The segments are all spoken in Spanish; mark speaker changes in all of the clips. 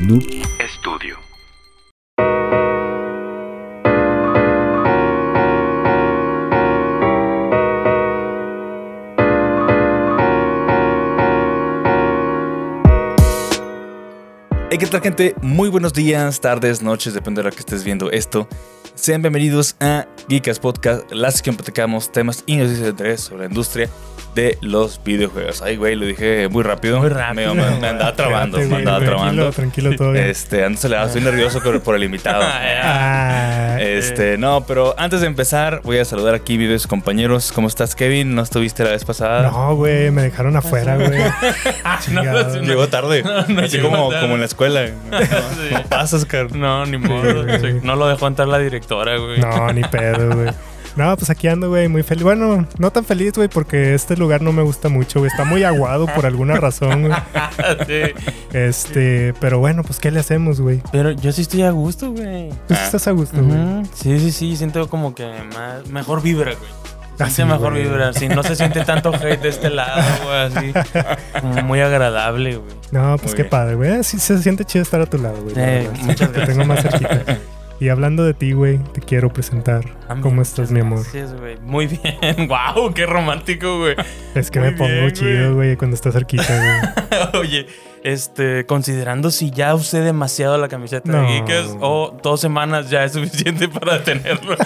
Speaker 1: Noob
Speaker 2: Estudio.
Speaker 3: Hey, ¿qué tal, gente? Muy buenos días, tardes, noches, depende de la que estés viendo esto. Sean bienvenidos a Geekas Podcast, la sección que platicamos temas y noticias de interés sobre la industria de los videojuegos. Ay, güey, lo dije muy rápido. Muy rápido. Me, me andaba trabando, me
Speaker 4: Espérate,
Speaker 3: andaba
Speaker 4: güey,
Speaker 3: trabando.
Speaker 4: Tranquilo, tranquilo, todo bien.
Speaker 3: Este, ando acelerado, estoy nervioso por, por el invitado.
Speaker 4: Ah,
Speaker 3: Este, no, pero antes de empezar, voy a saludar aquí a mis compañeros. ¿Cómo estás, Kevin? ¿No estuviste la vez pasada?
Speaker 4: No, güey, me dejaron afuera, güey. Chingado.
Speaker 5: Ah, no,
Speaker 3: Llegó tarde.
Speaker 5: no
Speaker 3: Así
Speaker 5: llegó
Speaker 3: como,
Speaker 5: tarde.
Speaker 3: como en la escuela.
Speaker 5: Sí.
Speaker 3: No pasas, Oscar.
Speaker 5: No, ni modo.
Speaker 4: Sí, güey.
Speaker 5: Sí, No lo dejó entrar la directora, güey.
Speaker 4: No, ni pedo, güey. No, pues aquí ando, güey, muy feliz. Bueno, no tan feliz, güey, porque este lugar no me gusta mucho, güey. Está muy aguado por alguna razón, güey.
Speaker 5: Sí.
Speaker 4: Este, pero bueno, pues ¿qué le hacemos, güey?
Speaker 5: Pero yo sí estoy a gusto, güey.
Speaker 4: Tú sí
Speaker 3: Ah.
Speaker 4: estás a gusto, güey.
Speaker 5: Ujú. Sí, sí, sí. Siento como que más, mejor vibra, güey.
Speaker 4: Ah,
Speaker 5: Siente
Speaker 4: sí,
Speaker 5: mejor
Speaker 4: güey.
Speaker 5: vibra. Sí, no se siente tanto hate de este lado, güey. Así. Como muy agradable, güey.
Speaker 4: No, pues
Speaker 3: Muy
Speaker 4: qué
Speaker 3: bien.
Speaker 4: padre, güey. Sí se siente chido estar a tu lado, güey. la
Speaker 5: Eh,
Speaker 4: verdad.
Speaker 5: muchas
Speaker 4: Te tengo más cerquita. Y hablando de ti, güey, te quiero presentar.
Speaker 5: Ah,
Speaker 4: ¿Cómo
Speaker 5: muchas
Speaker 4: estás, mi amor?
Speaker 5: Gracias, güey. Muy bien. ¡Wow! ¡Qué romántico, güey!
Speaker 4: Es que
Speaker 5: Muy
Speaker 4: me pongo
Speaker 5: bien,
Speaker 4: chido, güey, cuando estás cerquita, güey.
Speaker 5: Oye, este, considerando si ya usé demasiado la camiseta
Speaker 4: No.
Speaker 5: de Geekers o dos semanas ya es suficiente para tenerlo.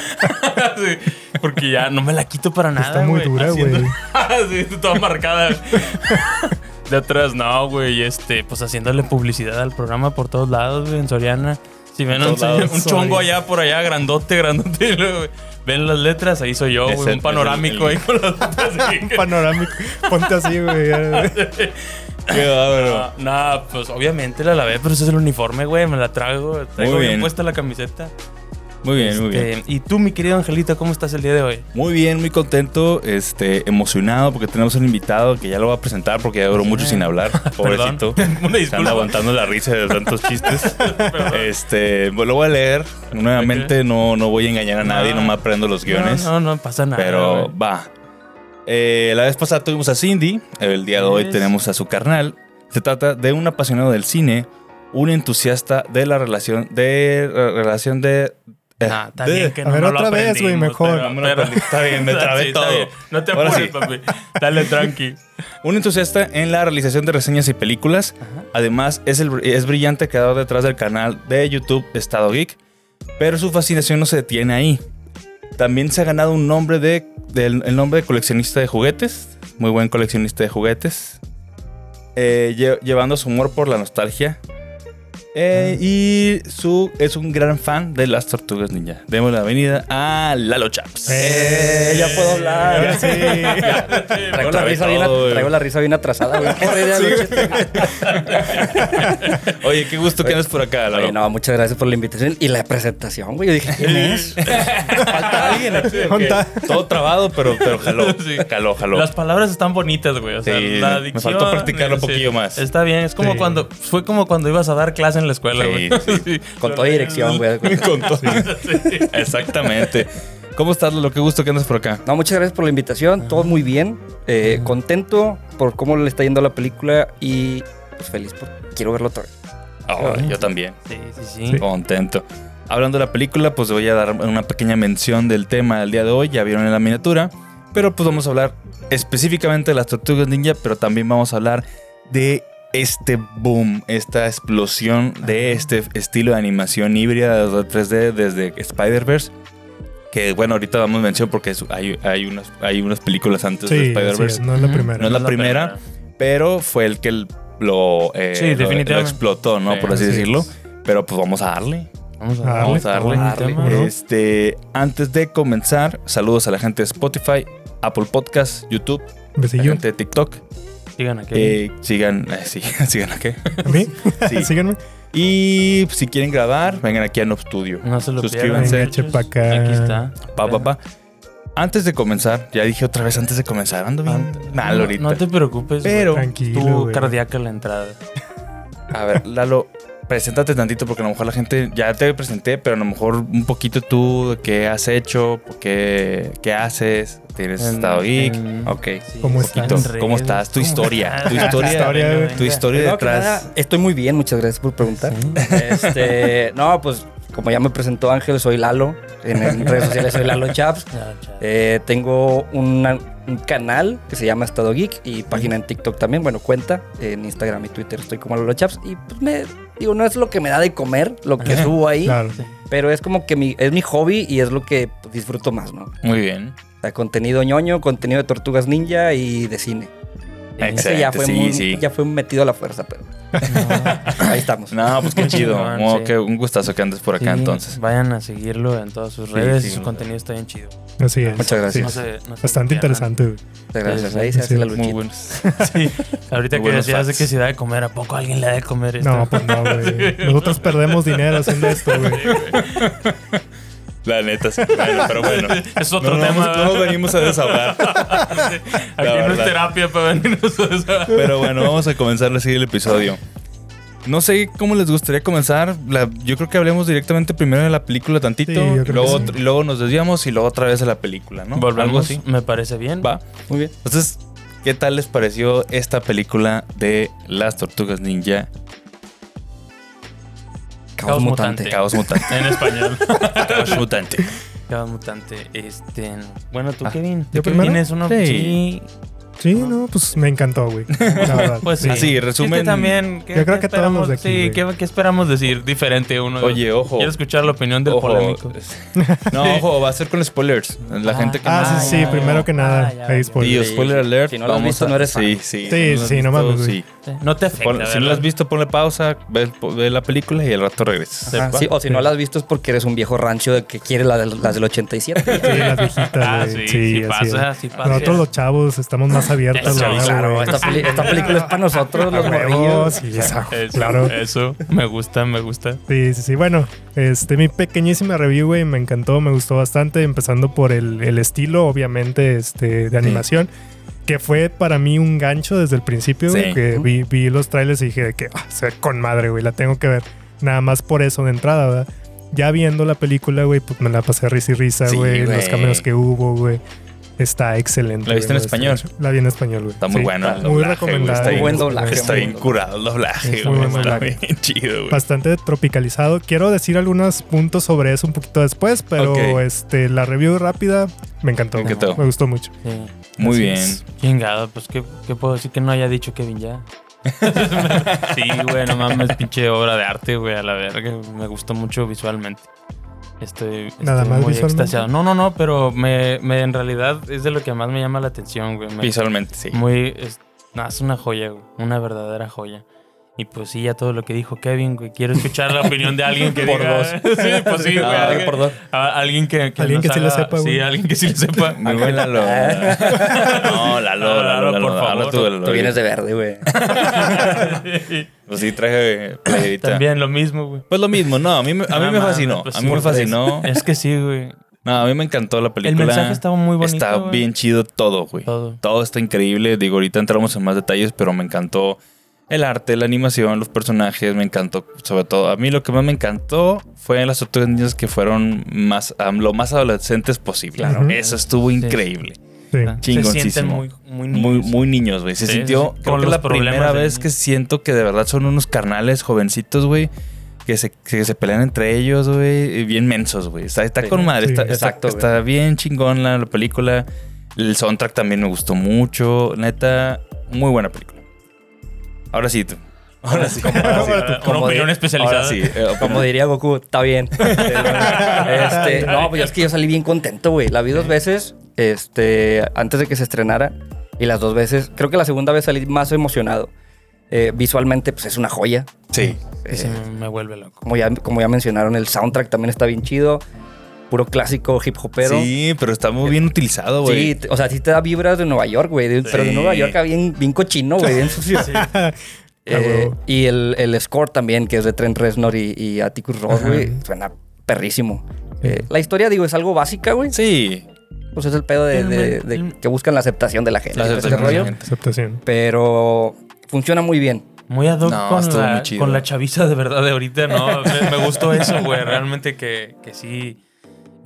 Speaker 5: Sí, porque ya no me la quito para nada.
Speaker 4: Está muy
Speaker 5: güey.
Speaker 4: dura,
Speaker 5: Haciendo-
Speaker 4: güey.
Speaker 5: sí, está toda marcada. de atrás, no, güey. Este, pues haciéndole publicidad al programa por todos lados, güey, en Soriana. Si ven un,
Speaker 3: todos lados.
Speaker 5: un chongo allá por allá, grandote, grandote, y luego, güey, ven las letras, ahí soy yo,
Speaker 3: Es
Speaker 5: güey,
Speaker 3: el-
Speaker 5: un panorámico
Speaker 3: es el-
Speaker 5: ahí con las letras. de Geekers.
Speaker 4: Panorámico. Ponte así, güey. ya,
Speaker 3: Qué bárbaro.
Speaker 5: No, no, pues obviamente la lavé, pero ese es el uniforme, güey. Me la traigo. Traigo bien.
Speaker 3: bien.
Speaker 5: puesta la camiseta.
Speaker 3: Muy bien, muy bien.
Speaker 5: Eh, y tú, mi querido Angelito, ¿cómo estás el día de hoy?
Speaker 3: Muy bien, muy contento, este, emocionado porque tenemos un invitado que ya lo va a presentar porque ya duró mucho sin hablar, pobrecito.
Speaker 5: Una
Speaker 3: Se anda
Speaker 5: disculpa.
Speaker 3: aguantando la risa de tantos chistes. este, bueno, lo voy a leer. Nuevamente no, no voy a engañar a nadie,
Speaker 5: No.
Speaker 3: no me aprendo los guiones.
Speaker 5: No, no, no pasa nada.
Speaker 3: pero
Speaker 5: güey.
Speaker 3: va. Eh, la vez pasada tuvimos a Cindy, el día de hoy
Speaker 5: Yes.
Speaker 3: tenemos a su carnal. Se trata de un apasionado del cine, un entusiasta de la relación de eh, relación de eh,
Speaker 5: Nah, está bien
Speaker 3: de-
Speaker 5: que
Speaker 4: A
Speaker 5: no,
Speaker 4: ver,
Speaker 5: no lo
Speaker 4: otra vez, güey,
Speaker 5: aprendimos,
Speaker 4: mejor.
Speaker 5: pero-
Speaker 3: No me lo aprendí. Está bien, me trabé
Speaker 5: Sí, está
Speaker 3: todo.
Speaker 5: bien. No te
Speaker 3: Ahora
Speaker 5: apures,
Speaker 3: sí.
Speaker 5: papi. Dale tranqui.
Speaker 3: Un entusiasta en la realización de reseñas y películas.
Speaker 5: Ajá.
Speaker 3: Además, es, el, es brillante creador detrás del canal de YouTube Estado Geek. Pero su fascinación no se detiene ahí. También se ha ganado un nombre de, del- el nombre de coleccionista de juguetes. Muy buen coleccionista de juguetes. Eh, lle- llevando su humor por la nostalgia.
Speaker 6: Ah.
Speaker 3: Eh, y su, es un gran fan de las tortugas ninja. Demos la bienvenida a Lalo Chaps.
Speaker 4: Eh,
Speaker 6: ya puedo hablar.
Speaker 4: ahora sí.
Speaker 6: Traigo la,
Speaker 3: Otra vez
Speaker 6: risa bien,
Speaker 3: todo,
Speaker 6: at-
Speaker 3: güey.
Speaker 6: traigo la risa bien atrasada, güey.
Speaker 3: Oye, qué gusto que andes por acá, Lalo.
Speaker 6: Oye, no, muchas gracias por la invitación y la presentación, güey. Yo dije, ¿quién es?
Speaker 3: Falta alguien aquí.
Speaker 4: Falta-
Speaker 3: Todo trabado, pero, pero jaló.
Speaker 5: Sí.
Speaker 3: Jaló, jaló.
Speaker 5: Las palabras están bonitas, güey. O sea,
Speaker 3: Sí,
Speaker 5: la
Speaker 3: me
Speaker 5: dicción,
Speaker 3: faltó practicarlo un
Speaker 5: sí.
Speaker 3: poquillo más.
Speaker 5: Está bien, es como
Speaker 4: Sí.
Speaker 5: cuando. Fue como cuando ibas a dar clase en la escuela,
Speaker 3: Sí,
Speaker 5: güey. Sí.
Speaker 6: Con toda dirección, güey.
Speaker 3: Con todo. Exactamente. ¿Cómo estás, Lalo? Qué gusto que andas por acá.
Speaker 6: No, muchas gracias por la invitación. Todo muy bien. Eh, contento por cómo le está yendo a la película y pues, feliz por. Quiero verlo otra vez.
Speaker 3: Oh, yo también.
Speaker 5: Sí, sí, sí.
Speaker 3: Contento. Hablando de la película, pues voy a dar una pequeña mención del tema del día de hoy. Ya vieron en la miniatura. Pero pues vamos a hablar específicamente de las tortugas ninja, pero también vamos a hablar de este boom, esta explosión de este estilo de animación híbrida de 3D desde Spider-Verse. Que bueno, ahorita damos mención porque es- hay, hay, unas, hay unas películas antes de
Speaker 4: Sí, así
Speaker 3: Spider-Verse.
Speaker 4: es, no es la primera.
Speaker 3: No es la primera, pero fue el que el- lo, eh,
Speaker 5: Sí,
Speaker 3: lo-
Speaker 5: definitivamente.
Speaker 3: lo explotó, ¿no?
Speaker 5: Sí,
Speaker 3: Por así
Speaker 4: así
Speaker 3: decirlo.
Speaker 4: es.
Speaker 3: Pero pues vamos a darle.
Speaker 5: Vamos
Speaker 4: a darle.
Speaker 3: Vamos a darle.
Speaker 4: Darle.
Speaker 5: Tema,
Speaker 4: Ujú.
Speaker 3: Este, antes de comenzar, saludos a la gente de Spotify, Apple Podcast, YouTube, la
Speaker 4: Besillo.
Speaker 3: gente de TikTok.
Speaker 5: Sigan aquí.
Speaker 3: Eh, sigan, eh, sí, sigan a qué.
Speaker 4: ¿A mí?
Speaker 3: Sí.
Speaker 4: Síganme.
Speaker 3: Y si quieren grabar, vengan aquí a Noob Studio.
Speaker 5: no se lo pierdan.
Speaker 3: suscríbanse.
Speaker 4: Venga, chepa acá.
Speaker 5: Aquí está.
Speaker 3: Pa, pa, pa. Antes de comenzar, ya dije otra vez antes de comenzar, ando bien mal
Speaker 5: Ah, no,
Speaker 3: ahorita.
Speaker 5: no te preocupes.
Speaker 3: Pero-
Speaker 5: güey.
Speaker 4: Tranquilo,
Speaker 5: Estuvo
Speaker 4: güey.
Speaker 5: cardíaca la entrada.
Speaker 3: A ver, Lalo, preséntate tantito porque a lo mejor la gente ya te presenté, pero a lo mejor un poquito tú de qué has hecho, por qué, qué haces, tienes estado geek.
Speaker 6: Ok.
Speaker 4: ¿Cómo
Speaker 5: un
Speaker 4: estás?
Speaker 5: poquito.
Speaker 3: Entonces, ¿Cómo estás? Tu historia, tu historia,
Speaker 4: historia,
Speaker 5: Venga,
Speaker 4: güey.
Speaker 5: venga.
Speaker 3: tu historia
Speaker 6: Primero que
Speaker 3: detrás.
Speaker 6: nada, estoy muy bien, muchas gracias por preguntar. Este, no, pues como ya me presentó Ángel, soy Lalo. En, en redes sociales soy Lalo Chaps.
Speaker 5: No, chao.
Speaker 6: Eh, tengo una- un canal que se llama Estado Geek y página en TikTok también. Bueno, cuenta en Instagram y Twitter. Estoy como Lalo Chaps y pues me digo, no es lo que me da de comer, lo que subo ahí,
Speaker 4: Claro.
Speaker 6: pero es como que mi, es mi hobby y es lo que pues, disfruto más, ¿no?
Speaker 3: Muy bien.
Speaker 6: O sea, contenido ñoño, contenido de tortugas ninja y de cine. Ese ya
Speaker 3: Excelente,
Speaker 6: fue,
Speaker 3: sí,
Speaker 6: muy-
Speaker 3: sí.
Speaker 6: ya fue metido a la fuerza, pero ahí estamos.
Speaker 3: No, pues qué chido.
Speaker 5: Chingón,
Speaker 3: Wow,
Speaker 5: sí.
Speaker 3: qué- un gustazo que andes por acá
Speaker 5: Sí,
Speaker 3: entonces.
Speaker 5: Vayan a seguirlo en todas sus redes.
Speaker 3: sí,
Speaker 5: su
Speaker 3: no.
Speaker 5: contenido está bien chido.
Speaker 4: Así es.
Speaker 6: Muchas gracias.
Speaker 5: No
Speaker 4: Sí.
Speaker 5: se- no se
Speaker 4: Bastante
Speaker 5: pierdan.
Speaker 4: interesante, güey.
Speaker 6: Muchas gracias.
Speaker 5: Sí,
Speaker 6: Ahí se
Speaker 4: sí,
Speaker 6: hace la
Speaker 3: Muy
Speaker 6: luchita.
Speaker 3: buenos.
Speaker 5: Ahorita
Speaker 3: Muy
Speaker 5: que
Speaker 3: buenos
Speaker 5: decías de
Speaker 3: facts.
Speaker 5: que si da de comer, ¿a poco alguien le da de comer esto?
Speaker 4: No, pues no, güey. Nosotros perdemos dinero haciendo esto, güey.
Speaker 3: La neta, sí. Bueno, pero bueno.
Speaker 5: Es otro
Speaker 3: no,
Speaker 5: tema.
Speaker 3: vamos- no venimos a desahogar.
Speaker 5: Aquí
Speaker 3: La
Speaker 5: no es
Speaker 3: verdad.
Speaker 5: terapia para venirnos a esa-
Speaker 3: Pero bueno, vamos a comenzar así el episodio. No sé cómo les gustaría comenzar. La- yo creo que hablemos directamente primero de la película tantito.
Speaker 4: Sí, yo creo que
Speaker 3: luego,
Speaker 4: sí.
Speaker 3: otro- y luego nos desviamos y luego otra vez a la película, ¿no? Algo
Speaker 5: Volvemos,
Speaker 3: así.
Speaker 5: me parece bien.
Speaker 3: Va.
Speaker 6: Muy bien.
Speaker 3: Entonces, ¿qué tal les pareció esta película de Las Tortugas Ninja?
Speaker 6: Caos,
Speaker 5: Caos
Speaker 6: mutante.
Speaker 5: Sí.
Speaker 3: Caos Mutante.
Speaker 5: En español.
Speaker 3: Caos Mutante.
Speaker 5: Cada mutante. Este, bueno, tú, Kevin.
Speaker 4: ¿yo
Speaker 5: ¿tú
Speaker 4: primero?
Speaker 5: ¿Tienes uno?
Speaker 3: Ah, Sí.
Speaker 4: Sí, no, pues me encantó, güey. La verdad.
Speaker 5: Pues sí.
Speaker 3: Ah, sí, resumen.
Speaker 5: Es que también, ¿qué-
Speaker 4: Yo creo
Speaker 5: qué
Speaker 4: que todos los
Speaker 5: esperamos?
Speaker 4: de aquí,
Speaker 5: Sí,
Speaker 4: güey.
Speaker 5: ¿qué, qué esperamos decir diferente uno? de
Speaker 3: Oye, ojo.
Speaker 5: Quiero escuchar la opinión del
Speaker 3: Ojo.
Speaker 5: polémico.
Speaker 3: No, ojo, va a ser con spoilers. La gente que
Speaker 4: Ah,
Speaker 3: no-
Speaker 4: sí, sí, primero que nada,
Speaker 5: Ah,
Speaker 4: hay spoilers.
Speaker 3: Tío,
Speaker 6: Sí,
Speaker 3: spoiler alert.
Speaker 6: si no lo has
Speaker 3: vamos
Speaker 6: visto,
Speaker 3: a-
Speaker 6: no eres fan.
Speaker 3: Sí, sí.
Speaker 4: Sí,
Speaker 3: Si lo has
Speaker 4: sí, no
Speaker 3: visto,
Speaker 4: mames, güey.
Speaker 3: sí.
Speaker 5: No te afecta.
Speaker 3: Pon- si no
Speaker 5: ¿verdad?
Speaker 3: la has visto, ponle pausa, ve, el- ve la película y al rato regresas.
Speaker 6: Ajá, Ah, sí, o si no la has visto es porque eres un viejo rancho de que quiere la del- las del 87.
Speaker 4: Sí, las viejitas, güey.
Speaker 5: Ah, sí, sí,
Speaker 4: así
Speaker 5: pasa,
Speaker 4: es.
Speaker 5: sí pasa.
Speaker 4: Nosotros los chavos estamos más abiertos. la
Speaker 5: Eso,
Speaker 4: verdad,
Speaker 5: claro,
Speaker 4: güey.
Speaker 6: esta, peli- esta película es para nosotros, los
Speaker 4: A huevo,
Speaker 6: morrillos.
Speaker 4: sí, esa-
Speaker 5: Eso,
Speaker 4: claro.
Speaker 5: Eso, me gusta, me gusta.
Speaker 4: Sí, sí, sí. Bueno, este, mi pequeñísima review, güey, me encantó, me gustó bastante, empezando por el, el estilo, obviamente, este, de animación, que fue para mí un gancho desde el principio, güey,
Speaker 3: Sí.
Speaker 4: que vi, vi los trailers y dije de que, ah, se ve con madre, güey, la tengo que ver. Nada más por eso de entrada, ¿verdad? Ya viendo la película, güey, pues me la pasé risa y risa,
Speaker 3: Sí,
Speaker 4: güey, los
Speaker 3: güey.
Speaker 4: cameos que hubo, güey. Está excelente.
Speaker 3: ¿La viste
Speaker 4: güey,
Speaker 3: en
Speaker 4: me gustó
Speaker 3: español?
Speaker 4: mucho. La vi en español, güey.
Speaker 3: Está muy
Speaker 4: Sí,
Speaker 3: bueno el
Speaker 4: Muy
Speaker 3: doblaje, güey,
Speaker 4: recomendada.
Speaker 3: está
Speaker 4: güey,
Speaker 3: bien-
Speaker 6: Buen doblaje,
Speaker 3: Está
Speaker 6: muy
Speaker 3: bien
Speaker 6: bueno.
Speaker 3: curado el doblaje,
Speaker 4: Está
Speaker 3: güey,
Speaker 4: muy bueno
Speaker 3: Está
Speaker 4: doblaje.
Speaker 3: bien chido, güey.
Speaker 4: bastante tropicalizado. Quiero decir algunos puntos sobre eso un poquito después, pero
Speaker 3: Ok.
Speaker 4: este, la review rápida me encantó.
Speaker 3: Me encantó.
Speaker 4: Me gustó mucho.
Speaker 5: Sí.
Speaker 3: Muy
Speaker 4: Así
Speaker 3: bien.
Speaker 4: es.
Speaker 5: Chingado, pues ¿qué, qué puedo decir que no haya dicho Kevin ya. sí, güey, no mames, pinche obra de arte, güey, a la verga. Me gustó mucho visualmente. Estoy, estoy
Speaker 4: Nada más
Speaker 5: muy
Speaker 4: visualmente.
Speaker 5: extasiado. No, no, no, pero me, me- en realidad es de lo que más me llama la atención, güey. Me-
Speaker 3: Visualmente, sí.
Speaker 5: Muy. Es, no, es una joya, güey. Una verdadera joya. Y pues sí, ya todo lo que dijo Kevin, güey. Quiero escuchar la opinión de alguien que
Speaker 6: Por
Speaker 5: diga.
Speaker 6: dos.
Speaker 5: Sí, pues sí,
Speaker 3: Ah,
Speaker 5: güey. alguien,
Speaker 6: por dos.
Speaker 5: a- alguien que, que
Speaker 4: Alguien
Speaker 5: nos
Speaker 4: que sí le
Speaker 5: haga-
Speaker 4: sepa,
Speaker 5: Sí,
Speaker 4: güey.
Speaker 5: alguien que sí le sepa.
Speaker 3: Muy buena Lalo. No, Lalo,
Speaker 5: No, Lalo,
Speaker 3: Lalo, Lalo,
Speaker 5: Ah, por
Speaker 3: Lalo,
Speaker 5: favor.
Speaker 3: tú, Lalo.
Speaker 6: Tú vienes de verde, güey.
Speaker 3: Pues sí, traje playerita.
Speaker 5: También lo mismo, güey.
Speaker 3: Pues lo mismo, no, a mí, me- a mí
Speaker 5: No
Speaker 3: me
Speaker 5: mames,
Speaker 3: fascinó.
Speaker 5: pues
Speaker 3: a mí me
Speaker 5: por
Speaker 3: fascinó.
Speaker 5: Es que sí, güey.
Speaker 3: No, a mí me encantó la
Speaker 5: El
Speaker 3: película.
Speaker 5: mensaje estaba muy bonito.
Speaker 3: Está
Speaker 5: güey.
Speaker 3: bien chido todo, güey.
Speaker 5: Todo.
Speaker 3: Todo está increíble. Digo, ahorita entramos en más detalles, pero me encantó el arte, la animación, los personajes. Me encantó, sobre todo. A mí lo que más me encantó fue las tortugas niñas que fueron más, am, lo más adolescentes posible.
Speaker 4: Claro.
Speaker 3: Eso estuvo
Speaker 5: Sí.
Speaker 3: increíble.
Speaker 4: Sí.
Speaker 5: Se
Speaker 3: Chingoncísimo.
Speaker 5: sienten muy, muy niños.
Speaker 3: Muy, muy niños, güey. Se
Speaker 5: Sí, sí,
Speaker 3: sintió.
Speaker 5: sí.
Speaker 3: Creo
Speaker 5: Con
Speaker 3: que
Speaker 5: los
Speaker 3: la
Speaker 5: problemas
Speaker 3: primera
Speaker 5: de
Speaker 3: vez
Speaker 5: niños.
Speaker 3: que siento que de verdad son unos carnales jovencitos, güey. Que se, que se pelean entre ellos, güey. y Bien mensos, güey. Está, está
Speaker 6: Sí.
Speaker 3: con madre.
Speaker 4: Sí,
Speaker 3: está, está-
Speaker 6: exacto, güey.
Speaker 3: está bien chingón la, la película. El soundtrack también me gustó mucho. Neta, muy buena película. Ahora sí, tú. Ahora sí.
Speaker 5: Ahora sí,
Speaker 6: Como-
Speaker 5: ahora-
Speaker 6: como
Speaker 5: una opinión
Speaker 6: de-
Speaker 5: especializada.
Speaker 3: Ahora sí. eh,
Speaker 6: Como diría Goku, está bien. Este, no, pues es que yo salí bien contento, güey. La vi dos veces este, antes de que se estrenara. Y las dos veces, creo que la segunda vez salí más emocionado. Eh, visualmente, pues es una joya.
Speaker 3: Sí.
Speaker 5: Que se
Speaker 6: Eh,
Speaker 5: me, me vuelve loco.
Speaker 6: como, ya, como ya mencionaron, el soundtrack también está bien chido. Puro clásico hip hopero. Sí,
Speaker 3: sí, pero está muy bien utilizado, güey.
Speaker 6: t- o sea, sí te da vibras de Nueva York, güey. de- Pero de Nueva York a bien, bien cochino, güey. Bien sucio. Eh,
Speaker 4: A huevo.
Speaker 6: y el, el score también, que es de Trent Reznor y, y Atticus Ross,
Speaker 4: Ajá.
Speaker 6: güey. Suena perrísimo. Eh, la historia, digo, es algo básica, güey.
Speaker 3: Sí.
Speaker 6: Pues es el pedo de, de- de que buscan la aceptación de la gente.
Speaker 3: La
Speaker 6: y todo este
Speaker 3: aceptación de la
Speaker 6: rollo.
Speaker 3: gente.
Speaker 4: Aceptación.
Speaker 6: Pero funciona muy bien.
Speaker 5: Muy ad hoc
Speaker 3: No,
Speaker 5: con,
Speaker 3: estuvo muy
Speaker 5: la,
Speaker 3: chido.
Speaker 5: con la chaviza de verdad de ahorita, ¿no? me, me gustó eso, güey. Realmente que, que sí.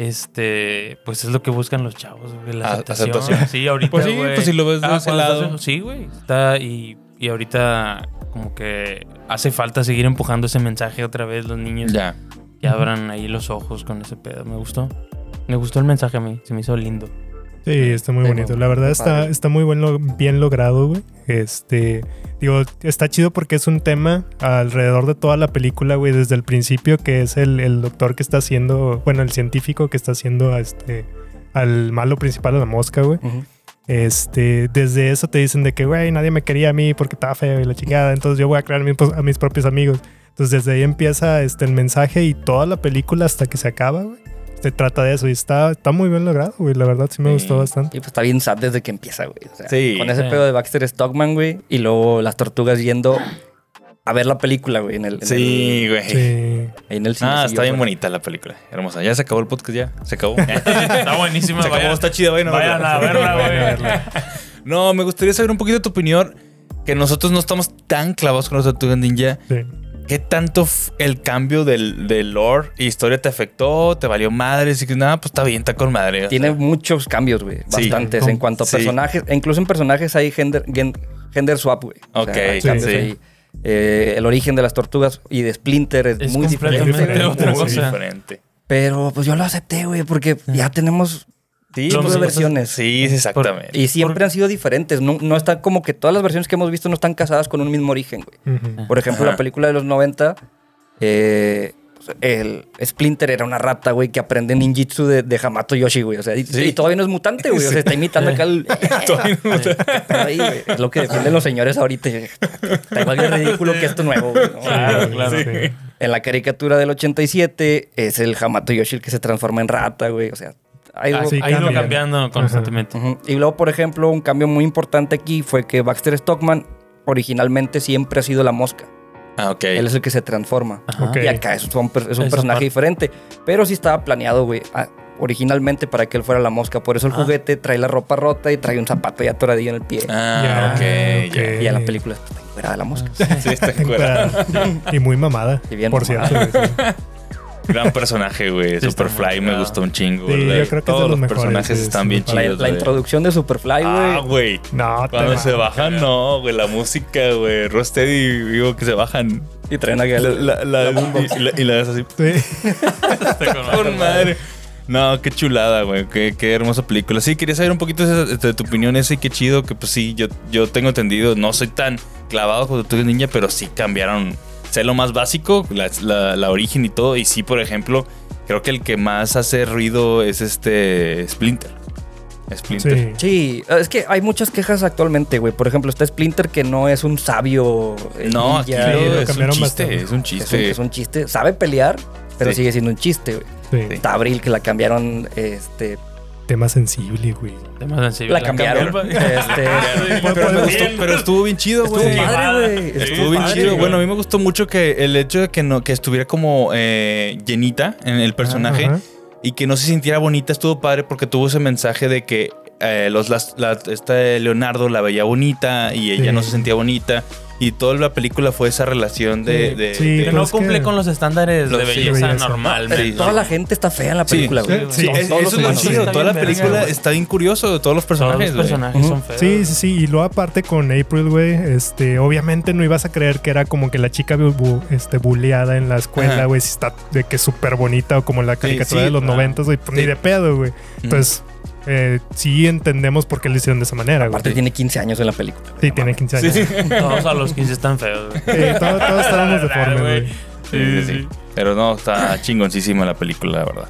Speaker 5: Este, pues es lo que buscan los chavos, güey. La
Speaker 3: A-
Speaker 5: aceptación.
Speaker 3: aceptación.
Speaker 5: Sí, ahorita.
Speaker 3: Pues sí,
Speaker 5: güey. Ah,
Speaker 3: pues si lo ves de ese
Speaker 5: cuando
Speaker 3: lado.
Speaker 5: estás- sí, güey. Está y, y ahorita como que hace falta seguir empujando ese mensaje otra vez los niños.
Speaker 3: Ya.
Speaker 5: Que abran ahí los ojos con ese pedo. Me gustó. Me gustó el mensaje a mí. Se me hizo lindo.
Speaker 4: Sí, está muy
Speaker 6: Sí,
Speaker 4: bonito.
Speaker 6: muy-
Speaker 4: La verdad
Speaker 6: muy
Speaker 4: está,
Speaker 6: padre.
Speaker 4: está muy buen lo- bien logrado, güey. Este, digo, está chido porque es un tema alrededor de toda la película, güey, desde el principio, que es el, el doctor que está haciendo, bueno, el científico que está haciendo a este, al malo principal, a la mosca, güey.
Speaker 6: Ujú.
Speaker 4: Este, desde eso te dicen de que, güey, nadie me quería a mí porque estaba feo y la chingada, entonces yo voy a crear mi- a mis propios amigos. Entonces desde ahí empieza este, el mensaje y toda la película hasta que se acaba, güey. Se trata de eso y está, está muy bien logrado, güey. La verdad sí me
Speaker 3: Sí.
Speaker 4: gustó bastante.
Speaker 6: Y pues está bien sad desde que empieza, güey. O sea,
Speaker 3: Sí.
Speaker 6: Con ese
Speaker 5: Sí.
Speaker 6: pedo de Baxter Stockman, güey. Y luego las tortugas yendo a ver la película, güey. En el, en
Speaker 3: Sí, güey.
Speaker 4: Sí.
Speaker 6: el- ahí en el cine.
Speaker 3: Ah, está bien bonita la película. Hermosa. Ya se acabó el podcast, ya. Se acabó. se
Speaker 5: Está buenísima.
Speaker 3: acabó, está chida, vayan a
Speaker 5: Vayan
Speaker 3: verla.
Speaker 5: a verla,
Speaker 4: Vayan a
Speaker 5: güey.
Speaker 4: verla.
Speaker 3: No, me gustaría saber un poquito tu opinión. Que nosotros no estamos tan clavados con los Tortugas Ninja.
Speaker 4: Sí.
Speaker 3: ¿Qué tanto f- el cambio del, del lore y historia te afectó? ¿Te valió madre? Así que nada, pues está bien, está con madre. O
Speaker 6: Tiene muchos cambios, güey.
Speaker 3: Sí.
Speaker 6: Bastantes. en cuanto a
Speaker 3: Sí.
Speaker 6: personajes, e incluso en personajes hay gender, gen- gender swap, güey.
Speaker 3: Ok,
Speaker 6: hay
Speaker 3: sí.
Speaker 6: cambios
Speaker 3: Sí.
Speaker 6: ahí. Eh, el origen de las tortugas y de Splinter es,
Speaker 5: Es
Speaker 6: muy
Speaker 5: completamente
Speaker 6: diferente. güey.
Speaker 5: otra
Speaker 3: muy
Speaker 5: cosa.
Speaker 3: diferente.
Speaker 6: Pero pues yo lo acepté, güey, porque ya tenemos
Speaker 3: Sí, pues,
Speaker 5: Lo
Speaker 6: cinco
Speaker 5: mismo.
Speaker 6: versiones.
Speaker 3: sí, exactamente.
Speaker 6: Y siempre han sido diferentes. No, no está como que todas las versiones que hemos visto no están casadas con un mismo origen, güey.
Speaker 4: Ujú.
Speaker 6: Por ejemplo,
Speaker 3: Ajá.
Speaker 6: la película de los 90, eh, pues, el Splinter era una rata, güey, que aprende ninjitsu de, de Hamato Yoshi, güey. O sea, y,
Speaker 3: Sí.
Speaker 6: y todavía no es mutante, güey. O sea, está imitando acá el.
Speaker 3: Todavía no-
Speaker 6: Ahí, güey. es lo que defienden los señores ahorita. Está igual de ridículo que esto nuevo, güey. ¿no?
Speaker 3: Ah,
Speaker 5: Claro, claro.
Speaker 4: Sí.
Speaker 6: En la caricatura del 87 es el Hamato Yoshi el que se transforma en rata, güey. O sea, hay
Speaker 3: Ah,
Speaker 5: Ha
Speaker 6: algo-
Speaker 4: sí,
Speaker 5: ha ido
Speaker 4: cambian.
Speaker 5: cambiando constantemente.
Speaker 6: Ujú. Y luego, por ejemplo, un cambio muy importante aquí fue que Baxter Stockman originalmente siempre ha sido la mosca.
Speaker 3: Ah, ok.
Speaker 6: Él es el que se transforma.
Speaker 5: Ajá.
Speaker 4: Ok.
Speaker 6: Y acá es un, per- es un
Speaker 5: Esa
Speaker 6: personaje
Speaker 5: parte.
Speaker 6: diferente. Pero sí estaba planeado, güey, a- originalmente para que él fuera la mosca. Por eso el
Speaker 5: Ah.
Speaker 6: juguete trae la ropa rota y trae un zapato ya atoradillo en el pie.
Speaker 3: Ah,
Speaker 4: Ya,
Speaker 3: ok.
Speaker 4: ok.
Speaker 3: ya.
Speaker 6: Y a la película pues, está fuera de la mosca.
Speaker 3: Sí, está en cuerda.
Speaker 4: Claro. Y muy mamada.
Speaker 6: Y bien
Speaker 4: por
Speaker 6: mamada.
Speaker 4: cierto. güey, sí.
Speaker 3: Gran personaje, güey.
Speaker 5: Sí, está
Speaker 3: Superfly me
Speaker 5: muy chido.
Speaker 3: gustó un chingo.
Speaker 4: Sí,
Speaker 3: güey.
Speaker 4: yo creo que es de
Speaker 3: Todos
Speaker 4: los
Speaker 3: los
Speaker 4: mejores,
Speaker 3: personajes
Speaker 4: sí,
Speaker 3: están bien
Speaker 6: La,
Speaker 4: Superfly.
Speaker 3: chidos.
Speaker 6: la
Speaker 3: güey.
Speaker 6: introducción de Superfly, güey.
Speaker 3: Ah, güey.
Speaker 4: No, te
Speaker 3: Cuando se
Speaker 4: mames.
Speaker 3: bajan, no, güey. La música, güey. Rosteady, digo que se bajan.
Speaker 6: y traen acá
Speaker 3: La,
Speaker 6: el-
Speaker 3: la, la- y, la, y la das así.
Speaker 4: Sí.
Speaker 3: Con madre. No, qué chulada, güey. Qué, qué hermosa película. Sí, quería saber un poquito de, de tu opinión ese y qué chido que, pues sí, yo, yo tengo entendido. No soy tan clavado con Tortugas Ninja, pero sí cambiaron. Sé lo más básico, la, la- la origen y todo. Y sí, por ejemplo, creo que el que más hace ruido es este Splinter. Splinter.
Speaker 4: Sí.
Speaker 6: Sí, es que hay muchas quejas actualmente, güey. Por ejemplo, está Splinter que no es un sabio. eh,
Speaker 3: No, aquí
Speaker 6: ninja,
Speaker 3: lo-
Speaker 4: Sí, lo
Speaker 3: es, un
Speaker 4: cambiaron
Speaker 3: chiste,
Speaker 4: bastante.
Speaker 3: es un
Speaker 6: es, un,
Speaker 3: chiste.
Speaker 6: es un chiste. Sabe pelear, pero
Speaker 3: Sí.
Speaker 6: sigue siendo un chiste, güey.
Speaker 4: Sí.
Speaker 6: Está Abril que la cambiaron, este,
Speaker 4: Tema sensible, güey.
Speaker 5: Tema sensible.
Speaker 6: la cambiaron. Este,
Speaker 3: Pero, me gustó- pero estuvo bien chido,
Speaker 6: Estuvo
Speaker 3: güey.
Speaker 6: padre, güey.
Speaker 3: Estuvo bien
Speaker 6: padre,
Speaker 3: chido.
Speaker 6: güey.
Speaker 3: Bueno, a mí me gustó mucho que el hecho de que no que estuviera como eh, llenita en el personaje
Speaker 4: Ajá.
Speaker 3: y que no se sintiera bonita estuvo padre porque tuvo ese mensaje de que eh, los las- la- este Leonardo la veía bonita y ella
Speaker 4: Sí.
Speaker 3: no se sentía bonita y toda la película fue esa relación de,
Speaker 4: Sí,
Speaker 3: de-
Speaker 4: sí,
Speaker 5: Que
Speaker 3: de-
Speaker 5: no
Speaker 4: Pues que-
Speaker 5: cumple con los estándares
Speaker 3: Los-
Speaker 5: de
Speaker 3: sí,
Speaker 5: belleza
Speaker 4: belleza.
Speaker 5: normal.
Speaker 3: Sí,
Speaker 6: toda la gente está fea en la
Speaker 3: Sí,
Speaker 6: película, güey.
Speaker 3: Sí,
Speaker 6: Todos-
Speaker 3: es- eso es
Speaker 6: todos los
Speaker 3: lo
Speaker 6: humanos.
Speaker 3: chido.
Speaker 5: Está
Speaker 3: Toda la
Speaker 5: bien
Speaker 3: película
Speaker 5: verga, güey.
Speaker 3: está bien curioso de todos los
Speaker 5: Todos los
Speaker 3: personajes. güey.
Speaker 5: personajes
Speaker 6: Ujú.
Speaker 5: son feos.
Speaker 4: Sí, sí, sí. Y luego aparte con April, güey, este, obviamente no ibas a creer que era como que la chica bu- bu- este, buleada en la
Speaker 3: Ajá.
Speaker 4: escuela, güey, si está de que súper bonita o como la caricatura
Speaker 3: sí,
Speaker 4: de los
Speaker 3: ah,
Speaker 4: noventas, güey, pues,
Speaker 3: sí.
Speaker 4: ni de pedo, güey. Entonces, eh, sí entendemos por qué lo hicieron de esa manera, güey.
Speaker 6: Aparte tiene 15 años en la película.
Speaker 4: Sí, tiene 15 años. Sí,
Speaker 5: Todos a los 15 están feos. güey.
Speaker 4: todos, todos estábamos
Speaker 5: La verdad,
Speaker 4: deformes,
Speaker 5: güey.
Speaker 4: güey.
Speaker 3: Sí, sí, sí. Pero no, está chingoncísima la película, la verdad.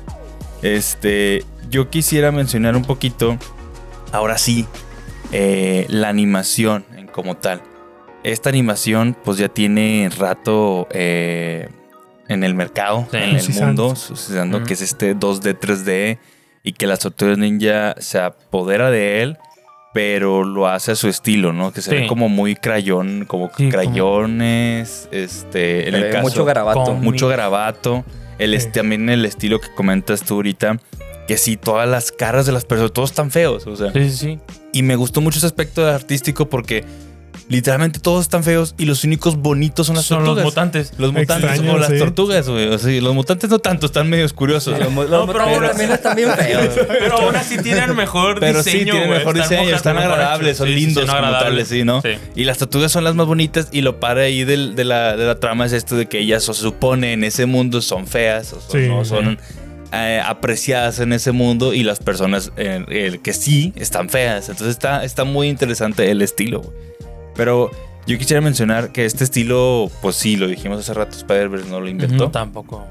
Speaker 3: Este, yo quisiera mencionar un poquito, ahora sí, eh, la animación en como tal. Esta animación, pues ya tiene rato eh, en el mercado,
Speaker 5: Sí.
Speaker 3: en el
Speaker 4: Sucesando.
Speaker 3: mundo, sucediendo
Speaker 5: Ujú.
Speaker 3: que es este 2D, 3D y que la tortugas ninja se apodera de él, pero lo hace a su estilo, ¿no? Que se
Speaker 5: Sí.
Speaker 3: ve como muy crayón, como
Speaker 5: Sí, como-
Speaker 3: crayones, este, en
Speaker 6: Le
Speaker 3: el
Speaker 6: ve
Speaker 3: caso
Speaker 6: mucho garabato.
Speaker 5: con-
Speaker 3: mucho garabato. El est-
Speaker 4: Sí.
Speaker 3: También el estilo que comentas tú ahorita. Que sí, todas las caras de las personas, todos están feos. O sea,
Speaker 5: Sí, sí, sí.
Speaker 3: y me gustó mucho ese aspecto artístico porque Literalmente todos están feos y los únicos bonitos son las
Speaker 5: Son los
Speaker 3: tortugas.
Speaker 5: mutantes.
Speaker 3: Los mutantes
Speaker 4: Extraño,
Speaker 3: como las
Speaker 4: sí.
Speaker 3: tortugas, güey. O sea, los mutantes no tanto, están medios curiosos.
Speaker 6: Los, mo- los
Speaker 5: No, pero
Speaker 6: motores
Speaker 5: ahora-
Speaker 6: también están bien feos. güey.
Speaker 5: Pero aún así tienen mejor
Speaker 3: Pero
Speaker 5: diseño.
Speaker 3: sí, tienen
Speaker 5: güey.
Speaker 3: mejor diseño,
Speaker 5: mojados,
Speaker 3: están
Speaker 5: mejor
Speaker 3: agradables,
Speaker 5: hechos.
Speaker 3: son
Speaker 5: Sí, sí,
Speaker 3: lindos
Speaker 5: son
Speaker 3: como
Speaker 5: agradables.
Speaker 3: tales, sí, ¿no?
Speaker 5: Sí.
Speaker 3: Y las tortugas son las más bonitas y lo para ahí del- de, la, de la trama es esto de que ellas, o se supone, en ese mundo son feas, o son-
Speaker 4: Sí,
Speaker 3: no son eh, apreciadas en ese mundo y las personas eh, eh, que sí están feas. Entonces está, está muy interesante el estilo, güey. Pero yo quisiera mencionar que este estilo, pues sí, lo dijimos hace rato, Spider-Verse no lo inventó.
Speaker 5: Ujú, Tampoco.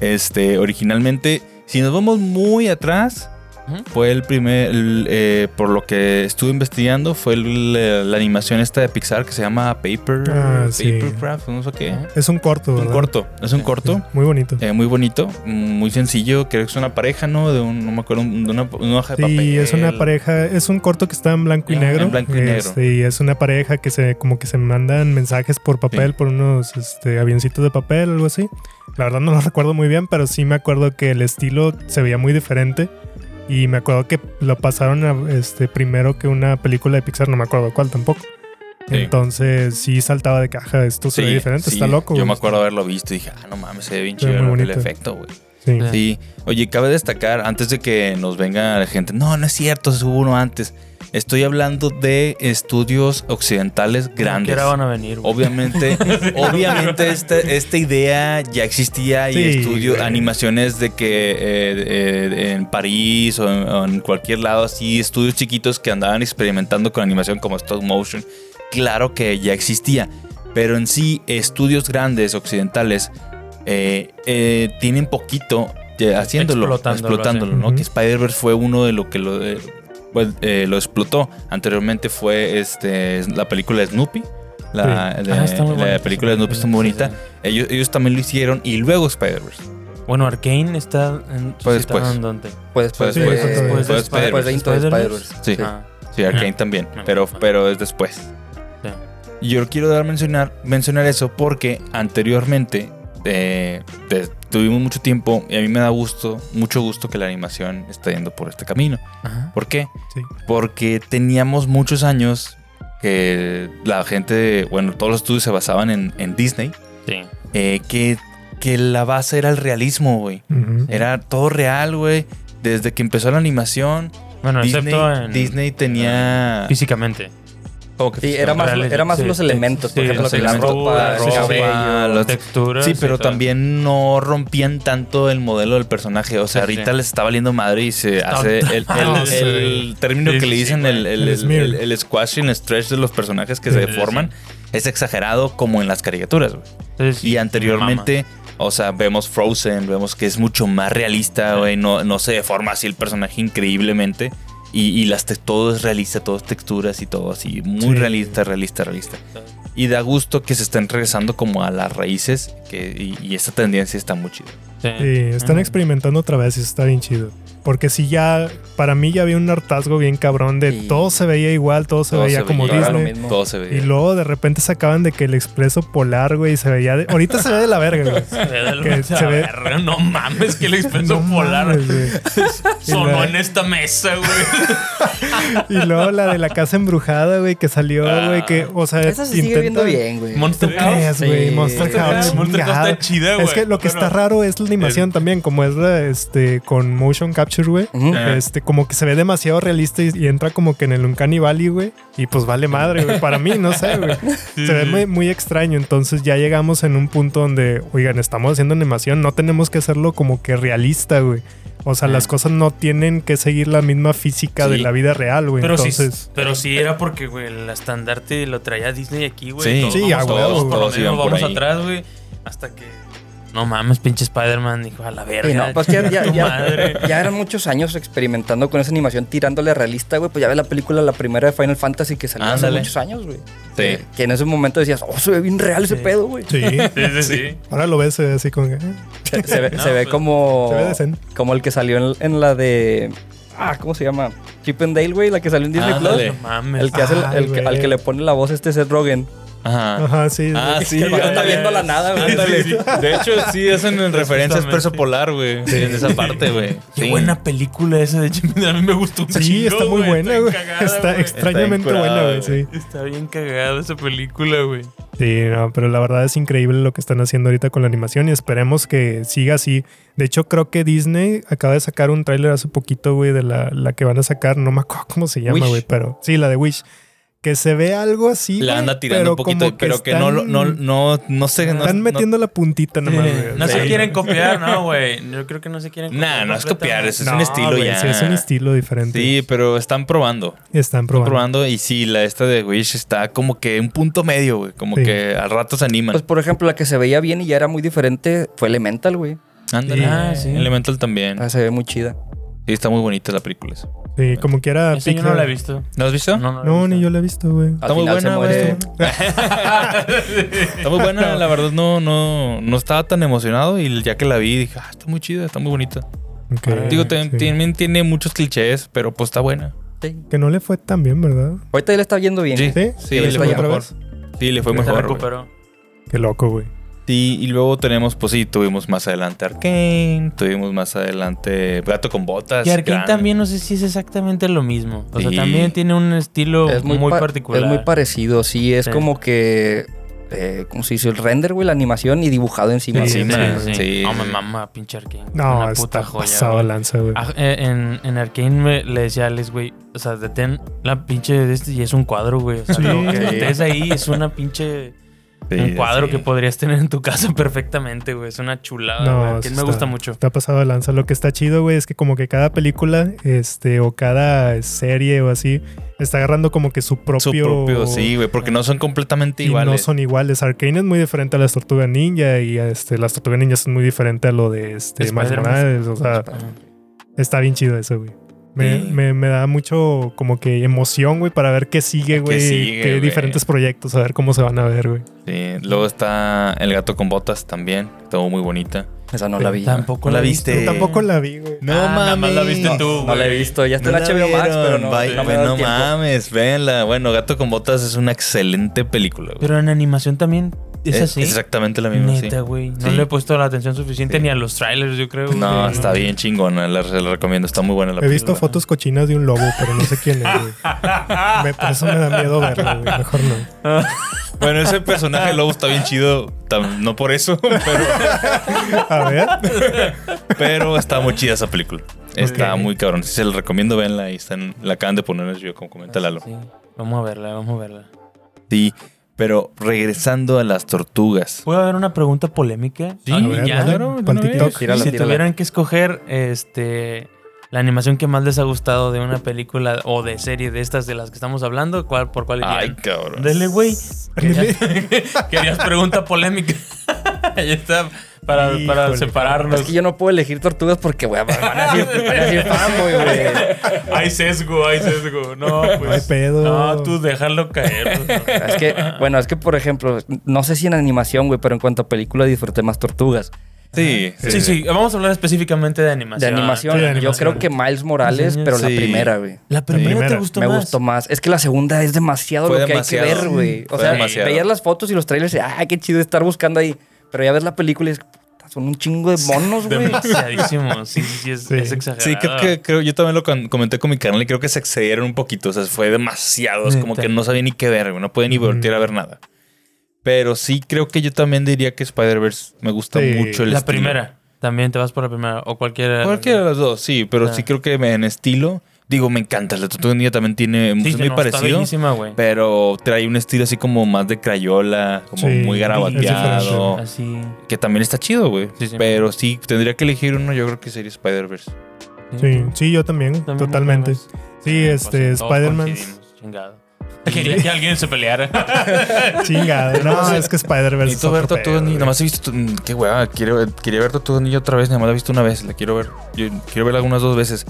Speaker 3: Este, originalmente, si nos vamos muy atrás,
Speaker 5: Ujú.
Speaker 3: fue el primer, el, eh, por lo que estuve investigando, fue el- la, la animación esta de Pixar que se llama Paper,
Speaker 4: Ah, sí.
Speaker 3: Papercraft, no sé qué.
Speaker 5: Ajá.
Speaker 4: Es un corto,
Speaker 3: Es
Speaker 4: ¿verdad?
Speaker 3: un corto, es un corto.
Speaker 4: Muy bonito.
Speaker 3: eh, muy bonito, muy sencillo, creo que es una pareja, ¿no? De un, no me acuerdo, de una, una hoja de papel. Ah,
Speaker 4: Sí, es una pareja, es un corto que está en blanco y
Speaker 5: Ya,
Speaker 4: negro.
Speaker 3: en blanco y negro.
Speaker 4: Este, y es una pareja que se como que se mandan mensajes por papel, por unos este, avioncitos de papel, algo así. La verdad no lo recuerdo muy bien, pero sí me acuerdo que el estilo se veía muy diferente. Y me acuerdo que lo pasaron a, este, primero que una película de Pixar, no me acuerdo cuál tampoco.
Speaker 3: Sí.
Speaker 4: Entonces sí saltaba de caja, esto se ve diferente,
Speaker 3: sí,
Speaker 4: está loco.
Speaker 3: Yo
Speaker 4: güey.
Speaker 3: me acuerdo haberlo visto y dije, ah, no mames, se ve bien
Speaker 4: Se ve
Speaker 3: chido
Speaker 4: muy
Speaker 3: el
Speaker 4: bonito.
Speaker 3: efecto, güey.
Speaker 4: Sí.
Speaker 5: Ya.
Speaker 3: Sí, oye, cabe destacar, antes de que nos venga la gente, no, no es cierto, se hubo uno antes. Estoy hablando de estudios occidentales grandes.
Speaker 5: Cualquiera van a venir. güey.
Speaker 3: Obviamente, obviamente esta, esta idea ya existía y
Speaker 4: Sí.
Speaker 3: estudio animaciones de que eh, eh, en París o en, o en cualquier lado así, estudios chiquitos que andaban experimentando con animación como stop motion. Claro que ya existía, pero en sí estudios grandes occidentales eh, eh, tienen poquito eh, haciéndolo,
Speaker 5: Explotándolo,
Speaker 3: explotándolo, ¿no?
Speaker 4: Ujú.
Speaker 3: Que Spider-Verse fue uno de lo que lo, eh, pues, eh, lo explotó. Anteriormente fue este, la película de Snoopy. La, de-
Speaker 5: Ah, está muy
Speaker 3: la
Speaker 5: bonito.
Speaker 3: película de Snoopy está muy
Speaker 5: Sí,
Speaker 3: bonita. Ellos, ellos también lo hicieron y luego Spider-Verse.
Speaker 5: Bueno, Arkane está en.
Speaker 3: Fue
Speaker 5: sí, está
Speaker 3: después.
Speaker 5: en dónde?
Speaker 6: Pues después
Speaker 3: Sí,
Speaker 6: de,
Speaker 4: fue después
Speaker 5: de
Speaker 6: después de
Speaker 5: Spider-Verse.
Speaker 6: Into the
Speaker 5: Spider-Verse.
Speaker 6: Spider-Verse.
Speaker 3: Sí,
Speaker 5: Ah,
Speaker 3: sí, Arkane
Speaker 5: Ah.
Speaker 3: también.
Speaker 5: Ah.
Speaker 3: Pero, pero es después.
Speaker 5: sí.
Speaker 3: Yo quiero dar mencionar, mencionar eso porque anteriormente eh, te- tuvimos mucho tiempo y a mí me da gusto, mucho gusto que la animación esté yendo por este camino.
Speaker 5: Ajá.
Speaker 3: ¿Por qué?
Speaker 4: Sí.
Speaker 3: Porque teníamos muchos años que la gente, bueno, todos los estudios se basaban en, en Disney,
Speaker 5: Sí.
Speaker 3: eh, que, que la base era el realismo, güey.
Speaker 4: Ujú.
Speaker 3: Era todo real, güey. Desde que empezó la animación,
Speaker 5: Bueno,
Speaker 3: Disney,
Speaker 5: excepto en.
Speaker 3: Disney ah. tenía...
Speaker 5: Físicamente.
Speaker 3: como que
Speaker 6: Sí, era más,
Speaker 5: Reales,
Speaker 6: era más
Speaker 5: sí,
Speaker 6: los
Speaker 5: sí,
Speaker 6: elementos, por
Speaker 5: sí,
Speaker 6: ejemplo,
Speaker 5: los
Speaker 6: que la
Speaker 5: elementos,
Speaker 6: ropa,
Speaker 5: la
Speaker 6: el
Speaker 5: ropa,
Speaker 6: cabello.
Speaker 3: los-
Speaker 5: Texturas.
Speaker 3: Sí,
Speaker 5: y
Speaker 3: pero
Speaker 5: todo.
Speaker 3: también no rompían tanto el modelo del personaje. O sea,
Speaker 5: Sí, sí.
Speaker 3: ahorita les está valiendo madre y se hace el, el-
Speaker 5: No, sí.
Speaker 3: el término
Speaker 5: Sí,
Speaker 3: que
Speaker 5: sí,
Speaker 3: le dicen
Speaker 5: güey.
Speaker 3: el, el-
Speaker 4: El
Speaker 3: el-
Speaker 4: smear.
Speaker 3: el- el squash y el stretch de los personajes que
Speaker 4: Sí,
Speaker 3: se
Speaker 5: sí,
Speaker 3: deforman. Es exagerado como en las caricaturas, güey.
Speaker 5: Entonces,
Speaker 3: Y anteriormente, o sea, vemos Frozen, vemos que es mucho más realista,
Speaker 5: Sí.
Speaker 3: güey. No, no se deforma así el personaje increíblemente. Y, y las te- todo es realista, todo es texturas y todo así. Muy
Speaker 4: Sí.
Speaker 3: realista, realista, realista.
Speaker 5: mama.
Speaker 3: Y da gusto que se estén regresando como a las raíces que, y, y esta tendencia está muy chida.
Speaker 5: Sí.
Speaker 4: Sí, Eh, están
Speaker 5: Ujú.
Speaker 4: experimentando otra vez y eso está bien chido. Porque si ya, para mí ya había un hartazgo bien cabrón de
Speaker 6: Sí.
Speaker 4: todo se veía igual, todo se
Speaker 3: Todo
Speaker 4: veía
Speaker 3: se
Speaker 4: como
Speaker 3: veía
Speaker 6: igual,
Speaker 4: Disney.
Speaker 6: lo mismo.
Speaker 3: Todo se ve.
Speaker 4: Y luego de repente sacaban de que el expreso polar, güey, se veía de... Ahorita se ve de la verga, güey.
Speaker 5: Se ve del-
Speaker 4: Que se
Speaker 5: a
Speaker 4: ve-
Speaker 5: ver, No mames, que el expenso
Speaker 4: No
Speaker 5: polar
Speaker 4: mames, güey.
Speaker 5: sonó
Speaker 4: la-
Speaker 5: en esta mesa, güey.
Speaker 4: Y luego la de la casa embrujada, güey, que salió,
Speaker 5: Ah.
Speaker 4: güey, que, o sea,
Speaker 6: Esa se sigue viendo
Speaker 4: intenta-
Speaker 6: bien, güey.
Speaker 5: Monster
Speaker 4: ¿Tú crees,
Speaker 6: Sí.
Speaker 4: güey? Monster
Speaker 6: Monster
Speaker 4: House.
Speaker 5: House. Monster House
Speaker 4: chingado.
Speaker 5: está chida, güey.
Speaker 4: Es que lo que
Speaker 5: Bueno.
Speaker 4: está raro es la animación también, como es la, este, con motion capture, güey.
Speaker 5: Eh,
Speaker 6: Ujú.
Speaker 3: Ah.
Speaker 4: Este, como que se ve demasiado realista y, y entra como que en el Uncanny Valley, güey. Y pues vale madre, güey. Para mí, no sé, güey. Se ve muy, muy extraño. Entonces ya llegamos en un punto donde, oigan, estamos haciendo animación, no tenemos que hacerlo como que realista, güey. O sea,
Speaker 5: Mm.
Speaker 4: las cosas no tienen que seguir la misma física de
Speaker 3: Sí.
Speaker 4: la vida real, güey.
Speaker 5: Pero,
Speaker 4: Entonces,
Speaker 5: sí, pero sí era porque, güey, el estandarte lo traía Disney aquí, güey.
Speaker 3: Sí,
Speaker 5: Todos
Speaker 4: Sí,
Speaker 5: vamos,
Speaker 4: a huevo,
Speaker 5: todos, por lo
Speaker 3: todos
Speaker 5: menos
Speaker 3: iban por
Speaker 5: vamos
Speaker 3: ahí.
Speaker 5: atrás, güey. Hasta que. No mames, pinche Spider-Man, dijo a la verga.
Speaker 6: Sí, no, pues que ya,
Speaker 5: chinga
Speaker 6: ya,
Speaker 5: tu
Speaker 6: ya,
Speaker 5: madre.
Speaker 6: ya eran muchos años experimentando con esa animación, tirándole realista, güey. Pues ya ves la película, la primera de Final Fantasy que salió hace
Speaker 3: Ándale.
Speaker 6: muchos años, güey.
Speaker 3: Sí.
Speaker 6: Que- Que en ese momento decías, oh, se ve bien real ese
Speaker 5: Sí.
Speaker 6: pedo, güey.
Speaker 4: sí.
Speaker 5: Sí, sí, sí.
Speaker 4: Ahora lo ves eh, así con...
Speaker 6: Se, se ve,
Speaker 5: No,
Speaker 6: se ve
Speaker 5: pues,
Speaker 6: como.
Speaker 4: se ve decente.
Speaker 6: como el que salió en, en la de. Ah, ¿cómo se llama? Chip and Dale, güey, la que salió en Disney
Speaker 3: Ándale.
Speaker 6: Plus.
Speaker 5: No mames.
Speaker 6: El que hace el-
Speaker 4: Ay,
Speaker 6: el que-
Speaker 4: güey.
Speaker 6: al que le pone la voz este Seth Rogen.
Speaker 5: Ajá.
Speaker 4: Ajá, sí.
Speaker 5: Ah,
Speaker 4: de-
Speaker 5: sí.
Speaker 6: el vato está
Speaker 5: ándale.
Speaker 6: viendo la nada, güey.
Speaker 5: Ándale.
Speaker 3: Sí, De hecho, sí hacen en referencia a Expreso Polar, güey. En esa parte, güey.
Speaker 5: Ah, Qué
Speaker 3: Sí.
Speaker 5: buena película esa, de hecho, a mí me gustó un
Speaker 4: Sí,
Speaker 5: chingo,
Speaker 4: está muy buena, güey.
Speaker 5: cagada,
Speaker 4: Está
Speaker 5: güey.
Speaker 4: extrañamente
Speaker 3: Está
Speaker 4: buena, güey.
Speaker 3: incurada,
Speaker 4: Sí.
Speaker 5: Está bien cagada esa película, güey.
Speaker 4: Sí, no, pero la verdad es increíble lo que están haciendo ahorita con la animación y esperemos que siga así. De hecho, creo que Disney acaba de sacar un tráiler hace poquito, güey, de la, la que van a sacar. No me acuerdo cómo se llama,
Speaker 6: Wish.
Speaker 4: güey, pero sí, la de Wish. Que se ve algo así.
Speaker 3: La
Speaker 4: güey,
Speaker 3: anda tirando
Speaker 4: pero
Speaker 3: un poquito,
Speaker 4: como
Speaker 3: pero que no, lo- no,
Speaker 4: están-
Speaker 3: no, no sé. No,
Speaker 4: están
Speaker 3: no-
Speaker 4: metiendo la puntita nomás, güey.
Speaker 5: Eh, No
Speaker 4: Sí.
Speaker 5: se quieren copiar, no, güey. Yo creo que no se quieren
Speaker 3: Nah, no es copiar,
Speaker 5: completamente.
Speaker 3: es, es
Speaker 4: No,
Speaker 3: un estilo
Speaker 4: güey,
Speaker 3: ya.
Speaker 4: sí, es un estilo diferente.
Speaker 3: Sí, pero están probando.
Speaker 4: Están
Speaker 3: Están
Speaker 4: probando.
Speaker 3: probando y sí, la esta de Wish está como que un punto medio, güey. Como
Speaker 4: Sí.
Speaker 3: que al rato se
Speaker 6: Pues,
Speaker 3: animan.
Speaker 6: por ejemplo, la que se veía bien y ya era muy diferente fue Elemental, güey.
Speaker 3: Ándale.
Speaker 4: Sí.
Speaker 5: Ah, sí.
Speaker 3: Elemental también.
Speaker 6: Ah, se ve muy chida.
Speaker 3: Sí, está muy bonita la película. esa.
Speaker 4: Sí, como quiera.
Speaker 5: Esa yo no
Speaker 4: Pixar-
Speaker 5: la he visto.
Speaker 3: ¿No has visto?
Speaker 5: No, no la he
Speaker 4: No,
Speaker 5: visto.
Speaker 4: ni yo la he visto, güey.
Speaker 6: Al
Speaker 3: Está muy
Speaker 6: final se
Speaker 3: buena,
Speaker 6: muere.
Speaker 3: güey. Está muy buena, la verdad no, no, no estaba tan emocionado y ya que la vi dije, ah, está muy chida, está muy bonita.
Speaker 4: Ok,
Speaker 3: Digo, también
Speaker 4: sí.
Speaker 3: tiene, tiene muchos clichés, pero pues está buena.
Speaker 6: Sí.
Speaker 4: Que no le fue tan bien, ¿verdad?
Speaker 6: Ahorita ya le está yendo bien.
Speaker 3: Sí,
Speaker 4: ¿Sí?
Speaker 3: sí,
Speaker 6: ¿Ya
Speaker 3: le
Speaker 6: está
Speaker 3: fue
Speaker 6: ya?
Speaker 3: mejor. Sí, le fue
Speaker 5: Se
Speaker 3: mejor. güey.
Speaker 5: recuperó.
Speaker 4: Qué loco, güey.
Speaker 3: Sí, y luego tenemos, pues sí, tuvimos más adelante Arkane, tuvimos más adelante Gato con Botas.
Speaker 5: Que Arkane
Speaker 3: gran-
Speaker 5: también no sé si es exactamente lo mismo. O sea,
Speaker 3: Sí.
Speaker 5: también tiene un estilo
Speaker 6: Es muy,
Speaker 5: muy
Speaker 6: pa-
Speaker 5: particular.
Speaker 6: Es muy parecido, sí. Es
Speaker 5: Sí.
Speaker 6: como que. Eh, ¿Cómo se dice? El render, güey, la animación y dibujado encima.
Speaker 4: Sí,
Speaker 3: Encima,
Speaker 5: Sí, sí.
Speaker 3: sí.
Speaker 5: No, me mama, pinche Arkane.
Speaker 4: No,
Speaker 5: Una
Speaker 4: está
Speaker 5: puta joya.
Speaker 4: pasado
Speaker 5: güey.
Speaker 4: de lanza, güey.
Speaker 5: Ah, eh, en, en Arkane me- le decía a Alex, güey, o sea, detén la pinche de este y es un cuadro, güey. O sea,
Speaker 4: Sí.
Speaker 5: lo que estés ahí es una pinche.
Speaker 3: Sí,
Speaker 5: un cuadro
Speaker 3: sí.
Speaker 5: que podrías tener en tu casa perfectamente, güey. Es una chulada,
Speaker 4: No,
Speaker 5: güey. Arkane
Speaker 4: sí
Speaker 5: me
Speaker 4: está-
Speaker 5: gusta mucho.
Speaker 4: Está pasado de lanza. Lo que está chido, güey, es que como que cada película, este, o cada serie o así, está agarrando como que su propio.
Speaker 3: Su propio, sí, güey, porque no son completamente
Speaker 4: Y
Speaker 3: iguales.
Speaker 4: no son iguales. Arcane es muy diferente a las Tortugas Ninja y este, las Tortugas Ninja es muy diferente a lo de este, Miles
Speaker 5: Spider-Man.
Speaker 4: Morales. O sea, está bien chido eso, güey. Me,
Speaker 3: Sí.
Speaker 4: me- me da mucho como que emoción, güey, para ver qué sigue, güey.
Speaker 3: sigue,
Speaker 4: qué
Speaker 3: güey?
Speaker 4: diferentes proyectos, a ver cómo se van a ver, güey.
Speaker 3: Sí, luego está El Gato con Botas también, estuvo muy bonita.
Speaker 6: Esa no la vi.
Speaker 5: Tampoco
Speaker 3: No
Speaker 5: la
Speaker 3: la
Speaker 5: viste.
Speaker 3: viste.
Speaker 4: Yo tampoco la vi, güey.
Speaker 3: No
Speaker 5: Ah, nada más la
Speaker 3: mames.
Speaker 5: viste tú, güey.
Speaker 6: No la he visto. Ya está en
Speaker 3: la
Speaker 6: HBO Max,
Speaker 3: vieron,
Speaker 6: pero no.
Speaker 3: vaya,
Speaker 6: no me ha
Speaker 3: no
Speaker 6: dado tiempo.
Speaker 3: mames, véanla. Bueno, Gato con Botas es una excelente película, güey.
Speaker 5: Pero en animación también
Speaker 3: Eh,
Speaker 5: es así.
Speaker 3: exactamente la misma,
Speaker 5: Neta,
Speaker 3: sí.
Speaker 5: güey. No
Speaker 3: Sí.
Speaker 5: le he puesto la atención suficiente
Speaker 3: Sí.
Speaker 5: ni a los trailers, yo creo.
Speaker 3: No,
Speaker 5: güey.
Speaker 3: está bien chingona, la, se la recomiendo, está muy buena la
Speaker 4: He
Speaker 3: película.
Speaker 4: visto fotos cochinas de un lobo, pero no sé quién es, güey. Me- por eso me da miedo verlo, güey. Mejor no.
Speaker 3: Bueno, ese personaje lobo está bien chido, tam- no por eso, pero,
Speaker 4: A ver.
Speaker 3: pero está muy chida esa película. Está
Speaker 4: Ok.
Speaker 3: muy cabrón. Sí, se la recomiendo, véanla. Y están, la acaban de poner yo, como comenta Lalo.
Speaker 5: Sí. Vamos a verla, vamos a verla.
Speaker 3: Ah, Sí, pero regresando a las tortugas.
Speaker 5: ¿Puedo haber una pregunta polémica?
Speaker 3: Sí,
Speaker 4: A ver,
Speaker 5: ya.
Speaker 4: dale,
Speaker 3: claro, de
Speaker 4: con
Speaker 3: una
Speaker 4: TikTok.
Speaker 6: vez. Tírala,
Speaker 5: si
Speaker 6: tírala.
Speaker 5: tuvieran que escoger este la animación que más les ha gustado de una película o de serie de estas de las que estamos hablando, ¿cuál por cuál
Speaker 3: Ay,
Speaker 5: irían?
Speaker 3: cabrón.
Speaker 5: Dele, güey. Querías, querías pregunta polémica. Ahí está para, para
Speaker 4: Híjole.
Speaker 5: separarnos.
Speaker 6: Es que yo no puedo elegir tortugas porque, güey, van a decir, van a decir fanboy, güey.
Speaker 5: Hay sesgo, hay sesgo. No, pues.
Speaker 4: No hay pedo.
Speaker 5: No, tú déjalo caer. pues,
Speaker 6: Es que, bueno, es que, por ejemplo, no sé si en animación, güey, pero en cuanto a película disfruté más tortugas.
Speaker 3: Sí,
Speaker 5: no. Sí, sí, vamos a hablar específicamente de animación.
Speaker 6: De animación,
Speaker 4: Sí, de
Speaker 6: yo
Speaker 4: animación.
Speaker 6: creo que Miles Morales,
Speaker 5: Sí,
Speaker 6: pero la
Speaker 3: sí.
Speaker 6: primera, güey.
Speaker 5: La primera,
Speaker 4: primera.
Speaker 5: te gustó
Speaker 6: Me
Speaker 5: más.
Speaker 6: gustó más. Es que la segunda es demasiado
Speaker 3: Fue
Speaker 6: lo que hay que
Speaker 3: demasiado.
Speaker 6: ver, güey. O
Speaker 3: Fue
Speaker 6: sea,
Speaker 3: demasiado.
Speaker 6: veías las fotos y los trailers y, ay, qué chido estar buscando ahí. Pero ya ves la película y es, puta, son un chingo de monos, güey.
Speaker 5: Demasiadísimo. Sí, sí, sí, es,
Speaker 4: Sí.
Speaker 5: es exagerado.
Speaker 3: Sí, creo que creo, yo también lo con- comenté con mi canal y creo que se excedieron un poquito. O sea, fue demasiado. Es como
Speaker 5: Neta.
Speaker 3: que no sabía ni qué ver, güey, No podía ni
Speaker 4: Ujú.
Speaker 3: voltear a ver nada. Pero sí, creo que yo también diría que Spider-Verse me gusta
Speaker 4: Sí.
Speaker 3: mucho el
Speaker 5: La
Speaker 3: estilo.
Speaker 5: primera. También te vas por la primera. O cualquiera.
Speaker 3: Cualquiera de las dos, sí, pero
Speaker 5: Ah.
Speaker 3: sí creo que me- en estilo. Digo, me encanta. La Tortuga Ninja también tiene. pues,
Speaker 5: Sí,
Speaker 3: es muy
Speaker 5: no, Está
Speaker 3: parecido.
Speaker 5: bellísima, güey.
Speaker 3: Pero trae un estilo así como más de crayola, como
Speaker 4: Sí,
Speaker 3: muy
Speaker 4: es
Speaker 3: garabateado.
Speaker 5: Así.
Speaker 3: Que también está chido, güey.
Speaker 5: Sí, sí.
Speaker 3: Pero sí, tendría que elegir uno, yo creo que sería Spider-Verse.
Speaker 4: Sí, sí, yo también,
Speaker 5: También
Speaker 4: totalmente.
Speaker 5: nos vemos.
Speaker 4: Sí, este,
Speaker 5: Pues, todos
Speaker 4: Spider-Man.
Speaker 5: coincidimos, Chingado. Quería que alguien se peleara.
Speaker 4: Chingado. No, es que Spider-Verse. es
Speaker 3: Necesito ver
Speaker 4: otro
Speaker 3: Tortugas
Speaker 4: pedo,
Speaker 3: Ninja.
Speaker 4: güey.
Speaker 3: Nada más he visto. mm, Qué weá. Quiero, quería ver Tortugas Ninja otra vez. Nada más la he visto una vez. La quiero ver. Yo quiero verla algunas dos veces.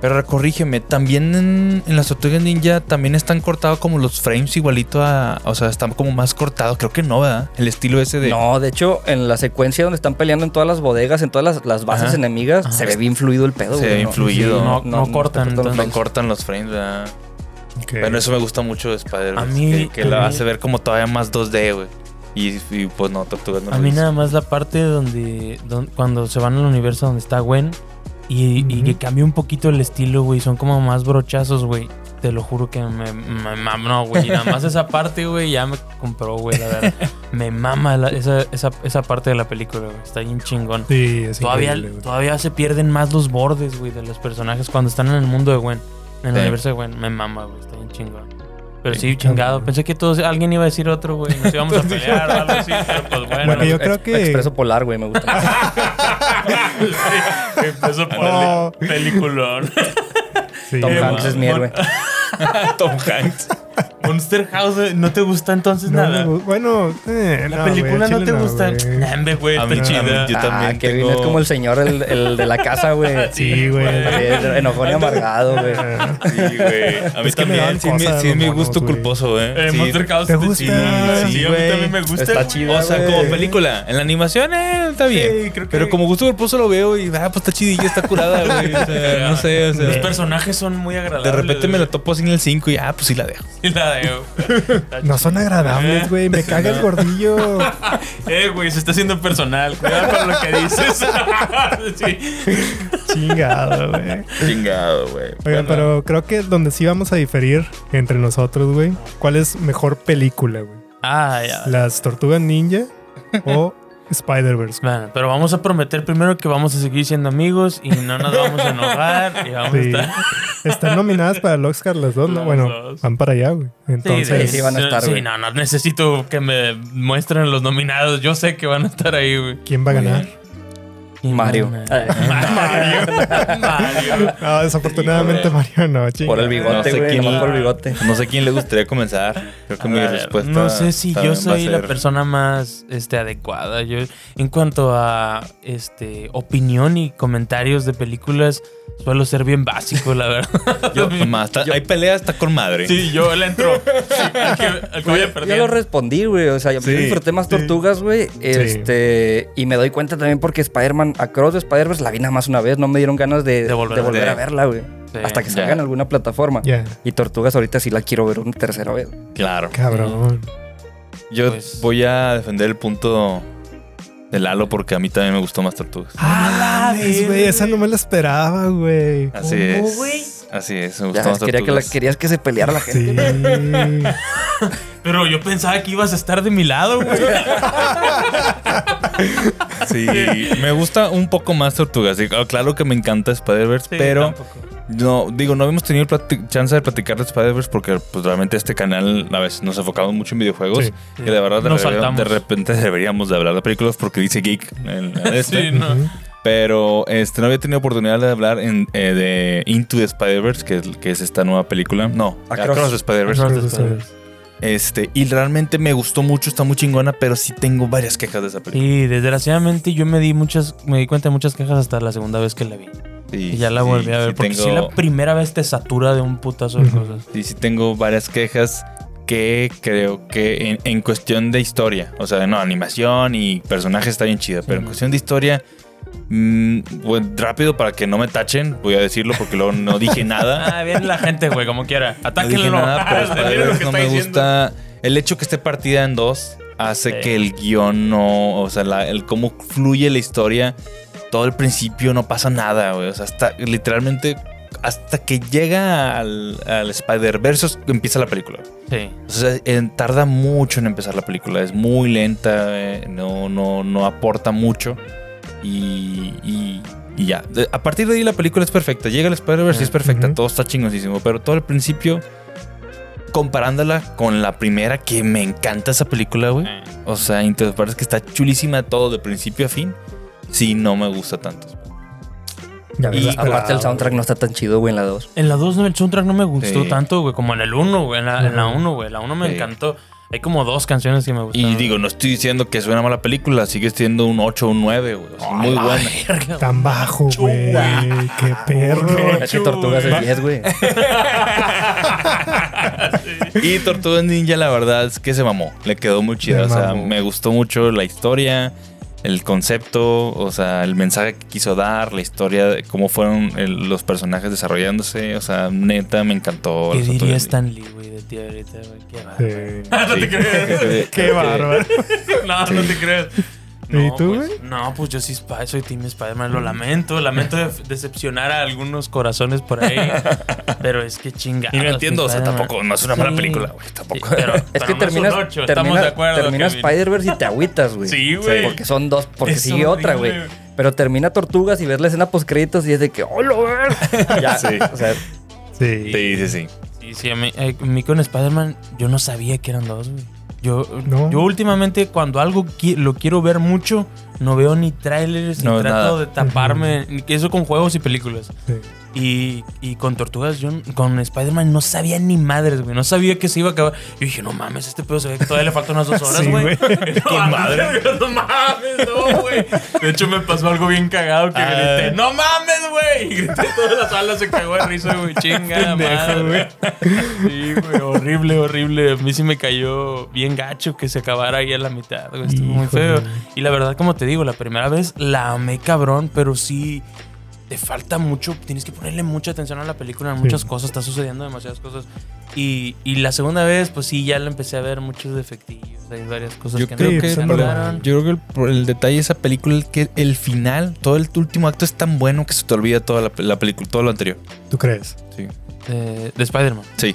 Speaker 3: Pero corrígeme. También en, en las Tortugas Ninja también están cortados como los frames igualito a. O sea, están como más cortados. Creo que no, ¿verdad? El estilo ese de.
Speaker 6: No, de hecho, en la secuencia donde están peleando en todas las bodegas, en todas las, las bases
Speaker 3: Ajá.
Speaker 6: enemigas, se ve bien fluido el pedo,
Speaker 3: Se
Speaker 6: güey.
Speaker 3: ve bien fluido.
Speaker 5: No- no cortan,
Speaker 6: te cortan los
Speaker 5: entonces.
Speaker 3: No
Speaker 6: frames.
Speaker 3: cortan los frames, ¿verdad?
Speaker 4: Ok.
Speaker 3: Bueno, eso me gusta mucho de Spider-Man.
Speaker 5: A mí-
Speaker 3: que, que
Speaker 5: a
Speaker 3: la
Speaker 5: mí-
Speaker 3: hace ver como todavía más 2D, güey. Y, y, pues no, Tortugas no
Speaker 5: A
Speaker 3: lo
Speaker 5: mí
Speaker 3: hizo.
Speaker 5: nada más la parte donde, don- cuando se van al universo donde está Gwen y, y
Speaker 4: Ujú.
Speaker 5: que cambia un poquito el estilo, güey. Son como más brochazos, güey. Te lo juro que me, me mam- no, güey. Nada más esa parte, güey, ya me compró, güey, la verdad. me mama la- esa, esa, esa parte de la película, güey. Está bien chingón.
Speaker 4: Sí, es
Speaker 5: Todavía,
Speaker 4: increíble, güey.
Speaker 5: todavía se pierden más los bordes, güey, de los personajes cuando están en el mundo de Gwen. En el
Speaker 3: Sí.
Speaker 5: universo de Gwen. Me mama, güey. Está bien chingón. Pero
Speaker 3: Sí,
Speaker 5: sí, chingado.
Speaker 4: cabrón.
Speaker 5: Pensé que todos, alguien iba a decir otro, güey. Nos íbamos a pelear o algo así. Pero pues bueno.
Speaker 4: Bueno, yo
Speaker 6: Ex-
Speaker 4: creo que-
Speaker 6: Expreso Polar, güey, me gusta.
Speaker 3: Ah,
Speaker 5: Sí, empezó por
Speaker 4: No.
Speaker 5: el peliculón.
Speaker 4: Sí,
Speaker 6: Tom
Speaker 4: güey.
Speaker 6: Hanks es mi
Speaker 5: bueno.
Speaker 6: héroe.
Speaker 3: Tom Hanks.
Speaker 5: Monster House, eh, ¿no te gusta entonces
Speaker 4: No
Speaker 5: nada?
Speaker 4: me gu- bueno, eh,
Speaker 5: La
Speaker 4: no, güey,
Speaker 5: película
Speaker 4: al
Speaker 5: no
Speaker 4: chile
Speaker 5: te gusta.
Speaker 4: güey.
Speaker 5: Nambe, güey,
Speaker 3: A
Speaker 5: está
Speaker 3: mí- a mí-
Speaker 5: chida.
Speaker 3: yo
Speaker 6: Ah,
Speaker 3: también
Speaker 6: Kevin
Speaker 3: tengo-
Speaker 6: es como el señor, el, el de la casa, güey.
Speaker 4: Sí, güey.
Speaker 6: También Enojón y amargado, güey.
Speaker 3: Sí, güey. A mí
Speaker 4: Es que me
Speaker 3: también.
Speaker 4: dan
Speaker 3: Sí, es mi-
Speaker 4: cosas
Speaker 3: sí es
Speaker 4: los
Speaker 3: mi
Speaker 4: monos,
Speaker 3: gusto
Speaker 4: güey.
Speaker 3: culposo, eh.
Speaker 5: Eh,
Speaker 3: Sí.
Speaker 5: Monster House
Speaker 4: ¿Te
Speaker 5: está
Speaker 4: gusta?
Speaker 5: chida. Sí,
Speaker 3: Sí,
Speaker 5: a mí
Speaker 3: güey.
Speaker 5: también me gusta.
Speaker 6: Está chida,
Speaker 3: O sea,
Speaker 6: güey.
Speaker 3: como película. En la animación, eh, está bien.
Speaker 5: creo que-
Speaker 3: Pero como gusto culposo lo veo y, ah, pues está chidilla, está curada, güey. O sea, no sé, o sea.
Speaker 5: Los personajes son muy agradables.
Speaker 3: De repente me la
Speaker 5: lo
Speaker 3: topo así en el 5 y, ah, pues sí la dejo.
Speaker 5: Y la de...
Speaker 4: No son agradables, güey. Me caga el gordillo.
Speaker 5: Eh, güey, se está haciendo personal. Cuidado con lo que dices. sí.
Speaker 4: Chingado, güey.
Speaker 3: Chingado, güey.
Speaker 4: Oigan, pero creo que donde sí vamos a diferir entre nosotros, güey. ¿Cuál es mejor película, güey?
Speaker 5: Ah, ya.
Speaker 4: ¿Las Tortugas Ninja o Spider-Verse?
Speaker 5: Bueno, pero vamos a prometer primero que vamos a seguir siendo amigos y no nos vamos a enojar y vamos
Speaker 4: Sí.
Speaker 5: a estar...
Speaker 4: Están nominadas para el Oscar las dos, ¿no?
Speaker 5: Las
Speaker 4: Bueno,
Speaker 5: dos.
Speaker 4: van para allá, güey.
Speaker 6: de-
Speaker 4: Entonces,
Speaker 6: sí van a estar,
Speaker 5: Sí,
Speaker 6: güey.
Speaker 5: no, no necesito que me muestren los nominados. Yo sé que van a estar ahí, güey.
Speaker 4: ¿quién va a ganar?
Speaker 6: Mario.
Speaker 5: Ah, Mario. Mario.
Speaker 4: No, Ah, desafortunadamente
Speaker 5: Híjole.
Speaker 4: Mario no, chinga.
Speaker 6: Por el
Speaker 3: No
Speaker 6: bigote,
Speaker 3: sé
Speaker 6: güey.
Speaker 3: quién-
Speaker 6: nomás por el bigote.
Speaker 3: No sé quién le gustaría comenzar. Creo que
Speaker 5: A
Speaker 3: mi
Speaker 5: ver,
Speaker 3: respuesta.
Speaker 5: no sé si yo
Speaker 3: también va a
Speaker 5: soy la
Speaker 3: ser-
Speaker 5: persona más este, adecuada. Yo, en cuanto a este, opinión y comentarios de películas, suelo ser bien básico, la verdad.
Speaker 3: Yo, nomás, está-
Speaker 5: Yo-
Speaker 3: hay peleas hasta con madre.
Speaker 5: Sí, yo le entro. Al que, al que vaya
Speaker 6: Yo
Speaker 5: perdiendo.
Speaker 6: lo respondí, güey. O sea, yo
Speaker 3: Sí,
Speaker 6: disfruté más tortugas, güey. Este. Y me doy cuenta también porque Spider-Man, Across the Spider-Verse, la vi nada más una vez. No me dieron ganas de,
Speaker 5: De volver
Speaker 6: de
Speaker 5: a
Speaker 6: volver a
Speaker 3: ver.
Speaker 6: verla, güey.
Speaker 5: Sí,
Speaker 6: Hasta que
Speaker 3: ya.
Speaker 6: salga en alguna plataforma.
Speaker 4: Ya,
Speaker 6: Y tortugas ahorita sí la quiero ver una tercera vez.
Speaker 3: Claro.
Speaker 4: cabrón.
Speaker 3: Yo
Speaker 5: Pues-
Speaker 3: voy a defender el punto de Lalo porque a mí también me gustó más Tortugas.
Speaker 4: Ah,
Speaker 5: mames,
Speaker 4: güey, esa no me la esperaba, güey.
Speaker 3: Así es. Así es, me gustó
Speaker 6: Ya
Speaker 3: más
Speaker 6: quería que la-
Speaker 3: Tortugas.
Speaker 6: querías que se peleara la gente.
Speaker 4: Sí.
Speaker 5: Pero yo pensaba que ibas a estar de mi lado, güey.
Speaker 3: Sí, me gusta un poco más Tortugas. Sí, Claro que me encanta Spider-Verse,
Speaker 5: Sí,
Speaker 3: pero
Speaker 5: tampoco.
Speaker 3: no, digo, no habíamos tenido plati- chance de platicar de Spider-Verse porque pues, realmente este canal a veces nos enfocamos mucho en videojuegos.
Speaker 4: Sí.
Speaker 3: Que de verdad
Speaker 5: Nos
Speaker 3: de, repente-
Speaker 5: saltamos.
Speaker 3: de repente deberíamos de hablar de películas porque dice geek en- en este.
Speaker 5: Sí, no.
Speaker 3: Pero este, no había tenido oportunidad de hablar en, eh, de Into the Spider-Verse, que, es- que es esta nueva película. No,
Speaker 6: Across.
Speaker 3: Across, the Spider-Verse.
Speaker 5: Across the
Speaker 4: Across the
Speaker 5: Spider-Verse.
Speaker 3: Este, y realmente me gustó mucho, está muy chingona, pero sí tengo varias quejas de esa película.
Speaker 5: Sí, desgraciadamente yo me di muchas, me di cuenta de muchas quejas hasta la segunda vez que la vi. Y ya la
Speaker 3: sí,
Speaker 5: volví a ver.
Speaker 3: sí
Speaker 5: porque
Speaker 3: tengo-
Speaker 5: si la primera vez te satura de un putazo de
Speaker 4: Ujú.
Speaker 5: cosas.
Speaker 3: Sí, sí tengo varias quejas que creo que en, en cuestión de historia, o sea, no, animación y personaje está bien chida, pero en
Speaker 5: Ujú.
Speaker 3: cuestión de historia, mm, bueno, rápido para que no me tachen, voy a decirlo porque luego no dije nada.
Speaker 5: Ah, bien la gente, güey, como quiera.
Speaker 3: no dije
Speaker 5: Atáquenlo.
Speaker 3: nada, pero
Speaker 5: Ah, miren lo
Speaker 3: Spider-Verse
Speaker 5: que
Speaker 3: no
Speaker 5: está
Speaker 3: me
Speaker 5: diciendo.
Speaker 3: gusta. El hecho que esté partida en dos hace
Speaker 5: Sí.
Speaker 3: que el guión no, o sea, la- el cómo fluye la historia, todo el principio no pasa nada, güey. O sea, hasta literalmente hasta que llega al, al Spider-Verse empieza la película.
Speaker 5: Sí.
Speaker 3: O sea, en- tarda mucho en empezar la película. Es muy lenta, eh, no, no, no aporta mucho. Y, y- y ya. De- A partir de ahí la película es perfecta. Llega el Spider-Verse y es perfecta.
Speaker 4: Ujú.
Speaker 3: Todo está chingosísimo. Pero todo al principio, comparándola con la primera, que me encanta esa película, güey.
Speaker 4: Eh.
Speaker 3: O sea, entonces parece que está chulísima todo de principio a fin. Sí, no me gusta tanto.
Speaker 4: Pues, Ya me
Speaker 3: Y aparte
Speaker 4: la esperaba,
Speaker 6: Aparte, el soundtrack no está tan chido, güey, en la 2.
Speaker 5: En la 2 no, el soundtrack no me gustó
Speaker 3: Sí.
Speaker 5: tanto, güey, como en el 1, güey. En la en la
Speaker 4: Ujú.
Speaker 5: 1, güey. La 1 me
Speaker 3: Sí.
Speaker 5: encantó. Hay como dos canciones que me gustaron.
Speaker 3: Y digo, no estoy diciendo que es una mala película. Sigue siendo un 8 o un 9, güey. O sea, muy
Speaker 5: la
Speaker 3: buena.
Speaker 5: verga,
Speaker 4: Tan bajo, güey. Qué perro.
Speaker 6: Es que tortugas es 10, güey.
Speaker 3: Y Tortugas Ninja, la verdad es que se mamó. Le quedó muy chida.
Speaker 4: Se
Speaker 3: O sea,
Speaker 4: mamó.
Speaker 3: me gustó mucho la historia. el concepto, o sea, el mensaje que quiso dar, la historia, de cómo fueron el- los personajes desarrollándose. O sea, neta, me encantó.
Speaker 5: ¿Qué
Speaker 3: la
Speaker 5: diría
Speaker 3: Saturn.
Speaker 5: Stan Lee, güey, de ti ahorita, güey? Qué bárbaro.
Speaker 4: Sí.
Speaker 3: Sí.
Speaker 4: Qué bárbaro.
Speaker 5: No, no te creas.
Speaker 4: ¿Y
Speaker 5: No,
Speaker 4: tú,
Speaker 5: pues,
Speaker 4: güey?
Speaker 5: No, pues yo sí Sp- soy Team Spider-Man. Lo lamento, lamento def- decepcionar a algunos corazones por ahí. pero es que chinga.
Speaker 3: Y no entiendo, o sea, tampoco, no es una mala película, güey, tampoco.
Speaker 5: pero,
Speaker 6: Es
Speaker 5: pero no
Speaker 6: que
Speaker 5: es un
Speaker 6: terminas,
Speaker 5: ocho, estamos
Speaker 6: terminas,
Speaker 5: de acuerdo.
Speaker 6: terminas
Speaker 5: Kevin.
Speaker 6: Spider-Verse y te agüitas, güey.
Speaker 5: Sí, güey.
Speaker 6: Porque son dos, porque
Speaker 5: Es
Speaker 6: sigue otra, güey.
Speaker 5: horrible.
Speaker 6: Pero termina Tortugas y ves la escena post créditos y es de que, "Oh, ¡hola! güey". ya,
Speaker 3: Sí.
Speaker 6: o sea,
Speaker 4: Sí.
Speaker 3: Sí, sí, sí.
Speaker 5: Sí, sí, a mí, eh, a mí con Spider-Man yo no sabía que eran dos, güey. Yo,
Speaker 4: No.
Speaker 5: yo últimamente cuando algo qui- lo quiero ver mucho, no veo ni trailers,
Speaker 3: No,
Speaker 5: ni trato
Speaker 3: nada.
Speaker 5: de taparme, ni que eso con juegos y películas.
Speaker 4: sí.
Speaker 5: Y, y con Tortugas, yo n- con Spider-Man no sabía ni madres, güey. No sabía que se iba a acabar. Yo dije, no mames, este pedo se ve que todavía le faltan unas dos horas,
Speaker 4: Sí,
Speaker 5: güey.
Speaker 4: güey.
Speaker 5: con madre. No mames, no, güey. De hecho, me pasó algo bien cagado que
Speaker 3: Ah.
Speaker 5: grité, no mames, güey. Y grité, toda la sala se cagó de risa, güey. Chinga, madre. Sí, güey, horrible, horrible. A mí sí me cayó bien gacho que se acabara ahí a la mitad, güey. Estuvo muy
Speaker 4: Híjole.
Speaker 5: feo. Y la verdad, como te digo, la primera vez la amé cabrón, pero sí te falta mucho. Tienes que ponerle mucha atención a la película, en muchas cosas, está sucediendo demasiadas cosas. Y, y la segunda vez, pues sí, ya la empecé a ver muchos defectillos. Hay varias cosas
Speaker 3: Yo
Speaker 5: que
Speaker 3: creo
Speaker 5: no
Speaker 3: que-
Speaker 5: me
Speaker 4: sí,
Speaker 5: encantaron.
Speaker 3: Yo creo que el, por el detalle de esa película es que el final, todo el último acto es tan bueno que se te olvida toda la, la película, todo lo anterior.
Speaker 4: ¿Tú crees?
Speaker 3: Sí.
Speaker 5: Eh, de Spider-Man.
Speaker 3: Sí.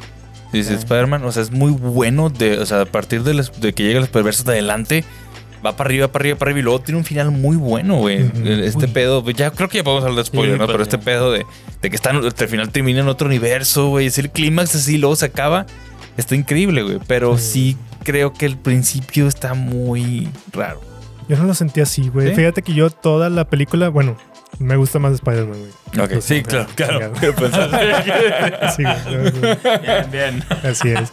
Speaker 3: Sí, sí,
Speaker 5: Ok.
Speaker 3: Spider-Man, o sea, es muy bueno. De, o sea, a partir de, las- de que llega los perversos de adelante, va para arriba, para arriba, para arriba. Y luego tiene un final muy bueno, güey.
Speaker 4: Ujú.
Speaker 3: Este
Speaker 5: Uy.
Speaker 3: pedo, pues, ya creo que ya podemos hablar de spoiler,
Speaker 5: Sí,
Speaker 3: ¿no?
Speaker 5: pues,
Speaker 3: Pero este
Speaker 5: ya.
Speaker 3: pedo de, de que están, al final termina en otro universo, güey. Es el clímax así, luego se acaba. Está increíble, güey. Pero sí.
Speaker 4: Sí.
Speaker 3: creo que el principio está muy raro.
Speaker 4: Yo no lo sentí así, güey.
Speaker 3: ¿Sí?
Speaker 4: Fíjate que yo toda la película, bueno, me gusta más Spider-Man, güey.
Speaker 3: Ok,
Speaker 4: Pues,
Speaker 3: sí,
Speaker 4: no,
Speaker 3: claro, claro.
Speaker 4: chingado. Sí, güey, no, güey.
Speaker 5: Bien, bien.
Speaker 4: Así es.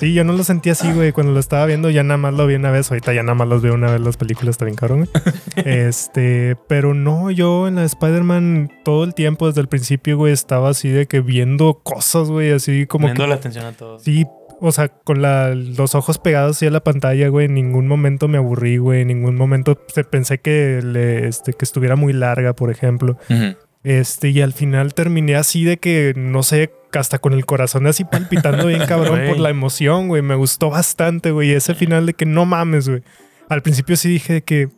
Speaker 4: Sí, yo no lo sentí así, güey. Cuando lo estaba viendo, ya nada más lo vi una vez. Ahorita ya nada más los veo una vez las películas, está bien cabrón, güey. Este, pero no, yo en la de Spider-Man todo el tiempo, desde el principio, güey, estaba así de que viendo cosas, güey, así como
Speaker 5: Poniendo
Speaker 4: que.
Speaker 5: la atención a todos.
Speaker 4: Sí, o sea, con la- los ojos pegados así a la pantalla, güey, en ningún momento me aburrí, güey, en ningún momento se- pensé que, le- este, que estuviera muy larga, por ejemplo.
Speaker 3: Ujú.
Speaker 4: Este, y al final terminé así de que, no sé, hasta con el corazón así palpitando bien cabrón
Speaker 5: Güey.
Speaker 4: por la emoción, güey. Me gustó bastante, güey. Ese final de que no mames, güey. Al principio sí dije de que,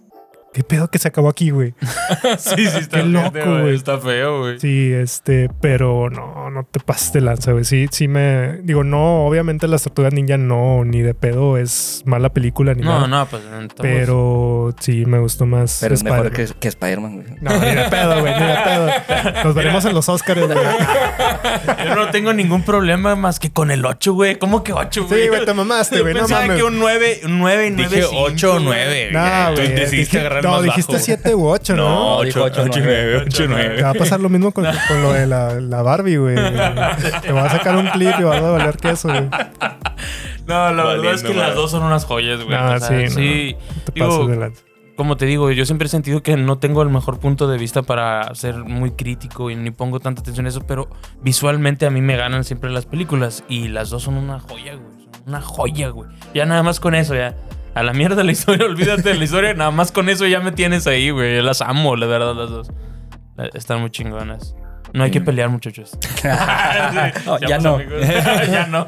Speaker 4: ¿qué pedo que se acabó aquí, güey?
Speaker 5: sí, sí,
Speaker 4: Qué Ah, loco,
Speaker 5: feo,
Speaker 4: güey.
Speaker 5: Está feo, güey.
Speaker 4: Sí, este, pero no, no te pases de lanza, güey. Sí, sí me... Digo, no, obviamente Las Tortugas Ninja no, ni de pedo es mala película ni nada.
Speaker 5: No, no, pues. estamos-
Speaker 4: Pero sí me gustó más
Speaker 6: pero es mejor
Speaker 4: Spider-Man.
Speaker 6: que, que Spider-Man, güey.
Speaker 4: No, ni de pedo, güey, ni de pedo. Nos veremos en los Oscars, güey.
Speaker 5: Yo no tengo ningún problema más que con el 8, güey. ¿Cómo que 8, güey?
Speaker 4: Sí, güey, te mamaste,
Speaker 5: Yo
Speaker 4: güey, no
Speaker 5: pensaba
Speaker 4: mames.
Speaker 5: que un 9, un 9 y 9.
Speaker 3: Dije 8 o 9.
Speaker 4: No,
Speaker 3: Tú
Speaker 4: güey.
Speaker 3: decidiste
Speaker 4: dije-
Speaker 3: agarrar
Speaker 4: no,
Speaker 3: más
Speaker 4: dijiste
Speaker 3: bajo.
Speaker 4: 7 u 8, ¿no?
Speaker 3: No,
Speaker 6: No, dijo
Speaker 3: 8,
Speaker 6: ocho,
Speaker 3: 8 y
Speaker 6: nueve.
Speaker 3: 9, 8 y 9.
Speaker 4: Te va a pasar lo mismo con, con lo de la, la Barbie, güey. Te va a sacar un clip y va a valer queso, güey.
Speaker 5: No, la verdad
Speaker 3: Valiendo
Speaker 5: es que las
Speaker 3: madre.
Speaker 5: dos son unas joyas, güey.
Speaker 4: Ah,
Speaker 5: O sea,
Speaker 4: sí, no.
Speaker 5: sí.
Speaker 4: Te
Speaker 5: Digo,
Speaker 4: pasas de lanza.
Speaker 5: Como te digo, yo siempre he sentido que no tengo el mejor punto de vista para ser muy crítico y ni pongo tanta atención a eso, pero visualmente a mí me ganan siempre las películas y las dos son una joya, güey. Son Una joya, güey. Ya nada más con eso, ya. A la mierda la historia, olvídate de la historia. Nada más con eso ya me tienes ahí, güey. Yo las amo, la verdad, las dos. La- Están muy chingonas. No hay que
Speaker 3: Mm.
Speaker 5: pelear, muchachos.
Speaker 6: No, Ah, ya
Speaker 5: Seamos
Speaker 6: no.
Speaker 5: amigos. ya no.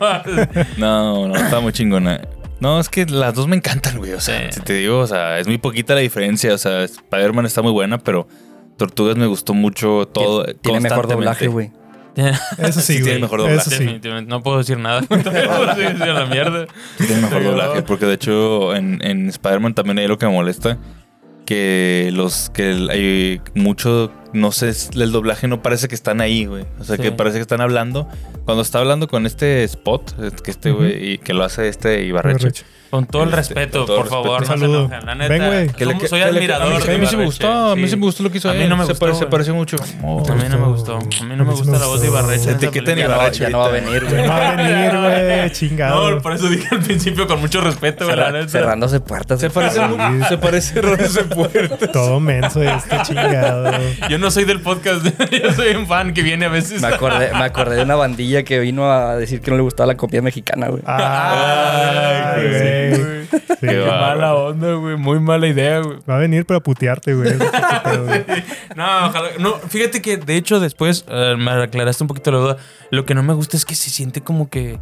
Speaker 3: No, no, está muy chingona. No, es que las dos me encantan, güey. O sea,
Speaker 5: Sí.
Speaker 3: si te digo, o sea, es muy poquita la diferencia. O sea, Spider-Man está muy buena, pero Tortugas me gustó mucho todo.
Speaker 6: Tiene- Tiene mejor
Speaker 3: constantemente.
Speaker 6: doblaje, güey.
Speaker 3: Sí,
Speaker 4: Eso sí,
Speaker 3: tiene
Speaker 4: güey.
Speaker 3: mejor doblaje.
Speaker 4: Eso sí.
Speaker 5: Definitivamente. No puedo decir nada. No puedo decir la mierda.
Speaker 3: Sí, Tiene mejor
Speaker 5: Sí,
Speaker 3: doblaje.
Speaker 5: ¿verdad?
Speaker 3: Porque de hecho, en, en Spider-Man también hay lo que me molesta. Que los que el- hay mucho, no sé, es- el doblaje no parece que están ahí, güey. O sea,
Speaker 5: Sí.
Speaker 3: que parece que están hablando. Cuando está hablando con este spot, eh, que este
Speaker 4: Ujú.
Speaker 3: güey, y que lo hace este Ibarrecho.
Speaker 4: Arrecho.
Speaker 5: Con todo el
Speaker 3: Este,
Speaker 5: respeto,
Speaker 3: con todo
Speaker 5: por
Speaker 3: el
Speaker 5: favor,
Speaker 4: respeto.
Speaker 5: no se
Speaker 4: Saludo.
Speaker 5: enojen, la neta.
Speaker 4: Ven, güey.
Speaker 3: Que le-
Speaker 5: Somos-
Speaker 3: que-
Speaker 5: soy
Speaker 3: que le-
Speaker 5: admirador.
Speaker 3: A mí, a mí sí me gustó, a mí sí me gustó lo que hizo.
Speaker 5: A mí
Speaker 3: él.
Speaker 5: no me
Speaker 3: se
Speaker 5: gustó,
Speaker 3: parece- Se
Speaker 5: güey.
Speaker 3: pareció mucho. Oh.
Speaker 5: A mí no me gustó. A mí no me gusta la voz de Ibarrecha. en esa
Speaker 3: Etiqueten
Speaker 5: película.
Speaker 3: a
Speaker 6: Ya no,
Speaker 3: Ibarreche
Speaker 6: ya no va a venir, güey.
Speaker 4: No va a venir, güey. Chingado.
Speaker 5: No, por eso dije al principio con mucho respeto, güey, la
Speaker 6: Cerra-
Speaker 5: neta.
Speaker 6: cerrándose puertas.
Speaker 3: Se parece mucho. Se parece Rosa en Puerta.
Speaker 4: Todo menso este chingado.
Speaker 5: Yo no soy del podcast, yo soy un fan que viene a veces.
Speaker 6: Me acordé, me acordé de una
Speaker 4: Ah.
Speaker 6: bandilla que vino a decir que no le gustaba la comida mexicana, güey.
Speaker 4: Ay,
Speaker 5: Ay,
Speaker 4: güey.
Speaker 5: güey. güey. Qué mala onda, güey. Muy mala idea, güey.
Speaker 4: Va a venir para putearte, güey.
Speaker 5: No, ojalá. No, fíjate que de hecho después eh, me aclaraste un poquito la duda. Lo que no me gusta es que se siente como que.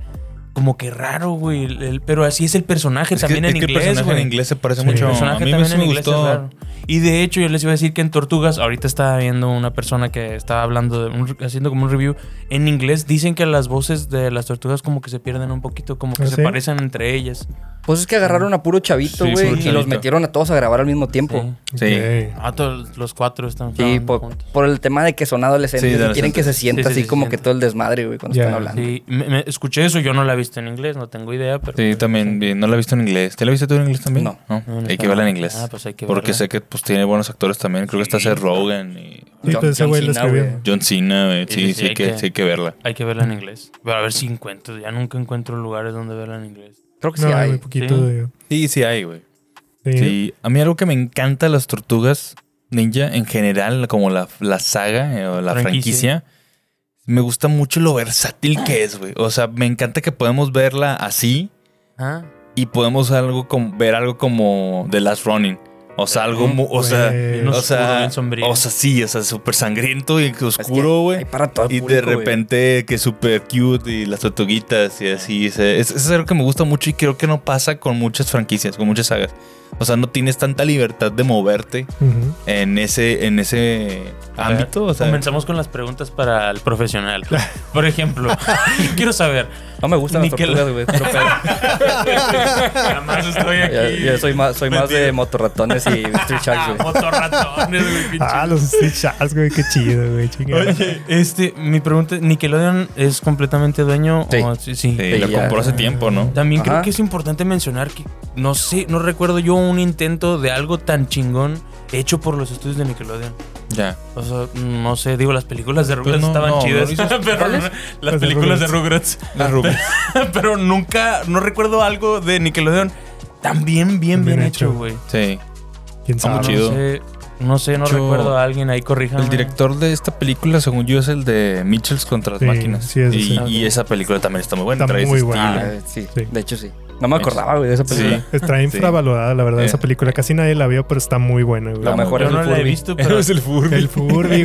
Speaker 5: Como que raro, güey. el- el- pero así es el personaje
Speaker 3: Es que-
Speaker 5: también
Speaker 3: es
Speaker 5: en
Speaker 3: que el
Speaker 5: inglés,
Speaker 3: personaje
Speaker 5: güey.
Speaker 3: en inglés se parece
Speaker 5: Sí, el
Speaker 3: mucho. A
Speaker 5: personaje
Speaker 3: mí me,
Speaker 5: también
Speaker 3: sí
Speaker 5: en
Speaker 3: me
Speaker 5: inglés es
Speaker 3: gustó.
Speaker 5: raro. Y de hecho, yo les iba a decir que en Tortugas, ahorita estaba viendo una persona que estaba hablando, de un- haciendo como un review. En inglés dicen que las voces de las tortugas como que se pierden un poquito, como que
Speaker 4: ¿Ah,
Speaker 5: se
Speaker 4: sí?
Speaker 5: parecen entre ellas.
Speaker 6: Pues es que agarraron a puro chavito,
Speaker 3: Sí,
Speaker 6: güey,
Speaker 3: puro
Speaker 6: y los
Speaker 3: chavito.
Speaker 6: metieron a todos a grabar al mismo tiempo.
Speaker 3: Sí.
Speaker 5: Ah, todos los cuatro están
Speaker 6: Sí,
Speaker 5: estaban
Speaker 6: por,
Speaker 5: juntos.
Speaker 6: por el tema de que son adolescentes
Speaker 3: Sí,
Speaker 6: y quieren
Speaker 3: adolescentes.
Speaker 6: que se sienta
Speaker 5: Sí, sí,
Speaker 6: así
Speaker 5: sí,
Speaker 6: como
Speaker 5: siente.
Speaker 6: que todo el desmadre, güey, cuando
Speaker 4: Ya.
Speaker 6: están hablando.
Speaker 5: Sí, me- me- escuché eso, yo no la he visto en inglés, no tengo idea, pero... pues,
Speaker 3: Sí, también bien. No la he visto en inglés. ¿Te la viste tú en inglés también?
Speaker 6: No.
Speaker 5: No, no
Speaker 3: Hay
Speaker 5: está.
Speaker 3: que verla en inglés.
Speaker 5: Ah, pues hay que
Speaker 3: Porque
Speaker 5: verla.
Speaker 3: sé que pues, tiene buenos actores también. Creo que está Seth Rogen y
Speaker 4: Sí, pues ese
Speaker 6: John
Speaker 4: güey lo
Speaker 6: Cena,
Speaker 4: escribió.
Speaker 6: güey.
Speaker 3: John Cena. güey.
Speaker 5: Sí, sí,
Speaker 3: Sí, sí, hay que, sí hay que verla.
Speaker 5: Hay que verla en inglés. Pero a ver si encuentro, ya nunca encuentro lugares donde verla en inglés.
Speaker 6: Creo que sí
Speaker 4: No, hay
Speaker 6: hay.
Speaker 4: muy poquito
Speaker 5: Sí.
Speaker 4: de.
Speaker 3: Sí, sí hay, güey.
Speaker 4: Sí.
Speaker 3: Sí, a mí algo que me encanta de las tortugas ninja en general, como la, la saga eh, o la
Speaker 5: Franquicia.
Speaker 3: franquicia. me gusta mucho lo versátil que es, güey. O sea, me encanta que podemos verla así
Speaker 5: Ah,
Speaker 3: y podemos algo como, ver algo como The Last Running. O sea, algo, mu- o sea,
Speaker 4: Güey.
Speaker 5: bien
Speaker 3: o
Speaker 5: oscuro,
Speaker 3: sea,
Speaker 5: bien sombrío.
Speaker 3: o sea, sí, o sea, súper sangriento y
Speaker 6: Es que
Speaker 3: oscuro, güey.
Speaker 6: hay para todo el
Speaker 3: Y de
Speaker 6: público, güey.
Speaker 3: repente que súper cute y las tortuguitas y así. o sea, es- es algo que me gusta mucho y creo que no pasa con muchas franquicias, con muchas sagas. O sea, no tienes tanta libertad de moverte
Speaker 4: Ujú.
Speaker 3: en ese, en ese
Speaker 5: A ver,
Speaker 3: ámbito. O sea,
Speaker 5: Comenzamos con las preguntas para el profesional. Por ejemplo, quiero saber.
Speaker 6: No me gustan las
Speaker 5: Ni que la-
Speaker 6: tortugas, güey. pero pedo.
Speaker 5: Jamás estoy aquí.
Speaker 6: Ya- Yo soy más, soy más de motorratones y street sharks,
Speaker 5: Ah,
Speaker 6: güey.
Speaker 5: motorratones, güey, pinche.
Speaker 4: Ah, los Stitch Chats, güey, qué chido, güey, chingada.
Speaker 5: Oye, este, mi pregunta, ¿Nickelodeon es completamente dueño?
Speaker 6: Sí.
Speaker 5: o- sí,
Speaker 3: sí,
Speaker 5: sí.
Speaker 6: Sí,
Speaker 3: lo
Speaker 6: ya.
Speaker 3: compró hace tiempo, ¿no?
Speaker 5: También creo
Speaker 6: Ajá.
Speaker 5: que es importante mencionar que no sé, no recuerdo yo un intento de algo tan chingón hecho por los estudios de Nickelodeon.
Speaker 3: Ya.
Speaker 5: O sea, no sé, digo, las películas de Rugrats
Speaker 3: no,
Speaker 5: estaban
Speaker 3: no,
Speaker 5: chidas.
Speaker 3: no dices-
Speaker 5: pero
Speaker 6: ¿Cuáles?
Speaker 5: no-
Speaker 4: Las
Speaker 5: las
Speaker 4: de
Speaker 5: películas de Rugrats.
Speaker 3: La Rubén.
Speaker 5: pero nunca, no recuerdo algo de Nickelodeon tan bien, bien, bien,
Speaker 4: Bien
Speaker 5: hecho,
Speaker 4: hecho. Ah,
Speaker 5: güey.
Speaker 3: Sí.
Speaker 4: ¿Quién
Speaker 3: Está muy
Speaker 4: sabe?
Speaker 3: chido.
Speaker 5: No sé, no, sé, no
Speaker 3: Yo-
Speaker 5: recuerdo a alguien ahí corríjame.
Speaker 3: El director de esta película, según yo, es el de Mitchells contra las
Speaker 4: Sí,
Speaker 3: máquinas.
Speaker 4: sí, es
Speaker 3: y,
Speaker 4: ese.
Speaker 3: y esa película también está muy buena.
Speaker 4: Está
Speaker 3: trae ese
Speaker 4: muy buena.
Speaker 3: estilo.
Speaker 6: Ah, sí,
Speaker 4: Sí.
Speaker 6: de hecho sí. No me acordaba, güey, de esa película.
Speaker 3: Sí.
Speaker 4: Está infravalorada, la verdad,
Speaker 3: Eh.
Speaker 4: esa película. Casi nadie la vio, pero está muy buena, güey.
Speaker 6: Lo mejor
Speaker 5: Yo
Speaker 6: es el
Speaker 5: no la he
Speaker 6: Furby.
Speaker 5: visto, pero
Speaker 3: el Furby.
Speaker 4: El Furby,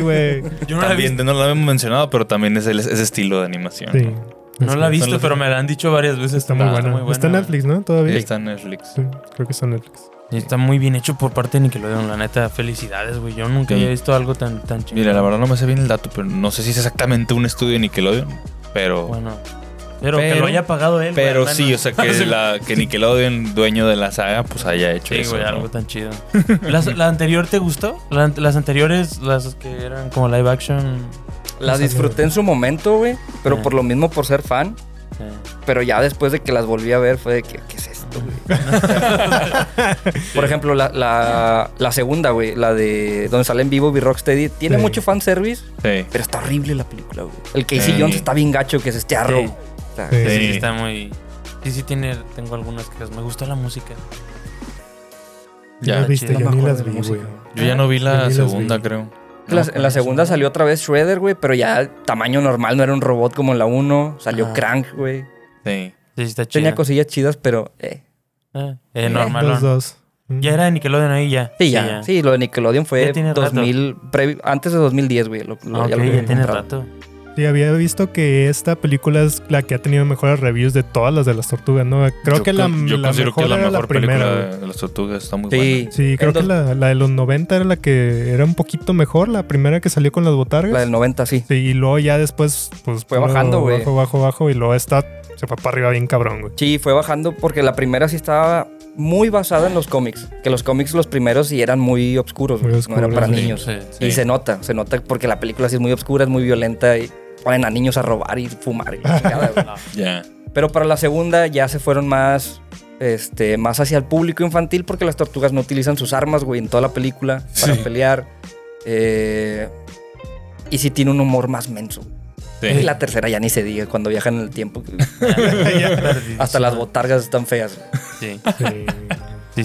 Speaker 4: güey.
Speaker 5: yo no la he
Speaker 3: También,
Speaker 5: visto.
Speaker 3: no lo habíamos mencionado, pero también es el- ese estilo de animación.
Speaker 4: Sí.
Speaker 5: No la he
Speaker 3: Son
Speaker 5: visto,
Speaker 3: los-
Speaker 5: pero me la han dicho varias veces.
Speaker 4: Está muy buena. Está en Netflix, ¿no?
Speaker 3: Sí,
Speaker 4: Todavía.
Speaker 3: Está en Netflix.
Speaker 4: Sí, creo que está en Netflix.
Speaker 5: Y Está muy bien hecho por parte de Nickelodeon, la neta. Felicidades, güey. Yo nunca
Speaker 3: Sí.
Speaker 5: había visto algo tan, tan chido.
Speaker 3: Mira, la verdad no me sé bien el dato, pero no sé si es exactamente un estudio de Nickelodeon, pero...
Speaker 5: Bueno. Pero, que
Speaker 3: Pero-
Speaker 5: lo haya pagado él.
Speaker 3: pero
Speaker 5: güey, al
Speaker 3: sí, o
Speaker 5: menos.
Speaker 3: sea, que, la, que Nickelodeon, dueño de la saga, pues haya hecho
Speaker 5: Sí,
Speaker 3: eso.
Speaker 5: güey,
Speaker 3: ¿no?
Speaker 5: algo tan chido. ¿Las- ¿La, anterior te gustó? La an- las anteriores, las que eran como live action.
Speaker 6: Las disfruté en su momento, güey, pero
Speaker 5: Ah.
Speaker 6: por lo mismo por ser fan.
Speaker 5: eh,
Speaker 6: Pero ya después de que las volví a ver fue de que, ¿qué es esto, güey? Por ejemplo, la, la, la segunda, güey, la de donde sale en vivo y Rocksteady, tiene
Speaker 4: Sí.
Speaker 6: mucho fanservice,
Speaker 3: Sí.
Speaker 6: pero está horrible la película, güey. El Casey
Speaker 3: Sí.
Speaker 6: Jones está bien gacho, que es este arro.
Speaker 5: Sí.
Speaker 6: O sea,
Speaker 4: Sí.
Speaker 5: sí, sí,
Speaker 3: Sí.
Speaker 5: está muy. Sí, sí, tiene, tengo algunas quejas. Me gusta la música.
Speaker 4: Ya
Speaker 3: Ya,
Speaker 4: las viste,
Speaker 5: chido.
Speaker 4: yo
Speaker 6: No me
Speaker 4: ni
Speaker 6: acuerdo
Speaker 4: las
Speaker 6: de la
Speaker 4: vi, güey.
Speaker 6: música.
Speaker 3: Yo ya no vi
Speaker 4: Yo ni
Speaker 3: la
Speaker 4: las
Speaker 3: segunda,
Speaker 4: vi.
Speaker 3: creo.
Speaker 6: La- en la segunda salió otra vez Shredder, güey, pero ya tamaño normal, no era un robot como en la 1. Salió
Speaker 5: Ah.
Speaker 6: Crank, güey.
Speaker 3: Sí.
Speaker 5: Sí, sí, está
Speaker 6: Tenía
Speaker 5: chida.
Speaker 6: cosillas chidas, pero. Eh.
Speaker 5: Eh, eh,
Speaker 6: Sí,
Speaker 5: normal.
Speaker 4: Los dos. Mm.
Speaker 5: Ya era de Nickelodeon ahí, ya.
Speaker 6: Sí, ya. Sí, lo de Nickelodeon
Speaker 5: Ya
Speaker 6: fue
Speaker 5: tiene rato.
Speaker 6: 2000, previ- antes de 2010, güey. Lo, lo-
Speaker 5: Ah, ok, ya,
Speaker 6: ya lo habían
Speaker 5: tiene
Speaker 6: comprado.
Speaker 5: rato.
Speaker 4: Sí, había visto que esta película es la que ha tenido mejores reviews de todas las de las tortugas, ¿no? Creo
Speaker 3: Yo
Speaker 4: que la,
Speaker 3: con- Yo
Speaker 4: la
Speaker 3: considero
Speaker 4: mejor
Speaker 3: que es la
Speaker 4: era
Speaker 3: mejor
Speaker 4: la primera.
Speaker 3: película
Speaker 4: güey.
Speaker 3: de las tortugas. Está muy
Speaker 6: Sí.
Speaker 3: buena.
Speaker 4: Sí, creo
Speaker 6: En
Speaker 4: que
Speaker 6: dos-
Speaker 4: la, la de los 90 era la que era un poquito mejor, la primera que salió con las botargas.
Speaker 6: La del 90, sí.
Speaker 4: Sí, y luego ya después, pues.
Speaker 6: Fue
Speaker 4: puro
Speaker 6: bajando, güey.
Speaker 4: Bajo, bajo, bajo. Y luego esta se fue para arriba bien cabrón, güey.
Speaker 6: Sí, fue bajando porque la primera sí estaba muy basada en los cómics. Que los cómics, los primeros, sí eran muy oscuros,
Speaker 4: Muy
Speaker 6: güey, no eran
Speaker 4: oscuros,
Speaker 6: para
Speaker 4: sí,
Speaker 6: niños.
Speaker 5: Sí, sí.
Speaker 6: Y
Speaker 3: Sí.
Speaker 6: se nota, se nota porque la película sí es muy oscura, es muy violenta y ponen a niños a robar y fumar. y la chingada, güey.
Speaker 3: Ya.
Speaker 6: Pero para la segunda ya se fueron más, este, más hacia el público infantil porque las tortugas no utilizan sus armas, güey, en toda la película para
Speaker 3: Sí.
Speaker 6: pelear. Eh, y sí tiene un humor más menso. Y
Speaker 3: Sí.
Speaker 6: la tercera ya ni se diga cuando viajan en el tiempo.
Speaker 5: Perdidísimo.
Speaker 6: Hasta las botargas están feas. güey.
Speaker 5: Ah, Sí,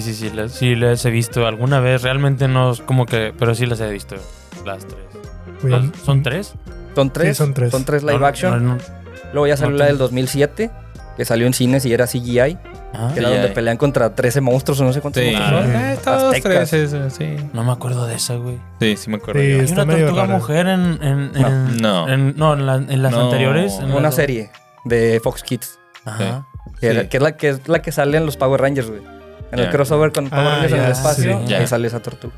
Speaker 4: Sí.
Speaker 5: sí, sí, sí, las, sí las he visto alguna vez. Realmente no es como que, pero sí las he visto. Las tres.
Speaker 4: Güey,
Speaker 5: Las- ¿Son tres?
Speaker 6: Son tres.
Speaker 4: son tres.
Speaker 6: Son tres live
Speaker 5: Ah, No,
Speaker 6: action.
Speaker 5: no, no.
Speaker 6: Luego ya salió
Speaker 5: no
Speaker 6: la
Speaker 5: tengo.
Speaker 6: del 2007, que salió en cines y era CGI.
Speaker 5: Ah,
Speaker 6: que era
Speaker 3: Sí,
Speaker 6: donde
Speaker 3: ya.
Speaker 6: pelean contra 13 monstruos o no sé cuántos
Speaker 3: Sí,
Speaker 6: monstruos.
Speaker 4: Ajá.
Speaker 6: ¿no?
Speaker 3: Eh, todos
Speaker 6: Aztecas.
Speaker 3: tres, eso, sí.
Speaker 5: No me acuerdo de esa, güey.
Speaker 3: Sí, sí me acuerdo.
Speaker 4: Sí,
Speaker 3: yo.
Speaker 5: Hay
Speaker 4: Está
Speaker 5: una
Speaker 4: medio
Speaker 5: tortuga
Speaker 4: rara.
Speaker 5: mujer en. en, en-
Speaker 3: No.
Speaker 5: en- no, en, la- en las
Speaker 3: No.
Speaker 5: anteriores. en las
Speaker 6: Una
Speaker 5: dos.
Speaker 6: serie de Fox Kids,
Speaker 5: Ajá.
Speaker 6: que, era-
Speaker 3: Sí.
Speaker 6: que es la, que es la que sale en los Power Rangers, güey. En
Speaker 3: Ya.
Speaker 6: el crossover con Power
Speaker 4: Ah,
Speaker 6: Rangers en
Speaker 4: ya,
Speaker 6: el espacio,
Speaker 5: sí.
Speaker 3: Ya.
Speaker 6: ahí sale esa tortuga.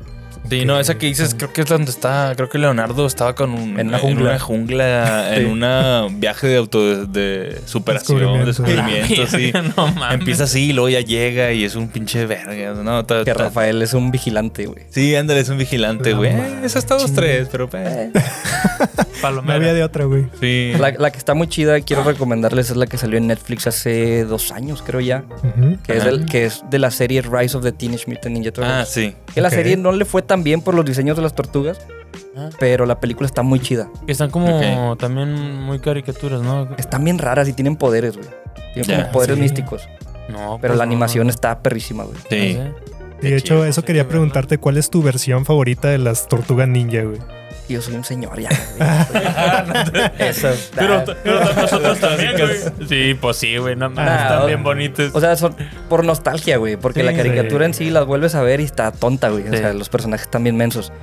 Speaker 3: Sí, no, esa que dices, creo que es donde está. Creo que Leonardo estaba con un,
Speaker 6: En una jungla.
Speaker 3: En una jungla, en
Speaker 6: Sí.
Speaker 3: una viaje de auto de superación,
Speaker 4: Descubrimiento.
Speaker 5: Ah,
Speaker 3: descubrimiento, sí.
Speaker 5: no mames.
Speaker 3: Empieza así y luego ya llega y es un pinche verga. No, ta-
Speaker 6: Que
Speaker 3: ta-
Speaker 6: Rafael es un vigilante, güey.
Speaker 3: Sí, ándale, es un vigilante,
Speaker 4: La
Speaker 3: güey.
Speaker 4: madre.
Speaker 3: Eh, Esa está dos, tres, pero. eh,
Speaker 4: No
Speaker 5: Palomera.
Speaker 4: había de otra, güey.
Speaker 3: Sí.
Speaker 6: La, la que está muy chida, quiero recomendarles, es la que salió en Netflix hace dos años, creo ya.
Speaker 4: Ujú.
Speaker 6: Que, es,
Speaker 3: Ajá.
Speaker 6: del- que es de la serie Rise of the Teenage Mutant Ninja Turtles.
Speaker 3: Ah, sí.
Speaker 6: Que la
Speaker 4: Ok.
Speaker 6: serie no le fue tan bien por los diseños de las tortugas,
Speaker 5: Ah.
Speaker 6: pero la película está muy chida.
Speaker 5: Que están como
Speaker 3: Ok.
Speaker 5: también muy caricaturas, ¿no?
Speaker 6: Están bien raras y tienen poderes, güey. Tienen
Speaker 3: Ya,
Speaker 6: como poderes
Speaker 4: sí.
Speaker 6: místicos.
Speaker 5: No.
Speaker 6: Pero
Speaker 5: pues
Speaker 6: la
Speaker 5: no,
Speaker 6: animación
Speaker 5: no
Speaker 6: está perrísima, güey.
Speaker 3: Sí.
Speaker 4: Y
Speaker 5: sé.
Speaker 4: de
Speaker 3: Qué
Speaker 4: hecho,
Speaker 3: chido,
Speaker 4: eso
Speaker 5: sí,
Speaker 4: quería
Speaker 5: qué
Speaker 4: preguntarte cuál es tu versión favorita de las tortugas ninja, güey.
Speaker 6: Yo soy un señor ya. güey. Eso.
Speaker 5: Pero,
Speaker 6: nah.
Speaker 5: pero nosotros también, güey. Ah. Sí, pues sí, güey. No, mames,
Speaker 6: Nah,
Speaker 5: están
Speaker 6: o-
Speaker 5: bien bonitos.
Speaker 6: O sea, son por nostalgia, güey. Porque
Speaker 4: Sí,
Speaker 6: la caricatura en sí las vuelves a ver y está tonta, güey. O
Speaker 5: Sí.
Speaker 6: sea, los personajes están bien mensos.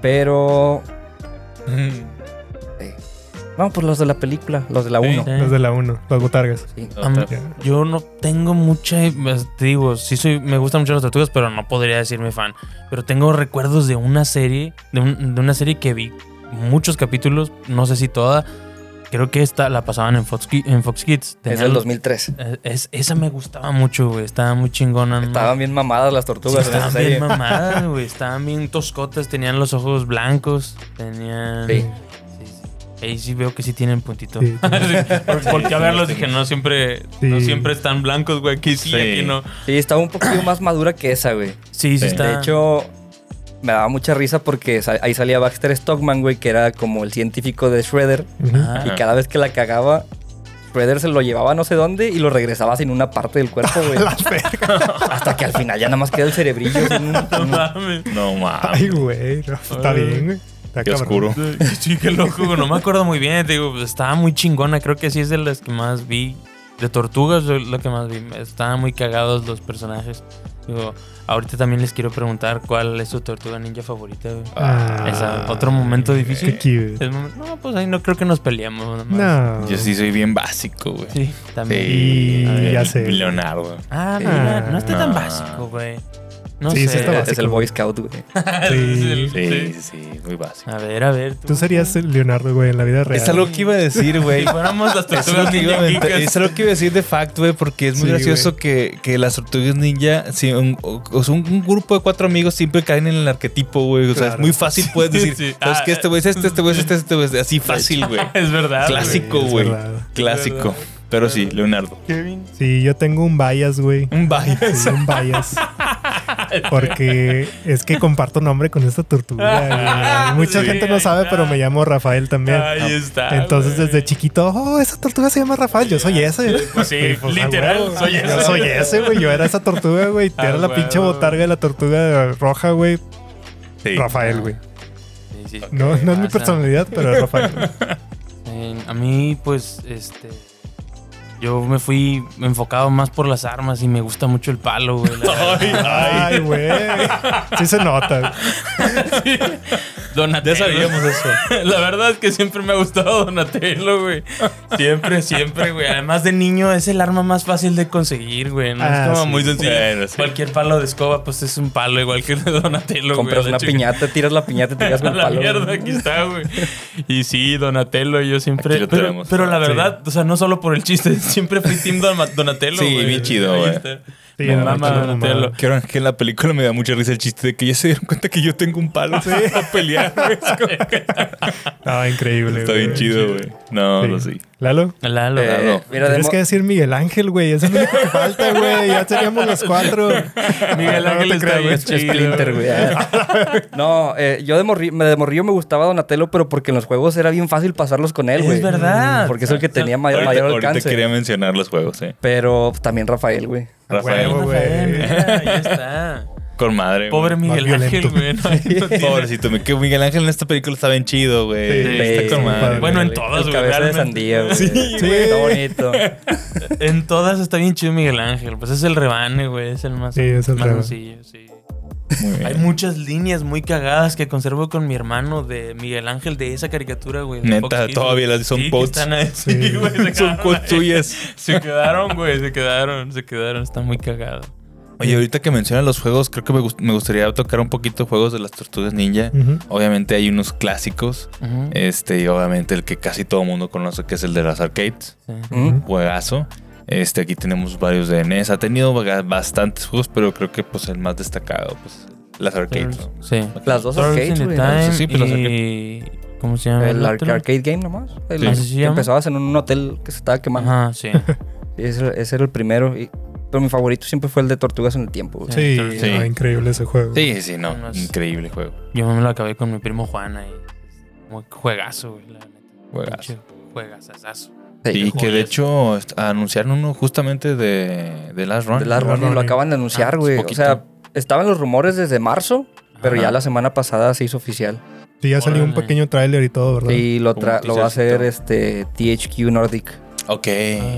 Speaker 6: Pero. eh, No, pues los de la película, los de la
Speaker 3: Sí.
Speaker 6: 1.
Speaker 5: Sí.
Speaker 4: Las de la 1, las botargas.
Speaker 6: Sí.
Speaker 5: Am-
Speaker 4: Ya.
Speaker 5: Yo no tengo mucha. eh, Te digo, sí soy. Me gustan mucho las tortugas, pero no podría decirme fan. Pero tengo recuerdos de una serie. De, un- de una serie que vi muchos capítulos. No sé si toda. Creo que esta la pasaban en Fox, Ki- en Fox Kids.
Speaker 6: Es
Speaker 5: Tenían-
Speaker 6: del 2003.
Speaker 5: eh, es- esa me gustaba mucho, güey. Estaba muy chingona. ¿no?
Speaker 6: Estaban bien mamadas las
Speaker 5: Sí,
Speaker 6: tortugas en esa
Speaker 5: estaban
Speaker 6: serie.
Speaker 5: bien mamadas, güey. Estaban bien toscotas. Tenían los ojos blancos. Tenían.
Speaker 6: Sí.
Speaker 5: Sí, sí. Ahí sí veo que sí tienen puntito.
Speaker 4: Sí,
Speaker 5: Porque a
Speaker 3: sí,
Speaker 5: verlos
Speaker 3: los
Speaker 5: dije,
Speaker 3: tengo.
Speaker 5: no siempre,
Speaker 4: Sí.
Speaker 5: no siempre están blancos, güey. Aquí sí,
Speaker 3: Sí.
Speaker 5: aquí no.
Speaker 6: Sí, estaba un poquito más madura que esa, güey.
Speaker 5: Sí, sí
Speaker 3: Sí.
Speaker 5: está.
Speaker 6: De hecho, me daba mucha risa porque sa- ahí salía Baxter Stockman, güey, que era como el científico de Shredder.
Speaker 4: Ujú.
Speaker 5: Ah.
Speaker 6: Y cada vez que la cagaba, Shredder se lo llevaba a no sé dónde y lo regresaba sin una parte del cuerpo, güey. Hasta que al final ya nada más queda el cerebrillo. sin un-
Speaker 5: No mames.
Speaker 3: No mames.
Speaker 4: Ay, güey. no, está
Speaker 5: Ay.
Speaker 4: bien, güey. Está
Speaker 3: Qué
Speaker 4: cabrón.
Speaker 3: oscuro.
Speaker 5: Sí, qué loco, güey. No me acuerdo muy bien. Te digo, pues, estaba muy chingona. Creo que sí es de las que más vi. De tortugas es lo que más vi. Estaban muy cagados los personajes. Digo, ahorita también les quiero preguntar cuál es su tortuga ninja favorita, güey.
Speaker 4: Ah,
Speaker 5: Esa, otro momento difícil.
Speaker 4: Qué cute.
Speaker 5: Es momento- No, pues ahí no creo que nos peleamos. nada más.
Speaker 4: No.
Speaker 3: Yo sí soy bien básico, güey.
Speaker 5: Sí, también.
Speaker 4: Sí,
Speaker 3: A ver,
Speaker 4: ya sé.
Speaker 3: Leonardo.
Speaker 5: Ah, mira, no está tan
Speaker 3: No.
Speaker 5: básico, güey. No
Speaker 4: Sí, sí
Speaker 5: sé.
Speaker 4: está
Speaker 6: es el Boy Scout, güey.
Speaker 4: Sí.
Speaker 5: Sí.
Speaker 3: Sí, sí, sí, muy básico.
Speaker 5: A ver, a ver.
Speaker 4: Tú serías el Leonardo, güey, en la vida real.
Speaker 3: Es algo que iba a decir, güey.
Speaker 5: Si fuéramos las
Speaker 3: Eso es lo
Speaker 5: tortugas
Speaker 3: que iba a
Speaker 5: ninja
Speaker 3: aventar-
Speaker 5: geekas.
Speaker 3: eso es lo que iba a decir de fact, güey, porque es muy
Speaker 4: Sí,
Speaker 3: gracioso que, que las tortugas ninja, si un, o- o sea, un- un grupo de cuatro amigos siempre caen en el arquetipo, güey. O sea, es
Speaker 4: Claro.
Speaker 3: muy fácil, puedes
Speaker 5: Sí,
Speaker 3: decir,
Speaker 5: sí.
Speaker 3: ¿sabes
Speaker 5: Ah,
Speaker 3: qué? Este güey es este, este güey es este, este güey es este". así fácil, güey.
Speaker 5: Es verdad. güey.
Speaker 3: Clásico,
Speaker 4: Sí, es
Speaker 3: güey.
Speaker 4: verdad.
Speaker 3: Clásico. Pero sí, Leonardo.
Speaker 4: Sí, yo tengo un bias, güey.
Speaker 3: Un baile.
Speaker 4: Sí, un bias. Porque es que comparto nombre con esta tortuga. güey. Mucha
Speaker 5: Ah, Sí,
Speaker 4: gente no
Speaker 5: ahí
Speaker 4: sabe,
Speaker 5: está.
Speaker 4: pero me llamo Rafael también.
Speaker 5: Ahí está.
Speaker 4: Entonces,
Speaker 5: güey.
Speaker 4: desde chiquito, oh, esa tortuga se llama Rafael. Yo soy ese.
Speaker 5: Pues sí,
Speaker 4: Y, pues, ah,
Speaker 5: literal,
Speaker 4: güey,
Speaker 5: soy ese.
Speaker 4: Yo soy ese, güey. Yo era esa tortuga, güey.
Speaker 5: Ah,
Speaker 4: Era la
Speaker 5: güey,
Speaker 4: pinche
Speaker 5: güey.
Speaker 4: botarga de la tortuga roja, güey.
Speaker 3: Sí.
Speaker 4: Rafael, güey.
Speaker 5: Sí, sí.
Speaker 4: No, no es mi
Speaker 5: pasa.
Speaker 4: personalidad, pero es Rafael. güey.
Speaker 5: Eh, a mí, pues, este. Yo me fui enfocado más por las armas y me gusta mucho el palo, güey. la verdad.
Speaker 4: Ay, güey. Sí se nota.
Speaker 5: Donatello. Ya sabíamos eso. La verdad es que siempre me ha gustado Donatello, güey. Siempre, siempre, güey. Además de niño, es el arma más fácil de conseguir, güey. No
Speaker 4: Ah,
Speaker 5: es como
Speaker 4: sí.
Speaker 5: muy sencillo.
Speaker 3: Bueno, sí.
Speaker 5: Cualquier palo de escoba, pues es un palo, igual que el de Donatello,
Speaker 6: Compras
Speaker 5: güey.
Speaker 6: una
Speaker 5: La chica-
Speaker 6: piñata, tiras la piñata y te quedas con
Speaker 5: A
Speaker 6: el
Speaker 5: la
Speaker 6: palo.
Speaker 5: mierda,
Speaker 6: güey.
Speaker 5: aquí está, güey. Y sí, Donatello, yo siempre.
Speaker 3: Aquí lo
Speaker 5: pero,
Speaker 3: tenemos.
Speaker 5: pero la
Speaker 4: Sí.
Speaker 5: verdad, o sea, no solo por el chiste, siempre fui Team Don- Donatello.
Speaker 3: Sí,
Speaker 5: güey.
Speaker 3: bien chido,
Speaker 5: Ahí
Speaker 3: güey.
Speaker 5: está.
Speaker 4: Sí,
Speaker 5: Me
Speaker 4: era
Speaker 5: mama
Speaker 4: mucho
Speaker 5: Donatello.
Speaker 4: mamada.
Speaker 3: Que ahora que en la película me da mucha risa el chiste de que ya se dieron cuenta que yo tengo un palo para pelear, güey. Es como que-
Speaker 4: Ah, increíble.
Speaker 3: Está bien
Speaker 4: güey.
Speaker 3: chido, güey. No, no, sí.
Speaker 4: Lalo.
Speaker 5: Lalo.
Speaker 6: Eh,
Speaker 3: Claro.
Speaker 6: mira, de
Speaker 4: Tienes
Speaker 6: mo-
Speaker 4: que decir Miguel Ángel, güey. Es lo único que falta, güey. Ya seríamos los cuatro.
Speaker 5: Miguel
Speaker 4: No, no
Speaker 5: Ángel
Speaker 4: te
Speaker 5: está
Speaker 4: creo,
Speaker 5: bien
Speaker 4: güey.
Speaker 5: chido.
Speaker 6: Splinter, güey. No, eh, yo de morrillo, de morrillo me gustaba Donatello, pero porque en los juegos era bien fácil pasarlos con él,
Speaker 5: Es
Speaker 6: güey.
Speaker 5: verdad.
Speaker 6: Porque es el que tenía may- mayor,
Speaker 3: Ahorita, ahorita
Speaker 6: alcance.
Speaker 3: quería mencionar los juegos, eh.
Speaker 6: Pero pues, también Rafael, güey.
Speaker 3: Rafael.
Speaker 4: Huevo, güey.
Speaker 5: Rafael, mira, ahí está.
Speaker 3: Con madre. güey.
Speaker 5: Pobre Miguel
Speaker 4: Más
Speaker 5: Ángel,
Speaker 4: violento.
Speaker 5: güey. no hay- no tiene-
Speaker 3: Pobrecito, me- que Miguel Ángel en esta película está bien chido, güey.
Speaker 4: Sí,
Speaker 3: está
Speaker 6: sí,
Speaker 3: con madre.
Speaker 4: padre.
Speaker 5: Bueno, en
Speaker 6: El
Speaker 5: todas, güey,
Speaker 6: Cabeza de
Speaker 5: realmente.
Speaker 6: sandía, güey.
Speaker 3: Sí,
Speaker 4: güey.
Speaker 6: Está bonito.
Speaker 5: En todas está bien chido Miguel Ángel. Pues es el rebane, güey. Es el más.
Speaker 4: Sí, es el
Speaker 5: más
Speaker 4: rebane.
Speaker 5: sencillo, sí.
Speaker 3: Muy bien.
Speaker 5: Hay muchas líneas muy cagadas que conservo con mi hermano de Miguel Ángel de esa caricatura, güey. de
Speaker 3: Neta,
Speaker 5: Fox Kids,
Speaker 3: todavía
Speaker 5: güey.
Speaker 3: las- son
Speaker 5: Sí, que
Speaker 3: quotes.
Speaker 5: están ahí,
Speaker 4: Sí.
Speaker 5: sí, güey, se
Speaker 3: Son
Speaker 5: quedaron
Speaker 3: cosas
Speaker 5: ahí.
Speaker 3: tuyas.
Speaker 5: Se quedaron, güey. Se quedaron, se quedaron. Está muy cagado.
Speaker 3: Oye, ahorita que mencionas los juegos, creo que me, gust- me gustaría tocar un poquito juegos de las tortugas ninja.
Speaker 4: Ujú.
Speaker 3: Obviamente hay unos clásicos.
Speaker 5: Ujú.
Speaker 3: Este, y obviamente el que casi todo mundo conoce, que es el de las arcades.
Speaker 5: Sí.
Speaker 6: Mm.
Speaker 3: Juegazo. Este, aquí tenemos varios de NES. Ha tenido baga- bastantes juegos, pero creo que pues el más destacado, pues, las arcades. ¿no?
Speaker 5: Sí.
Speaker 6: Las dos
Speaker 5: Turtles in
Speaker 6: arcades,
Speaker 5: the
Speaker 6: güey.
Speaker 5: Time
Speaker 3: Sí, pero los
Speaker 5: y... ¿Cómo se llama?
Speaker 6: El
Speaker 5: otro?
Speaker 6: arc- arcade game nomás. El
Speaker 3: Sí.
Speaker 6: que
Speaker 5: ¿Así se llama?
Speaker 6: empezabas en un hotel que se estaba quemando.
Speaker 5: Ajá, sí.
Speaker 6: Y Ese, ese era el primero. y- pero mi favorito siempre fue el de Tortugas en el Tiempo. güey.
Speaker 4: Sí,
Speaker 5: Sí.
Speaker 4: no, increíble ese juego.
Speaker 3: Sí, sí, no.
Speaker 5: Unos-
Speaker 3: Increíble juego.
Speaker 5: Yo me lo acabé con mi primo Juan ahí. Como juegazo, güey, la neta.
Speaker 3: Juegazo.
Speaker 5: Juegazazazo.
Speaker 6: Sí,
Speaker 3: Y
Speaker 5: Joyas.
Speaker 3: que de hecho est- anunciaron uno justamente de, de Last Run.
Speaker 6: De
Speaker 4: Last
Speaker 6: Last Ronin, lo
Speaker 4: Ronin.
Speaker 6: acaban de anunciar,
Speaker 5: Ah,
Speaker 6: güey. o
Speaker 3: pues poquito.
Speaker 6: sea, estaban los rumores desde marzo, pero
Speaker 3: Ajá.
Speaker 6: ya la semana pasada se hizo oficial.
Speaker 4: Sí, ya salió un
Speaker 5: Órale.
Speaker 4: pequeño tráiler y todo, ¿verdad?
Speaker 6: Y lo,
Speaker 3: Como un
Speaker 6: tra- lo va a hacer
Speaker 3: teasercito.
Speaker 6: este THQ Nordic.
Speaker 3: Ok.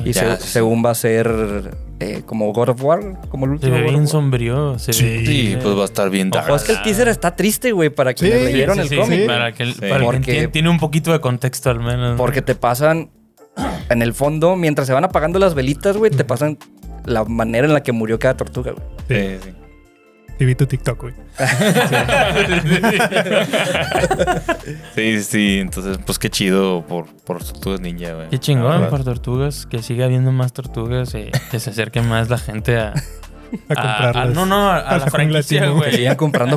Speaker 6: Y
Speaker 3: ya,
Speaker 6: se-
Speaker 3: sí,
Speaker 6: según va a ser eh, como God of War, como el
Speaker 5: Se
Speaker 6: último.
Speaker 5: ve
Speaker 6: God
Speaker 5: bien
Speaker 6: of War.
Speaker 5: sombrío. Se
Speaker 4: Sí.
Speaker 5: ve-
Speaker 3: sí, pues va a estar bien dark.
Speaker 6: Ojo, es que el teaser está triste, güey, para quienes
Speaker 4: Sí,
Speaker 6: leyeron
Speaker 5: Sí,
Speaker 6: el
Speaker 5: sí,
Speaker 6: cómic.
Speaker 5: sí,
Speaker 6: güey.
Speaker 5: Para que,
Speaker 3: Sí.
Speaker 5: para que
Speaker 6: Porque-
Speaker 5: entien- tiene un poquito de contexto al menos.
Speaker 6: Porque te pasan en el fondo, mientras se van apagando las velitas, güey, te pasan la manera en la que murió cada tortuga, güey.
Speaker 4: Sí.
Speaker 3: Sí, sí.
Speaker 4: Y vi tu TikTok, güey.
Speaker 3: Sí, sí, sí. Entonces, pues qué chido por, por Tortugas Ninja, güey.
Speaker 5: Qué chingón
Speaker 3: La
Speaker 5: por
Speaker 3: verdad.
Speaker 5: tortugas. Que siga habiendo más tortugas y que se acerque más la gente a...
Speaker 4: A comprarlas.
Speaker 5: Ah, no, no, a, a
Speaker 4: A la
Speaker 5: la,
Speaker 4: jungla
Speaker 5: franquicia,
Speaker 4: Timo.
Speaker 5: güey.
Speaker 6: Seguían comprando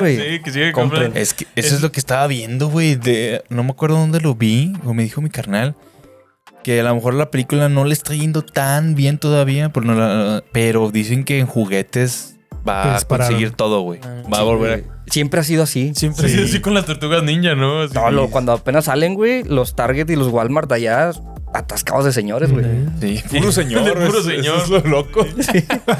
Speaker 6: güey.
Speaker 5: Sí, que sigue
Speaker 6: Compren.
Speaker 5: comprando.
Speaker 3: Es que eso es lo que estaba viendo, güey. de- No me acuerdo dónde lo vi, o me dijo mi carnal, que a lo mejor la película no le está yendo tan bien todavía, pero, no la- pero dicen que en juguetes va a
Speaker 4: Dispararon.
Speaker 3: conseguir todo, güey.
Speaker 5: Ah,
Speaker 3: Va a volver
Speaker 6: Eh, Siempre ha sido así.
Speaker 5: Siempre ha
Speaker 3: Sí.
Speaker 5: sido así con las tortugas ninja, ¿no? Así-
Speaker 6: No, lo- cuando apenas salen, güey, los Target y los Walmart de allá atascados de señores, güey.
Speaker 4: Ujú.
Speaker 3: a... Sí, puro
Speaker 5: señor,
Speaker 3: Puro
Speaker 5: es-
Speaker 3: señor.
Speaker 5: eso es
Speaker 3: lo loco.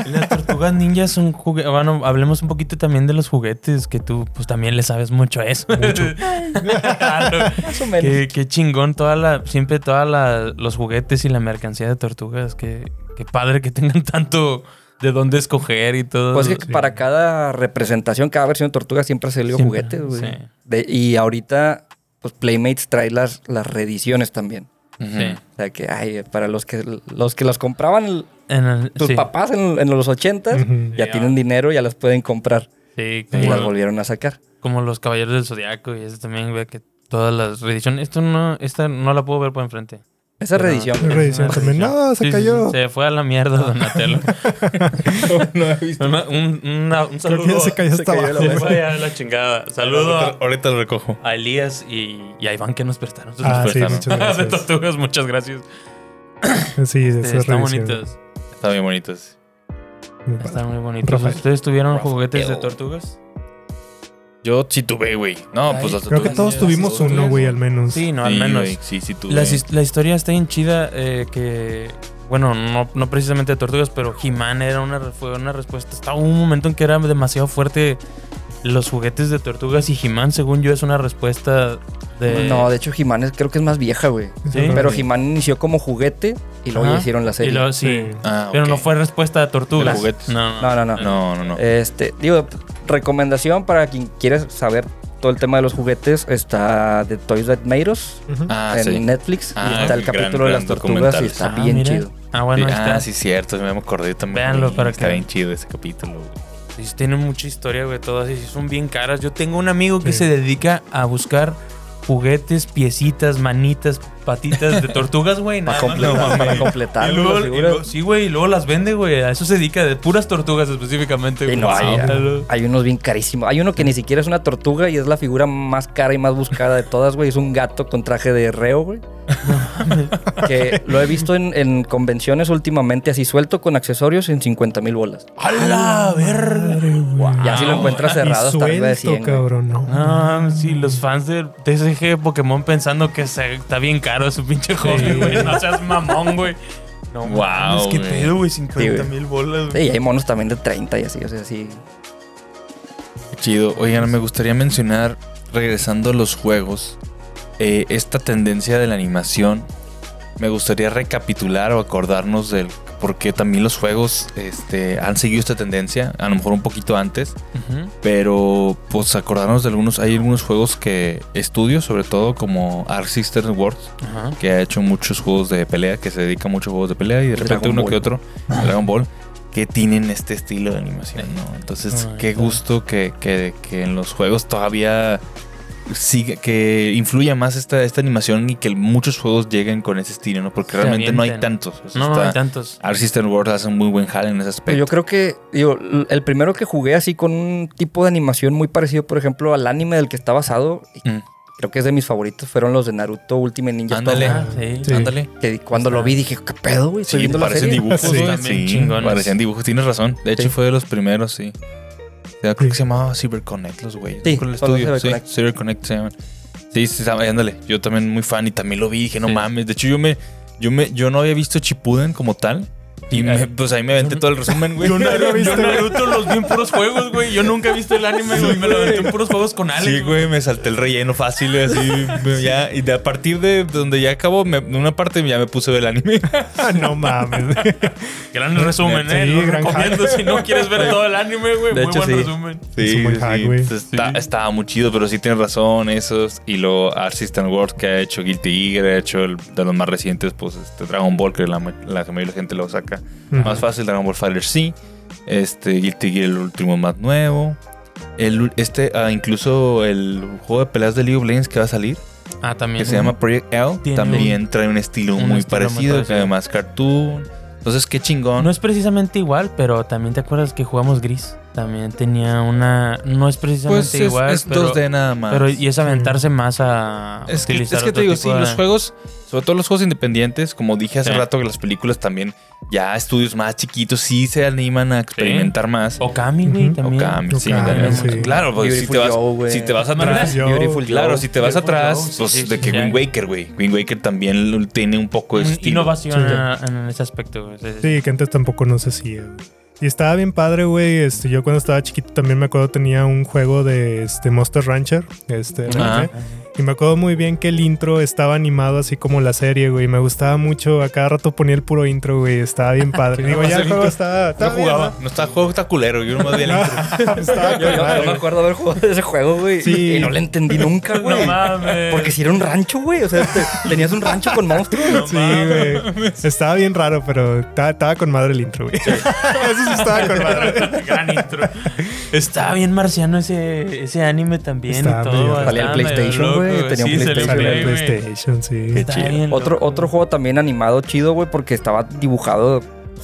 Speaker 5: Las tortugas ninjas son juguetes. Bueno, hablemos un poquito también de los juguetes, que tú pues también le sabes mucho a eso. Claro.
Speaker 6: Más o
Speaker 5: qué, qué chingón, toda la, siempre todos los juguetes y la mercancía de tortugas. Qué, qué padre que tengan tanto de dónde escoger y todo.
Speaker 6: Pues es que
Speaker 5: Sí.
Speaker 6: para cada representación, cada versión de Tortuga siempre ha salido
Speaker 5: Siempre,
Speaker 6: juguetes, güey.
Speaker 5: sí.
Speaker 6: De- Y ahorita, pues Playmates trae las, las reediciones también.
Speaker 5: Sí.
Speaker 6: O sea que, ay, para los que los que las compraban el-
Speaker 5: En el-
Speaker 6: tus
Speaker 5: sí,
Speaker 6: papás en, en los 80
Speaker 4: Ujú.
Speaker 6: ya
Speaker 5: Sí,
Speaker 6: tienen
Speaker 5: ah.
Speaker 6: dinero, ya las pueden comprar.
Speaker 5: sí,
Speaker 6: Y
Speaker 5: como,
Speaker 6: las volvieron a sacar.
Speaker 5: como los caballeros del zodiaco y eso también, ve que todas las reediciones. Esto no, esta no la puedo ver por enfrente.
Speaker 6: Esa
Speaker 5: Pero-
Speaker 6: reedición.
Speaker 4: Esa reedición también. No, se
Speaker 5: Sí, sí,
Speaker 4: cayó.
Speaker 5: sí, se fue a la mierda, Donatello. Una- un, una- un
Speaker 4: Creo
Speaker 5: saludo.
Speaker 4: que ya se cayó hasta abajo.
Speaker 5: Se
Speaker 4: güey.
Speaker 5: fue a la chingada. Saludo
Speaker 3: Ahorita,
Speaker 5: a,
Speaker 3: ahorita lo recojo.
Speaker 5: a Elías y, y a Iván que nos prestaron sus
Speaker 4: Ah, sí,
Speaker 3: despertaron.
Speaker 4: muchas
Speaker 5: de
Speaker 4: gracias.
Speaker 5: tortugas. Muchas gracias.
Speaker 4: Sí, esas
Speaker 5: Están
Speaker 4: reediciones.
Speaker 5: bonitos.
Speaker 3: Está bien bonito. sí.
Speaker 4: Muy padre.
Speaker 5: Están muy bonitos.
Speaker 4: Rafael.
Speaker 5: ¿Ustedes tuvieron
Speaker 3: Rafael.
Speaker 5: juguetes de tortugas?
Speaker 3: Yo sí tuve, güey. No,
Speaker 5: Ay,
Speaker 3: pues las
Speaker 4: Creo que
Speaker 3: tortugas
Speaker 4: todos
Speaker 3: ninja,
Speaker 4: tuvimos
Speaker 3: las
Speaker 4: uno,
Speaker 3: tortugas.
Speaker 4: güey, al menos.
Speaker 5: Sí, no, al
Speaker 3: Sí,
Speaker 5: menos.
Speaker 3: güey, sí, sí tuve.
Speaker 5: Las his- la historia está bien chida eh, que... Bueno, no, no precisamente de tortugas, pero He-Man era una, re- fue una respuesta. Estaba un momento en que era demasiado fuerte los juguetes de tortugas y He-Man, según yo, es una respuesta de...
Speaker 6: No, de hecho, Jiménez creo que es más vieja, güey.
Speaker 5: Sí.
Speaker 6: Pero Jimán inició como juguete y luego
Speaker 5: Ajá.
Speaker 6: ya hicieron la serie.
Speaker 5: Y luego, sí.
Speaker 4: Sí.
Speaker 3: Ah,
Speaker 5: Pero
Speaker 3: ok.
Speaker 5: no fue respuesta a tortugas.
Speaker 3: De juguetes.
Speaker 5: No,
Speaker 6: No, no, no.
Speaker 3: No, no, no.
Speaker 5: Eh,
Speaker 6: Este, digo, recomendación para quien quiera saber todo el tema de los juguetes está The Toys That Made Us
Speaker 4: Ujú.
Speaker 3: ah,
Speaker 6: en
Speaker 3: sí.
Speaker 6: Netflix
Speaker 3: Ah,
Speaker 6: y está el
Speaker 3: gran,
Speaker 6: capítulo de
Speaker 3: gran
Speaker 6: las tortugas
Speaker 3: documental.
Speaker 6: y está
Speaker 5: Ah,
Speaker 6: bien
Speaker 5: mira.
Speaker 6: chido.
Speaker 5: Ah, bueno, ahí
Speaker 3: Sí,
Speaker 5: está.
Speaker 3: ah, sí, cierto, me acordé también.
Speaker 5: Véanlo para
Speaker 3: Está
Speaker 5: que-
Speaker 3: bien chido ese capítulo. güey.
Speaker 5: Sí, tienen mucha historia, güey, todas. Y son bien caras. Yo tengo un amigo que
Speaker 4: Sí.
Speaker 5: se dedica a buscar juguetes, piecitas, manitas, patitas de tortugas, güey.
Speaker 6: Para
Speaker 5: nada más.
Speaker 6: completar, para completar
Speaker 5: Y
Speaker 6: las
Speaker 5: luego- y
Speaker 6: figuras.
Speaker 5: luego- sí, güey, y luego las vende, güey. A eso se dedica, de puras tortugas específicamente.
Speaker 6: Sí,
Speaker 5: güey.
Speaker 6: no,
Speaker 5: Wow.
Speaker 6: hay,
Speaker 5: Claro.
Speaker 6: hay unos bien carísimos. Hay uno que ni siquiera es una tortuga y es la figura más cara y más buscada de todas, güey. Es un gato con traje de reo, güey. que lo he visto en, en convenciones últimamente, así suelto con accesorios en 50 mil bolas.
Speaker 5: ¡A la verga!
Speaker 6: Y así lo encuentras
Speaker 4: y
Speaker 6: cerrado hasta arriba de 100.
Speaker 4: suelto,
Speaker 6: güey.
Speaker 4: cabrón, no.
Speaker 5: No, sí, los fans de TCG de Pokémon pensando que se- está bien caro su pinche hobby, güey. No seas mamón, güey. No,
Speaker 3: Wow,
Speaker 5: Es que
Speaker 3: güey.
Speaker 5: pedo, güey, 50
Speaker 6: Sí,
Speaker 5: mil bolas,
Speaker 6: Sí, y hay monos también de 30 y así, o sea, sí.
Speaker 3: chido. Oigan, me gustaría mencionar, regresando a los juegos, eh, esta tendencia de la animación. Me gustaría recapitular o acordarnos del por qué también los juegos este, han seguido esta tendencia, a lo mejor un poquito antes,
Speaker 5: Ujú.
Speaker 3: pero pues acordarnos de algunos, hay algunos juegos que estudios, sobre todo como Arc System Works,
Speaker 5: Ajá.
Speaker 3: que ha hecho muchos juegos de pelea, que se dedica a muchos juegos de pelea y de repente
Speaker 6: Dragon
Speaker 3: uno
Speaker 6: Ball.
Speaker 3: que otro, Dragon Ball, que tienen este estilo de animación, ¿no? Entonces,
Speaker 5: Ah,
Speaker 3: qué
Speaker 5: claro.
Speaker 3: gusto que, que- que en los juegos todavía sigue, que influya más esta, esta animación y que muchos juegos lleguen con ese estilo, ¿no? Porque
Speaker 5: Se
Speaker 3: realmente no hay
Speaker 5: avienten.
Speaker 3: tantos. O sea,
Speaker 5: No, no
Speaker 3: está-
Speaker 5: hay tantos.
Speaker 3: Arc System World hace un muy buen jale en ese
Speaker 6: Pero
Speaker 3: aspecto.
Speaker 6: yo creo que, digo, l- el primero que jugué así con un tipo de animación muy parecido, por ejemplo, al anime del que está basado, y
Speaker 3: Mm.
Speaker 6: creo que es de mis favoritos, fueron los de Naruto Ultimate Ninja
Speaker 3: Ándale.
Speaker 6: Storm.
Speaker 5: Ah, sí.
Speaker 4: Sí.
Speaker 3: Ándale.
Speaker 6: Que cuando lo vi dije, ¿qué pedo, güey? Estoy
Speaker 3: Sí,
Speaker 6: viendo la
Speaker 3: parecen
Speaker 6: serie.
Speaker 3: dibujos,
Speaker 4: Sí.
Speaker 3: güey.
Speaker 5: También
Speaker 3: sí,
Speaker 5: chingones.
Speaker 3: parecen dibujos, tienes razón. De hecho,
Speaker 6: Sí.
Speaker 3: fue de los primeros, sí. O sea, creo que
Speaker 4: Sí.
Speaker 3: se llamaba CyberConnect los güeyes.
Speaker 6: Sí,
Speaker 3: Con el
Speaker 6: solo
Speaker 3: estudio, sí,
Speaker 6: CyberConnect.
Speaker 3: CyberConnect se llaman. Sí, sí, sabe, ándale. Yo también muy fan y también lo vi, dije, no
Speaker 5: Sí.
Speaker 3: mames. De hecho, yo me, yo me, yo no había visto Chipuden como tal. Y me- pues ahí me aventé todo el resumen, güey.
Speaker 4: Yo no había visto,
Speaker 5: Yo
Speaker 4: güey.
Speaker 5: Naruto los vi en puros juegos, güey. Yo nunca he visto el anime, güey. Me lo aventé en puros juegos con Alex.
Speaker 3: Sí, güey, me salté el relleno fácil, así. me- ya, y de, a partir de donde ya acabó, me- de una parte ya me puse del anime.
Speaker 4: Ah, no mames.
Speaker 5: Gran resumen,
Speaker 4: Sí,
Speaker 5: eh. Lo
Speaker 4: gran
Speaker 5: recomiendo si no quieres ver todo el anime, güey.
Speaker 3: De
Speaker 5: Muy
Speaker 3: hecho,
Speaker 5: buen
Speaker 3: sí.
Speaker 5: resumen.
Speaker 4: Es un buen hack, güey.
Speaker 3: Entonces, está-
Speaker 5: Sí.
Speaker 3: Estaba muy chido, pero sí tienes razón. Esos y lo Assistant World que ha hecho Guilty Gear, ha hecho el- de los más recientes, pues este Dragon Ball, que la, la mayoría de la gente lo saca más fácil. Dragon Ball Fighter sí. Este Guilty Gear, el último más nuevo. El, ul- este, ah, incluso el juego de peleas de League of Legends que va a salir,
Speaker 5: Ah, también.
Speaker 3: que se llama Project L,
Speaker 5: Tiene
Speaker 3: también trae un estilo
Speaker 5: un
Speaker 3: muy
Speaker 5: estilo muy
Speaker 3: parecido, que
Speaker 5: parecido.
Speaker 3: además cartoon. Entonces, qué chingón.
Speaker 5: No es precisamente igual, pero también te acuerdas que jugamos gris. También tenía una. No es precisamente
Speaker 3: pues es,
Speaker 5: igual.
Speaker 3: es
Speaker 5: pero,
Speaker 3: 2D nada más.
Speaker 5: pero y es aventarse más a.
Speaker 3: Es que, es
Speaker 5: Ah, utilizar
Speaker 3: que te
Speaker 5: otro
Speaker 3: digo,
Speaker 5: tipo
Speaker 3: sí,
Speaker 5: de-
Speaker 3: los juegos, sobre todo los juegos independientes, como dije hace
Speaker 5: Sí.
Speaker 3: rato que las películas también, ya estudios más chiquitos sí se animan a experimentar más.
Speaker 5: Okami, güey,
Speaker 4: Ujú.
Speaker 5: también.
Speaker 3: Okami, sí,
Speaker 4: Okami,
Speaker 3: también.
Speaker 4: sí.
Speaker 3: Claro, porque si
Speaker 6: Beautiful
Speaker 3: te, vas,
Speaker 6: Joe, güey.
Speaker 3: si te vas atrás,
Speaker 4: Beautiful Joe.
Speaker 6: Beautiful Joe.
Speaker 3: claro, si te vas
Speaker 5: Beautiful
Speaker 3: atrás,
Speaker 5: Joe, sí,
Speaker 3: pues
Speaker 5: sí,
Speaker 3: de
Speaker 5: sí,
Speaker 3: que
Speaker 5: ya.
Speaker 3: Wind Waker, güey. Wind Waker también lo- tiene un poco de
Speaker 5: Un-
Speaker 3: pues, estilo.
Speaker 5: innovación
Speaker 4: Sí.
Speaker 5: a- en ese aspecto, güey. Sí, sí, sí.
Speaker 4: Sí, que antes tampoco no se hacía. güey. Y estaba bien padre, güey. Este, yo cuando estaba chiquito también me acuerdo tenía un juego de este Monster Rancher, este, el
Speaker 3: Ajá.
Speaker 4: anime. y me acuerdo muy bien que el intro estaba animado así como la serie, güey. Me gustaba mucho. A cada rato ponía el puro intro, güey. Estaba bien padre. Digo, ya el juego estaba,
Speaker 3: No
Speaker 4: estaba bien, Ah,
Speaker 3: jugaba, no está juego, está culero. Yo nomás vi el intro.
Speaker 4: ¿no? Estaba
Speaker 6: Yo,
Speaker 4: con
Speaker 6: yo- yo
Speaker 4: madre.
Speaker 6: me acuerdo haber jugado ese juego, güey.
Speaker 4: Sí.
Speaker 6: Y no lo entendí nunca, güey.
Speaker 5: No mames.
Speaker 6: Porque si era un rancho, güey. O sea, te- tenías un rancho con monstruos.
Speaker 4: Sí, güey. Estaba bien raro, pero estaba, estaba con madre el intro, güey. Eso sí estaba con madre.
Speaker 5: Gran intro. Estaba bien marciano ese, ese anime también.
Speaker 4: Estaba
Speaker 5: y todo,
Speaker 4: medio-
Speaker 5: estaba
Speaker 6: Salía el
Speaker 5: medio
Speaker 6: PlayStation,
Speaker 5: loco,
Speaker 6: güey, tenía un
Speaker 5: Sí,
Speaker 4: Salió
Speaker 5: salió
Speaker 6: PlayStation.
Speaker 5: en
Speaker 4: en
Speaker 5: Play, güey.
Speaker 4: PlayStation, sí.
Speaker 5: Está
Speaker 3: chido.
Speaker 5: bien
Speaker 6: Otro,
Speaker 5: loco.
Speaker 6: otro juego también animado chido, güey, porque estaba dibujado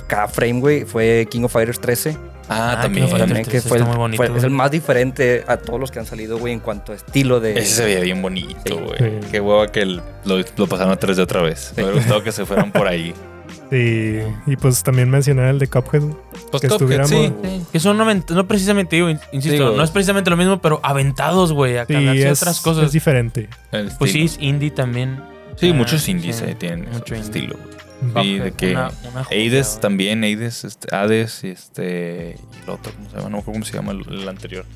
Speaker 6: cada frame, güey, fue King of Fighters 13.
Speaker 3: Ah,
Speaker 5: Ah,
Speaker 3: también.
Speaker 5: que no falta.
Speaker 3: también.
Speaker 6: También que
Speaker 5: 13
Speaker 6: fue, el,
Speaker 5: está muy bonito,
Speaker 6: fue-
Speaker 5: güey.
Speaker 6: es el más diferente a todos los que han salido, güey, en cuanto a estilo de...
Speaker 3: Ese se veía bien bonito, güey.
Speaker 4: Sí.
Speaker 3: Qué hueva que el- lo, lo pasaron a 3D otra vez. Me hubiera gustado que se fueran por ahí.
Speaker 4: Sí. Y pues también mencionar el de Cuphead.
Speaker 3: Pues
Speaker 4: Que
Speaker 3: Cuphead,
Speaker 4: estuviéramos-
Speaker 3: sí.
Speaker 5: Sí, Que son noventa- no precisamente, digo, in- insisto,
Speaker 6: Digo-
Speaker 5: no es precisamente lo mismo, pero aventados, güey, a
Speaker 4: Sí,
Speaker 5: calarse
Speaker 4: es,
Speaker 5: otras cosas.
Speaker 4: es diferente.
Speaker 3: El
Speaker 5: pues
Speaker 3: estilo.
Speaker 5: sí, es indie también.
Speaker 3: Sí,
Speaker 5: Ah,
Speaker 3: muchos indies
Speaker 5: sí,
Speaker 3: eh, tienen
Speaker 5: mucho
Speaker 3: ese
Speaker 5: indie.
Speaker 3: estilo.
Speaker 4: Ujú.
Speaker 3: Sí, de que
Speaker 5: Una- una joya,
Speaker 3: Aides
Speaker 5: güey.
Speaker 3: también, Aides, este, Hades y este. y el otro, ¿cómo se llama? No me acuerdo cómo se llama el, el anterior.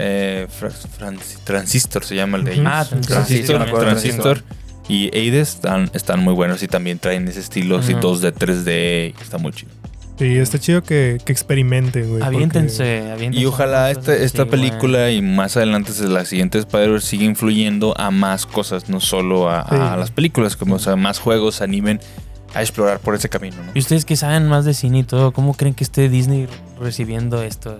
Speaker 3: Eh, Fra- Franci- transistor se llama el de
Speaker 4: Ujú.
Speaker 3: ellos.
Speaker 5: Ah,
Speaker 6: sí, sí, me
Speaker 3: Transistor,
Speaker 6: acuerdo de
Speaker 3: Transistor. Y Aides están, están muy buenos y también traen ese estilo así
Speaker 5: Ujú.
Speaker 3: 2D, 3D. y Está muy chido.
Speaker 4: Sí, está chido que, que experimente, güey. porque-
Speaker 5: Aviéntense, aviéntense.
Speaker 3: Y ojalá
Speaker 5: cosas
Speaker 3: este- esta
Speaker 5: así, güey.
Speaker 3: película y más adelante este, la siguiente Spider-Verse siga influyendo a más cosas, no solo a, a
Speaker 4: Sí.
Speaker 3: las películas, como o sea, más juegos se animen a explorar por ese camino, ¿no?
Speaker 5: Y ustedes que saben más de cine y todo, ¿cómo creen que esté Disney recibiendo esto?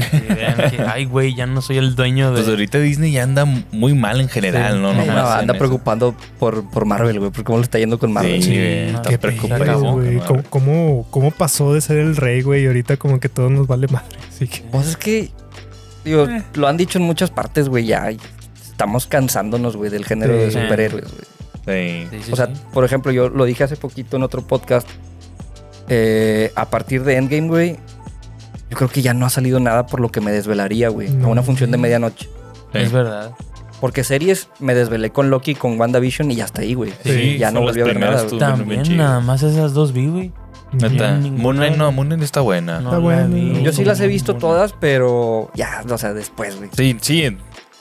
Speaker 5: Así, que vean que, Ay, güey, ya no soy el dueño
Speaker 3: Pues
Speaker 5: de...
Speaker 3: ahorita Disney ya anda muy mal en general,
Speaker 5: Sí.
Speaker 3: ¿no?
Speaker 5: Sí,
Speaker 3: Nomás
Speaker 6: No,
Speaker 3: en
Speaker 6: anda
Speaker 3: eso.
Speaker 6: preocupando por, por Marvel, güey, porque cómo le está yendo con Marvel.
Speaker 3: Sí,
Speaker 5: Sí,
Speaker 3: güey, está
Speaker 5: qué
Speaker 3: preocupado.
Speaker 5: pedo,
Speaker 4: Pero,
Speaker 5: Vamos,
Speaker 4: güey, ¿cómo, cómo, cómo pasó de ser el rey, güey? Y ahorita como que todo nos vale madre. Así que.
Speaker 6: Pues es que, digo, lo han dicho en muchas partes, güey, ya y estamos cansándonos, güey, del género
Speaker 4: Sí.
Speaker 6: de superhéroes, güey.
Speaker 3: Sí.
Speaker 5: Sí, sí,
Speaker 6: O sea,
Speaker 5: sí.
Speaker 6: por ejemplo, yo lo dije hace poquito en otro podcast, eh, a partir de Endgame, güey, yo creo que ya no ha salido nada por lo que me desvelaría, güey, a
Speaker 4: No.
Speaker 6: una función de medianoche.
Speaker 3: eh,
Speaker 5: es verdad.
Speaker 6: Porque series me desvelé con Loki, y con WandaVision y hasta ahí, güey.
Speaker 3: Sí,
Speaker 6: ya no
Speaker 3: son las
Speaker 6: volví a ver
Speaker 3: primeras
Speaker 6: nada,
Speaker 3: tú-
Speaker 6: güey.
Speaker 3: Estuvo bien
Speaker 5: También,
Speaker 3: chido.
Speaker 5: nada más esas dos vi, güey.
Speaker 7: Neta.
Speaker 5: Ni- ninguna.
Speaker 3: Moon Knight no, Moon Knight está buena.
Speaker 5: No
Speaker 4: Está
Speaker 5: la
Speaker 4: bueno.
Speaker 5: vi.
Speaker 6: Yo sí las he visto
Speaker 5: Ninguna.
Speaker 6: todas, pero ya, o sea, después, güey.
Speaker 3: Sí, sí.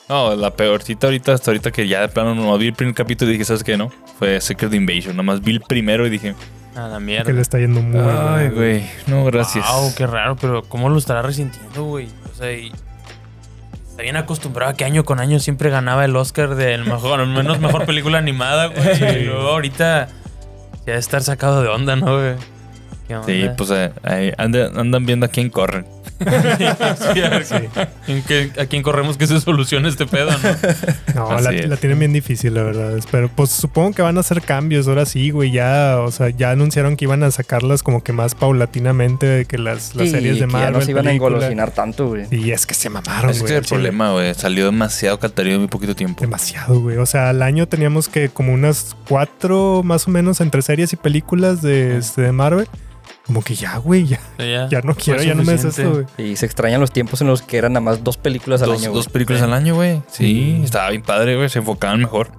Speaker 3: No, la peorcita ahorita, hasta ahorita que ya de plano no vi el primer capítulo y dije, ¿sabes qué? No, fue Secret Invasion. Nada más vi el primero y dije,
Speaker 5: A la
Speaker 4: Que le
Speaker 5: mierda.
Speaker 4: está yendo muy
Speaker 3: ay,
Speaker 4: mal.
Speaker 3: güey, no, gracias.
Speaker 5: Wow, qué raro, pero ¿cómo lo estará resintiendo, güey? O sea, y está bien acostumbrado a que año con año siempre ganaba el Oscar del mejor, al menos mejor película animada, güey. Y luego ahorita ya de estar sacado de onda, ¿no, güey? ¿Qué onda?
Speaker 3: Sí, pues eh, ahí anda- andan viendo a quién corren. pues,
Speaker 5: Sí, a, ver, ¿en qué- a quién corremos que se solucione este pedo, ¿no?
Speaker 4: No,
Speaker 3: Así
Speaker 4: la,
Speaker 3: es.
Speaker 4: la tienen bien difícil, la verdad. Pero pues supongo que van a hacer cambios ahora sí, güey. Ya, o sea, ya anunciaron que iban a sacarlas como que más paulatinamente de que las, las
Speaker 6: Sí,
Speaker 4: series de
Speaker 6: que ya
Speaker 4: Marvel.
Speaker 6: no se iban a
Speaker 4: película.
Speaker 6: engolosinar tanto, güey.
Speaker 4: Y es que se mamaron,
Speaker 3: Ese es
Speaker 4: güey.
Speaker 3: el
Speaker 4: al chile. Em,
Speaker 3: problema, güey. Salió demasiado catarino en muy poquito tiempo.
Speaker 4: Demasiado, güey. O sea, al año teníamos que como unas cuatro más o menos entre series y películas de, este, de Marvel. Como que ya, güey, ya,
Speaker 5: O sea, ya,
Speaker 4: ya no
Speaker 5: fue
Speaker 4: quiero, ya no me haces esto,
Speaker 5: suficiente.
Speaker 4: güey.
Speaker 6: Y se extrañan los tiempos en los que eran nada más dos películas al
Speaker 3: dos,
Speaker 6: año. güey.
Speaker 3: dos películas al año, güey. Sí,
Speaker 4: Sí.
Speaker 3: estaba bien padre, güey. Se enfocaban mejor.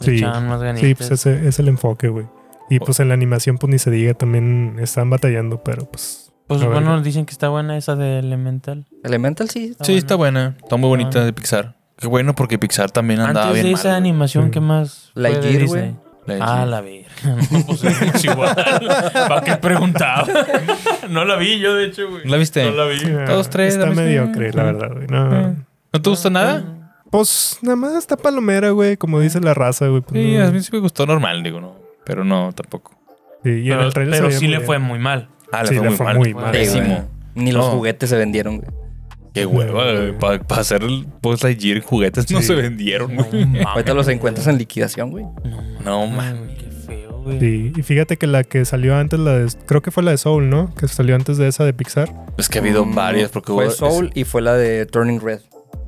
Speaker 5: Le
Speaker 4: Sí.
Speaker 5: echaban más
Speaker 4: Sí,
Speaker 5: ganitas.
Speaker 4: pues ese es el enfoque, güey. Y pues en la animación, pues ni se diga, también están batallando, pero pues.
Speaker 5: Pues
Speaker 4: a ver,
Speaker 5: bueno,
Speaker 4: güey.
Speaker 5: dicen que está buena esa de Elemental.
Speaker 6: Elemental sí.
Speaker 3: sí, está buena. Está muy bonita
Speaker 5: buena.
Speaker 3: de Pixar. Qué bueno porque Pixar también andaba
Speaker 5: Antes de
Speaker 3: bien
Speaker 5: esa
Speaker 3: mal, güey.
Speaker 5: animación,
Speaker 4: Sí.
Speaker 5: ¿qué más? fue de
Speaker 6: Lightyear,
Speaker 5: Disney?
Speaker 6: güey.
Speaker 3: La de
Speaker 5: Ah,
Speaker 3: Chile.
Speaker 5: la verga. No, pues es igual. ¿Para qué preguntaba? No la vi yo, de hecho, güey.
Speaker 3: ¿La viste?
Speaker 5: No la vi.
Speaker 3: Todos tres,
Speaker 4: Está
Speaker 3: la misma.
Speaker 4: mediocre, la verdad, güey. No.
Speaker 3: ¿No te gustó nada?
Speaker 4: Pues nada más está palomera, güey, como dice la raza, güey. pues,
Speaker 3: Sí,
Speaker 4: no.
Speaker 3: a mí sí me gustó normal, digo, no. Pero no, tampoco.
Speaker 4: Sí, y en
Speaker 5: Pero,
Speaker 4: el trailer se
Speaker 5: pero
Speaker 4: veía
Speaker 5: sí
Speaker 4: muy
Speaker 5: le
Speaker 4: bien.
Speaker 5: fue muy mal.
Speaker 3: Ah, le
Speaker 4: Sí,
Speaker 3: fue
Speaker 4: le
Speaker 3: muy
Speaker 4: fue
Speaker 3: mal.
Speaker 4: muy mal.
Speaker 6: Sí, güey.
Speaker 3: Pésimo.
Speaker 6: Ni los
Speaker 3: No.
Speaker 6: juguetes se vendieron, güey.
Speaker 3: Qué hueva, güey. Para hacer el Post Lightyear juguetes no
Speaker 4: Sí.
Speaker 3: se vendieron,
Speaker 5: No,
Speaker 3: güey.
Speaker 5: mames,
Speaker 6: Ahorita los encuentras en liquidación, güey.
Speaker 5: No,
Speaker 3: No,
Speaker 5: mames,
Speaker 3: mames.
Speaker 5: Qué feo, güey.
Speaker 4: Sí, y fíjate que la que salió antes, la de, creo que fue la de Soul, ¿no? Que salió antes de esa de Pixar.
Speaker 3: Es Pues que ha habido
Speaker 6: Mm,
Speaker 3: varias porque
Speaker 6: Fue
Speaker 3: hubo-
Speaker 6: Soul y fue la de Turning Red.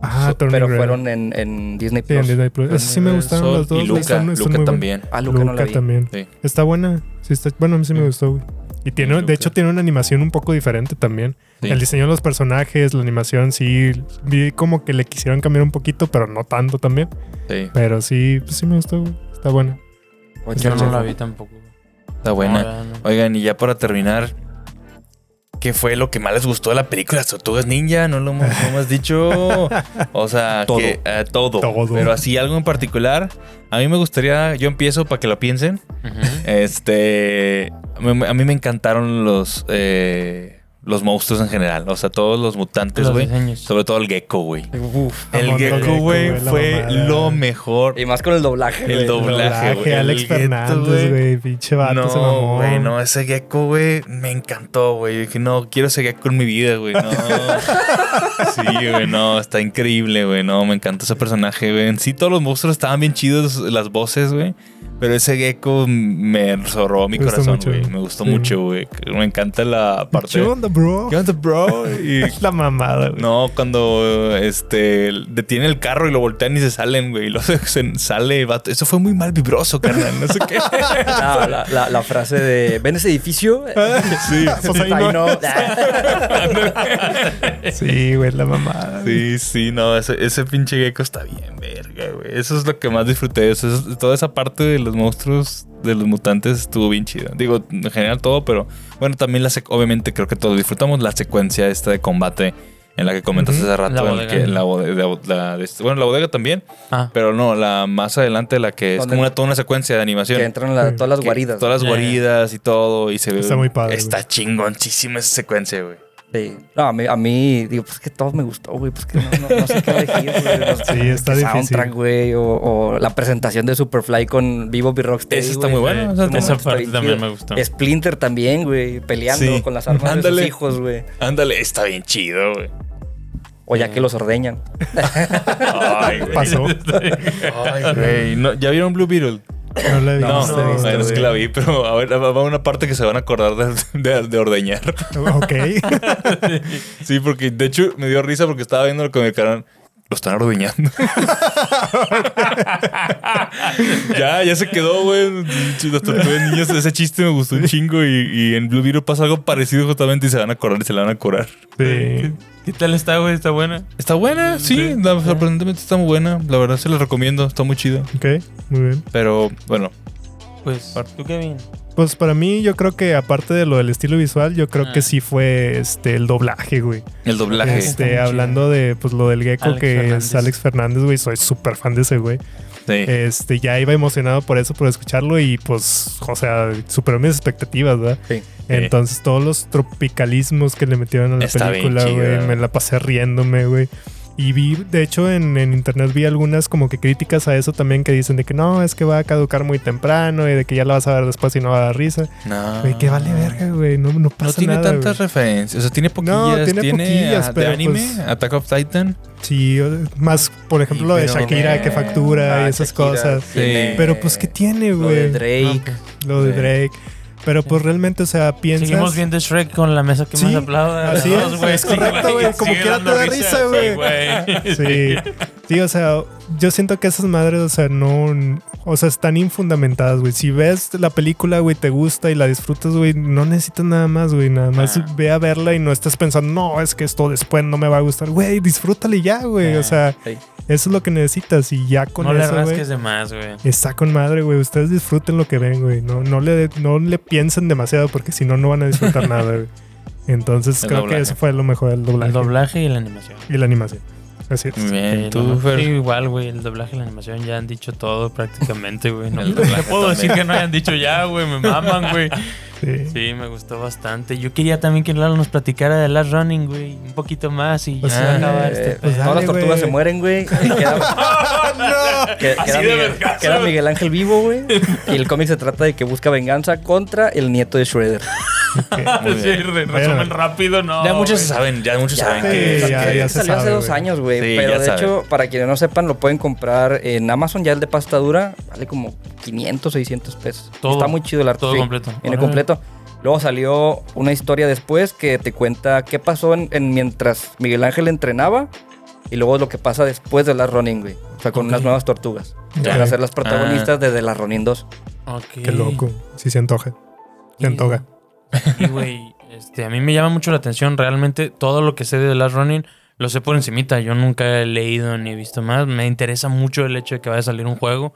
Speaker 4: Ah,
Speaker 6: So-
Speaker 4: Turning
Speaker 6: pero
Speaker 4: Red.
Speaker 6: fueron en, en Disney
Speaker 4: Sí,
Speaker 6: Plus.
Speaker 4: en Disney Plus. Esas sí me gustaron
Speaker 3: Sol
Speaker 4: las dos.
Speaker 3: y
Speaker 4: güey,
Speaker 3: Luca,
Speaker 4: están- están
Speaker 3: Luca
Speaker 4: muy buenas.
Speaker 3: también.
Speaker 6: Ah, Luca, no la
Speaker 4: Luca
Speaker 6: vi.
Speaker 4: también.
Speaker 3: Sí.
Speaker 4: Está buena. Sí está, bueno, a mí sí me
Speaker 3: Sí.
Speaker 4: gustó, güey. Y tiene,
Speaker 3: Luca.
Speaker 4: de hecho, tiene una animación un poco diferente también.
Speaker 3: Sí.
Speaker 4: El diseño de los personajes, la animación, sí. Vi como que le quisieron cambiar un poquito, pero no tanto también.
Speaker 3: Sí,
Speaker 4: Pero sí, pues sí me gustó, güey. Está buena.
Speaker 6: Oye,
Speaker 5: Yo no
Speaker 6: chale.
Speaker 5: la vi tampoco. güey.
Speaker 3: está buena.
Speaker 5: No, no.
Speaker 3: Oigan, y ya para terminar, ¿qué fue lo que más les gustó de la película Las Tortugas Ninja? No lo hemos, no hemos dicho. O sea,
Speaker 6: Todo.
Speaker 3: que, eh, todo.
Speaker 4: Todo.
Speaker 3: Pero así algo en particular. A mí me gustaría, yo empiezo para que lo piensen.
Speaker 5: Ujú.
Speaker 3: Este, me- me- a mí me encantaron los eh, los monstruos en general. O sea, todos los mutantes,
Speaker 6: pues,
Speaker 5: Los
Speaker 3: güey.
Speaker 5: diseños.
Speaker 3: Sobre todo el gecko, güey.
Speaker 6: Uf.
Speaker 3: El
Speaker 4: Amor,
Speaker 3: gecko, güey,
Speaker 4: la
Speaker 3: fue
Speaker 4: mamada.
Speaker 3: lo mejor.
Speaker 6: Y más con el doblaje.
Speaker 3: El
Speaker 6: güey.
Speaker 3: doblaje. Doblaje, güey.
Speaker 4: Alex
Speaker 3: El gueto,
Speaker 4: Fernández,
Speaker 3: güey.
Speaker 4: güey. Pinche vato se
Speaker 3: No,
Speaker 4: mamó.
Speaker 3: güey, no, ese gecko, güey, me encantó, güey. Yo Dije, no, quiero ese gecko en mi vida, güey, no. Sí, güey, no, está increíble, güey, no, me encantó ese personaje, güey. En sí, todos los monstruos estaban bien chidos, las voces, güey. Pero ese gecko me zorró mi
Speaker 4: Me gustó
Speaker 3: corazón,
Speaker 4: mucho,
Speaker 3: güey.
Speaker 4: güey.
Speaker 3: Me gustó
Speaker 4: Sí.
Speaker 3: mucho, güey. Me encanta la parte.
Speaker 4: ¿Qué onda, bro?
Speaker 3: ¿Qué onda, bro? Y
Speaker 4: La mamada, güey.
Speaker 3: no, cuando este detiene el carro y lo voltean y se salen, güey. Y luego se sale, vato. Eso fue muy mal vibroso, carnal. No sé qué.
Speaker 6: No, la, la- la frase de ¿Ven ese edificio?
Speaker 3: Sí,
Speaker 4: Pues ahí
Speaker 6: Ay,
Speaker 4: no.
Speaker 6: no.
Speaker 4: Sí, güey, la mamada.
Speaker 3: Sí, sí, no, ese, ese pinche gecko está bien, verga, güey. Eso es lo que más disfruté. Eso es- toda esa parte de los monstruos, de los mutantes, estuvo bien chida. Digo, en general todo, pero bueno, también la sec- obviamente creo que todos disfrutamos la secuencia esta de combate en la que comentaste hace rato.
Speaker 5: La
Speaker 3: en el
Speaker 5: bodega.
Speaker 3: que la bode- la- la- de- bueno, la bodega también,
Speaker 5: Ah,
Speaker 3: pero no, la más adelante, la que es
Speaker 6: ¿Dónde?
Speaker 3: como una, toda una secuencia de animación.
Speaker 6: que entran la- todas las
Speaker 3: Que-
Speaker 6: guaridas.
Speaker 3: Todas las
Speaker 5: Ya, ya.
Speaker 3: guaridas y todo, y se ve.
Speaker 4: Está muy padre,
Speaker 3: Está
Speaker 4: güey.
Speaker 3: chingoncísima esa secuencia, güey.
Speaker 6: Sí. No, a mí, a mí, digo, pues que todo me gustó, güey. Pues que no, no- no sé qué elegir, güey. No sé
Speaker 4: Sí,
Speaker 6: qué
Speaker 4: está difícil.
Speaker 6: soundtrack, güey. O, o la presentación de Superfly con Vivo y Rocksteady.
Speaker 3: Esa está muy
Speaker 6: güey.
Speaker 3: buena. o sea,
Speaker 5: esa
Speaker 6: está
Speaker 5: parte
Speaker 6: bien
Speaker 5: también
Speaker 6: chido.
Speaker 5: me gustó.
Speaker 6: Splinter también, güey. Peleando
Speaker 3: Sí.
Speaker 6: con las armas de
Speaker 3: Ándale.
Speaker 6: sus hijos, güey.
Speaker 3: Ándale, está bien chido, güey.
Speaker 6: O ya que los ordeñan.
Speaker 3: Ay, güey.
Speaker 4: Pasó.
Speaker 3: Ay, güey. No, ¿Ya vieron Blue Beetle?
Speaker 4: No la he
Speaker 3: No,
Speaker 4: visto.
Speaker 3: no,
Speaker 4: güey.
Speaker 3: bueno, es que la vi, pero a ver, va va una parte que se van a acordar de, de- de ordeñar.
Speaker 4: Ok.
Speaker 3: Sí, porque de hecho me dio risa porque estaba viendo con el canal. Lo están ordeñando. ya, ya se quedó, güey. Las tortugas niñas. Ese chiste me gustó un chingo. Y, y en Blue Beetle pasa algo parecido justamente y se van a acordar y se la van a curar.
Speaker 4: Sí.
Speaker 5: ¿Qué tal está, güey? ¿Está buena?
Speaker 3: Está buena, sí. la- sorprendentemente está muy buena. La verdad se la recomiendo. Está muy chida.
Speaker 4: Ok, muy bien.
Speaker 3: Pero bueno,
Speaker 5: Pues, ¿tú, Kevin?
Speaker 4: Pues para mí, yo creo que aparte de lo del estilo visual, yo creo
Speaker 5: Ah.
Speaker 4: que sí fue este el doblaje, güey.
Speaker 1: El doblaje.
Speaker 5: Está muy
Speaker 4: Este,
Speaker 5: chido.
Speaker 4: hablando de pues lo del gecko
Speaker 5: Alex
Speaker 4: que
Speaker 5: Fernández.
Speaker 4: es Alex Fernández, güey. Soy súper fan de ese güey.
Speaker 1: Sí.
Speaker 3: eh,
Speaker 4: Este, ya iba emocionado por eso, por escucharlo y pues, o sea, superó mis expectativas, ¿verdad?
Speaker 6: Sí.
Speaker 4: Entonces, todos los tropicalismos que le metieron a la
Speaker 1: Está bien
Speaker 4: película,
Speaker 1: chida.
Speaker 4: güey, me la pasé riéndome, güey. Y vi, de hecho, en, en internet vi algunas como que críticas a eso también que dicen de que no, es que va a caducar muy temprano y de que ya la vas a ver después y no va a dar risa.
Speaker 1: No.
Speaker 4: Güey, que vale verga, güey, no, no pasa
Speaker 1: No Ah. tiene
Speaker 4: nada,
Speaker 1: tantas
Speaker 4: güey.
Speaker 1: referencias. O sea, tiene poquillas.
Speaker 4: No, tiene
Speaker 1: tiene
Speaker 4: poquillas,
Speaker 1: ah, de
Speaker 4: pero
Speaker 1: anime,
Speaker 4: pues-
Speaker 1: Attack of Titan.
Speaker 4: Sí, o- más, por ejemplo, lo de
Speaker 1: pero-
Speaker 4: Shakira que factura
Speaker 6: Ah,
Speaker 4: y esas
Speaker 6: Shakira,
Speaker 4: cosas.
Speaker 6: tiene
Speaker 4: Pero pues, ¿qué tiene,
Speaker 6: Lo de
Speaker 4: güey?
Speaker 6: Drake.
Speaker 4: Lo de
Speaker 1: Sí.
Speaker 4: Drake. Pero pues realmente, o sea, piensas...
Speaker 5: Seguimos viendo Shrek con la mesa que
Speaker 4: Sí,
Speaker 5: más aplauda.
Speaker 4: así
Speaker 5: Los dos,
Speaker 4: es,
Speaker 5: güey.
Speaker 4: es correcto, güey, como
Speaker 5: Sigue
Speaker 4: quiera
Speaker 5: dando
Speaker 4: te da risa, güey.
Speaker 5: sí, güey.
Speaker 4: Sí. Sí, o sea, yo siento que esas madres, o sea, no. O sea, están infundamentadas, güey. Si ves la película, güey, te gusta y la disfrutas, güey, no necesitas nada más, güey. Nada más
Speaker 5: Ah.
Speaker 4: ve a verla y no estés pensando, no, es que esto después no me va a gustar. Güey, disfrútale y ya, güey. O sea,
Speaker 6: sí.
Speaker 4: eso es lo que necesitas y ya con
Speaker 5: No le
Speaker 4: eso, güey.
Speaker 5: rasques de más, güey.
Speaker 4: Está con madre, güey. Ustedes disfruten lo que ven, güey. No, no, le, no le piensen demasiado porque si no, no van a disfrutar nada, güey. Entonces,
Speaker 1: El
Speaker 4: creo
Speaker 1: doblaje.
Speaker 4: que eso fue lo mejor del doblaje.
Speaker 5: El doblaje y la animación.
Speaker 4: Y la animación. Así es.
Speaker 1: Muy
Speaker 5: Sí,
Speaker 1: Bien,
Speaker 5: no,
Speaker 1: tú,
Speaker 5: no,
Speaker 1: Fer.
Speaker 5: sí, igual, güey. El doblaje y la animación ya han dicho todo prácticamente, güey. No,
Speaker 1: El
Speaker 5: no
Speaker 1: doblaje
Speaker 5: puedo decir
Speaker 1: también.
Speaker 5: que no hayan dicho ya, güey. Me maman, güey.
Speaker 4: Sí.
Speaker 5: Sí, me gustó bastante. Yo quería también que Lalo nos platicara de Last Running, güey. Un poquito más y
Speaker 4: Pues
Speaker 5: ya
Speaker 4: sí.
Speaker 5: acabar este
Speaker 6: Eh,
Speaker 4: pues
Speaker 5: pedo.
Speaker 4: dale,
Speaker 6: todas las tortugas
Speaker 4: güey.
Speaker 6: se mueren, güey. Y Queda, que-
Speaker 5: Así
Speaker 6: queda
Speaker 5: de
Speaker 6: Miguel,
Speaker 5: vergazo.
Speaker 6: queda Miguel Ángel vivo, güey. Y el cómic se trata de que busca venganza contra el nieto de Shredder.
Speaker 1: Muy
Speaker 5: Sí,
Speaker 1: bien.
Speaker 5: re- resumen
Speaker 4: Bueno.
Speaker 5: rápido, no.
Speaker 1: Ya muchos
Speaker 5: güey.
Speaker 1: saben, ya muchos saben
Speaker 4: Sí,
Speaker 1: que.
Speaker 4: ya,
Speaker 1: que-
Speaker 4: ya se
Speaker 6: Salió hace
Speaker 4: sabe,
Speaker 6: dos
Speaker 4: güey.
Speaker 6: años, güey.
Speaker 1: Sí, ya
Speaker 6: pero de
Speaker 1: saben.
Speaker 6: hecho, para quienes no sepan, lo pueden comprar en Amazon ya el de pasta dura. Vale como 500, 600 pesos.
Speaker 5: Todo.
Speaker 6: Está muy chido el arte.
Speaker 5: Todo
Speaker 6: sí.
Speaker 5: completo.
Speaker 6: Viene
Speaker 5: Órale.
Speaker 6: completo. Luego salió una historia después que te cuenta qué pasó en, en mientras Miguel Ángel entrenaba y luego lo que pasa después de Last Running, güey. O sea, con
Speaker 5: Ok.
Speaker 6: unas nuevas tortugas.
Speaker 4: Ya.
Speaker 6: Van a ser las
Speaker 1: Ah.
Speaker 6: protagonistas de The Last Running 2.
Speaker 5: Ok.
Speaker 4: Qué loco. Sí se antoja. Se antoja.
Speaker 5: Y, güey, este, a mí me llama mucho la atención. Realmente todo lo que sé de The Last Running lo sé por encimita. Yo nunca he leído ni he visto más. Me interesa mucho el hecho de que vaya a salir un juego.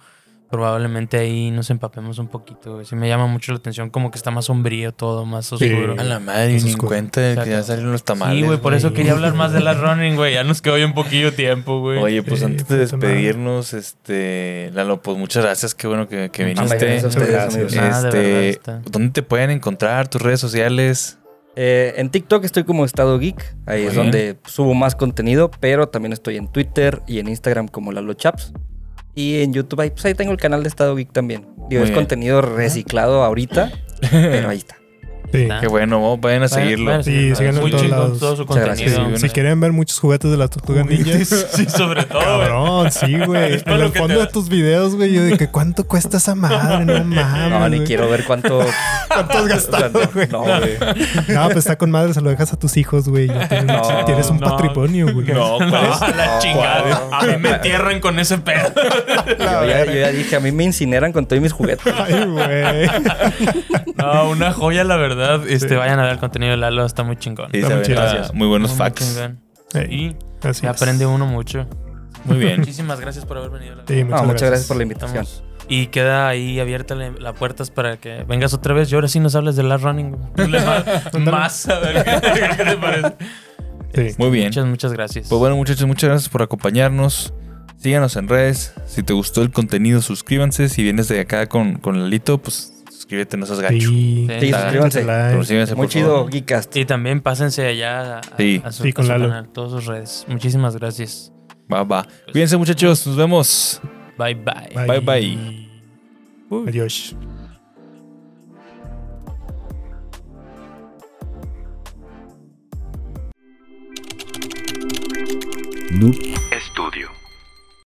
Speaker 5: Probablemente ahí nos empapemos un poquito. güey. Sí me llama mucho la atención como que está más sombrío todo, más oscuro.
Speaker 1: A la madre,
Speaker 4: Eso
Speaker 1: ni
Speaker 4: es
Speaker 1: en
Speaker 4: cool.
Speaker 1: cuenta de que
Speaker 5: Exacto.
Speaker 1: ya salieron los tamales.
Speaker 5: sí, güey, por eso quería hablar más de Last Running, güey. Ya nos quedó bien poquillo tiempo, güey.
Speaker 1: Oye, pues
Speaker 4: Sí,
Speaker 1: antes de
Speaker 4: puta madre.
Speaker 1: despedirnos, este, Lalo, pues muchas gracias, qué bueno que, que
Speaker 5: Muchas
Speaker 1: viniste.
Speaker 3: Este,
Speaker 6: gracias a ustedes,
Speaker 1: Gracias.
Speaker 6: amigos.
Speaker 5: Ah, de verdad,
Speaker 1: Este,
Speaker 5: está.
Speaker 1: ¿dónde te pueden encontrar tus redes sociales?
Speaker 6: Eh, en TikTok estoy como Estado Geek. Ahí
Speaker 1: Muy
Speaker 6: es
Speaker 1: bien.
Speaker 6: donde subo más contenido, pero también estoy en Twitter y en Instagram como Lalo Chaps. Y en YouTube, ahí, pues ahí tengo el canal de Estado Geek también. Digo,
Speaker 1: Muy
Speaker 6: es
Speaker 1: bien.
Speaker 6: contenido reciclado ahorita, pero ahí está.
Speaker 4: Sí.
Speaker 5: Ah,
Speaker 1: Qué bueno, vamos, vayan a seguirlo.
Speaker 5: Vayan a
Speaker 4: Sí,
Speaker 5: seguirlo.
Speaker 4: síganlo en
Speaker 5: Muy
Speaker 4: todos
Speaker 5: chingón
Speaker 4: lados.
Speaker 5: todo su
Speaker 6: Muchas gracias.
Speaker 5: contenido.
Speaker 1: Sí,
Speaker 5: güey.
Speaker 4: Si quieren ver muchos juguetes de las tortugas ninjas.
Speaker 5: Sí, sobre todo, güey.
Speaker 4: Cabrón, sí, güey.
Speaker 5: todo
Speaker 4: En
Speaker 5: lo
Speaker 4: el
Speaker 5: que
Speaker 4: fondo
Speaker 5: te-
Speaker 4: de tus videos, güey, yo de que cuánto cuesta esa madre, no mames.
Speaker 6: No, ni
Speaker 4: güey.
Speaker 6: quiero ver cuánto.
Speaker 4: ¿Cuánto has gastado, güey?
Speaker 6: No, güey.
Speaker 4: No, pues está con madre, se lo dejas a tus hijos, güey. Ya tienes,
Speaker 6: No,
Speaker 4: tienes un
Speaker 5: no.
Speaker 4: patrimonio, güey.
Speaker 1: No,
Speaker 5: No,
Speaker 1: pues.
Speaker 5: a la
Speaker 6: No,
Speaker 5: chingada.
Speaker 6: no.
Speaker 5: A mí me entierran con ese pedo.
Speaker 6: Yo ya, yo ya dije, a mí me incineran con todos mis juguetes.
Speaker 4: Ay, güey.
Speaker 5: No, una joya, la verdad. Este, vayan a ver el contenido de Lalo, está muy chingón.
Speaker 1: Sí,
Speaker 4: Está
Speaker 1: se
Speaker 4: muy
Speaker 1: ven,
Speaker 4: chido.
Speaker 1: ah,
Speaker 4: Gracias.
Speaker 1: muy buenos
Speaker 5: Muy
Speaker 1: facts.
Speaker 5: chingón.
Speaker 4: Ey,
Speaker 5: Y
Speaker 4: así
Speaker 5: se
Speaker 4: es.
Speaker 5: aprende
Speaker 1: um
Speaker 5: uno mucho.
Speaker 1: Muy bien.
Speaker 5: Muchísimas gracias por haber venido. Lalo.
Speaker 4: Sí, muchas,
Speaker 6: No, muchas gracias
Speaker 4: gracias.
Speaker 6: por la invitación.
Speaker 5: Estamos- Y queda ahí abierta la, la puerta para que vengas otra vez. Y ahora sí nos hables de Last Running. güey. Tú le vas- Más a ver qué qué te parece.
Speaker 4: Sí.
Speaker 1: Muy bien.
Speaker 5: Muchas, muchas gracias.
Speaker 1: Pues bueno, muchachos, muchas gracias por acompañarnos. Síganos en redes. Si te gustó el contenido, suscríbanse. Si vienes de acá con, con Lalito, pues suscríbete, no seas gacho.
Speaker 4: Sí.
Speaker 5: Sí.
Speaker 6: Sí, suscríbanse.
Speaker 4: Like.
Speaker 1: Suscríbanse,
Speaker 6: Muy
Speaker 1: por favor.
Speaker 6: chido, Geekcast.
Speaker 5: Y también pásense allá a, a-
Speaker 1: Sí.
Speaker 5: a su,
Speaker 4: Sí, con
Speaker 5: a su
Speaker 4: Lalo.
Speaker 5: canal, todas sus redes. Muchísimas gracias.
Speaker 1: Va, va. Cuídense, muchachos. Nos vemos.
Speaker 5: Bye, bye.
Speaker 1: Bye, bye.
Speaker 4: Uy. Adiós.
Speaker 2: Noob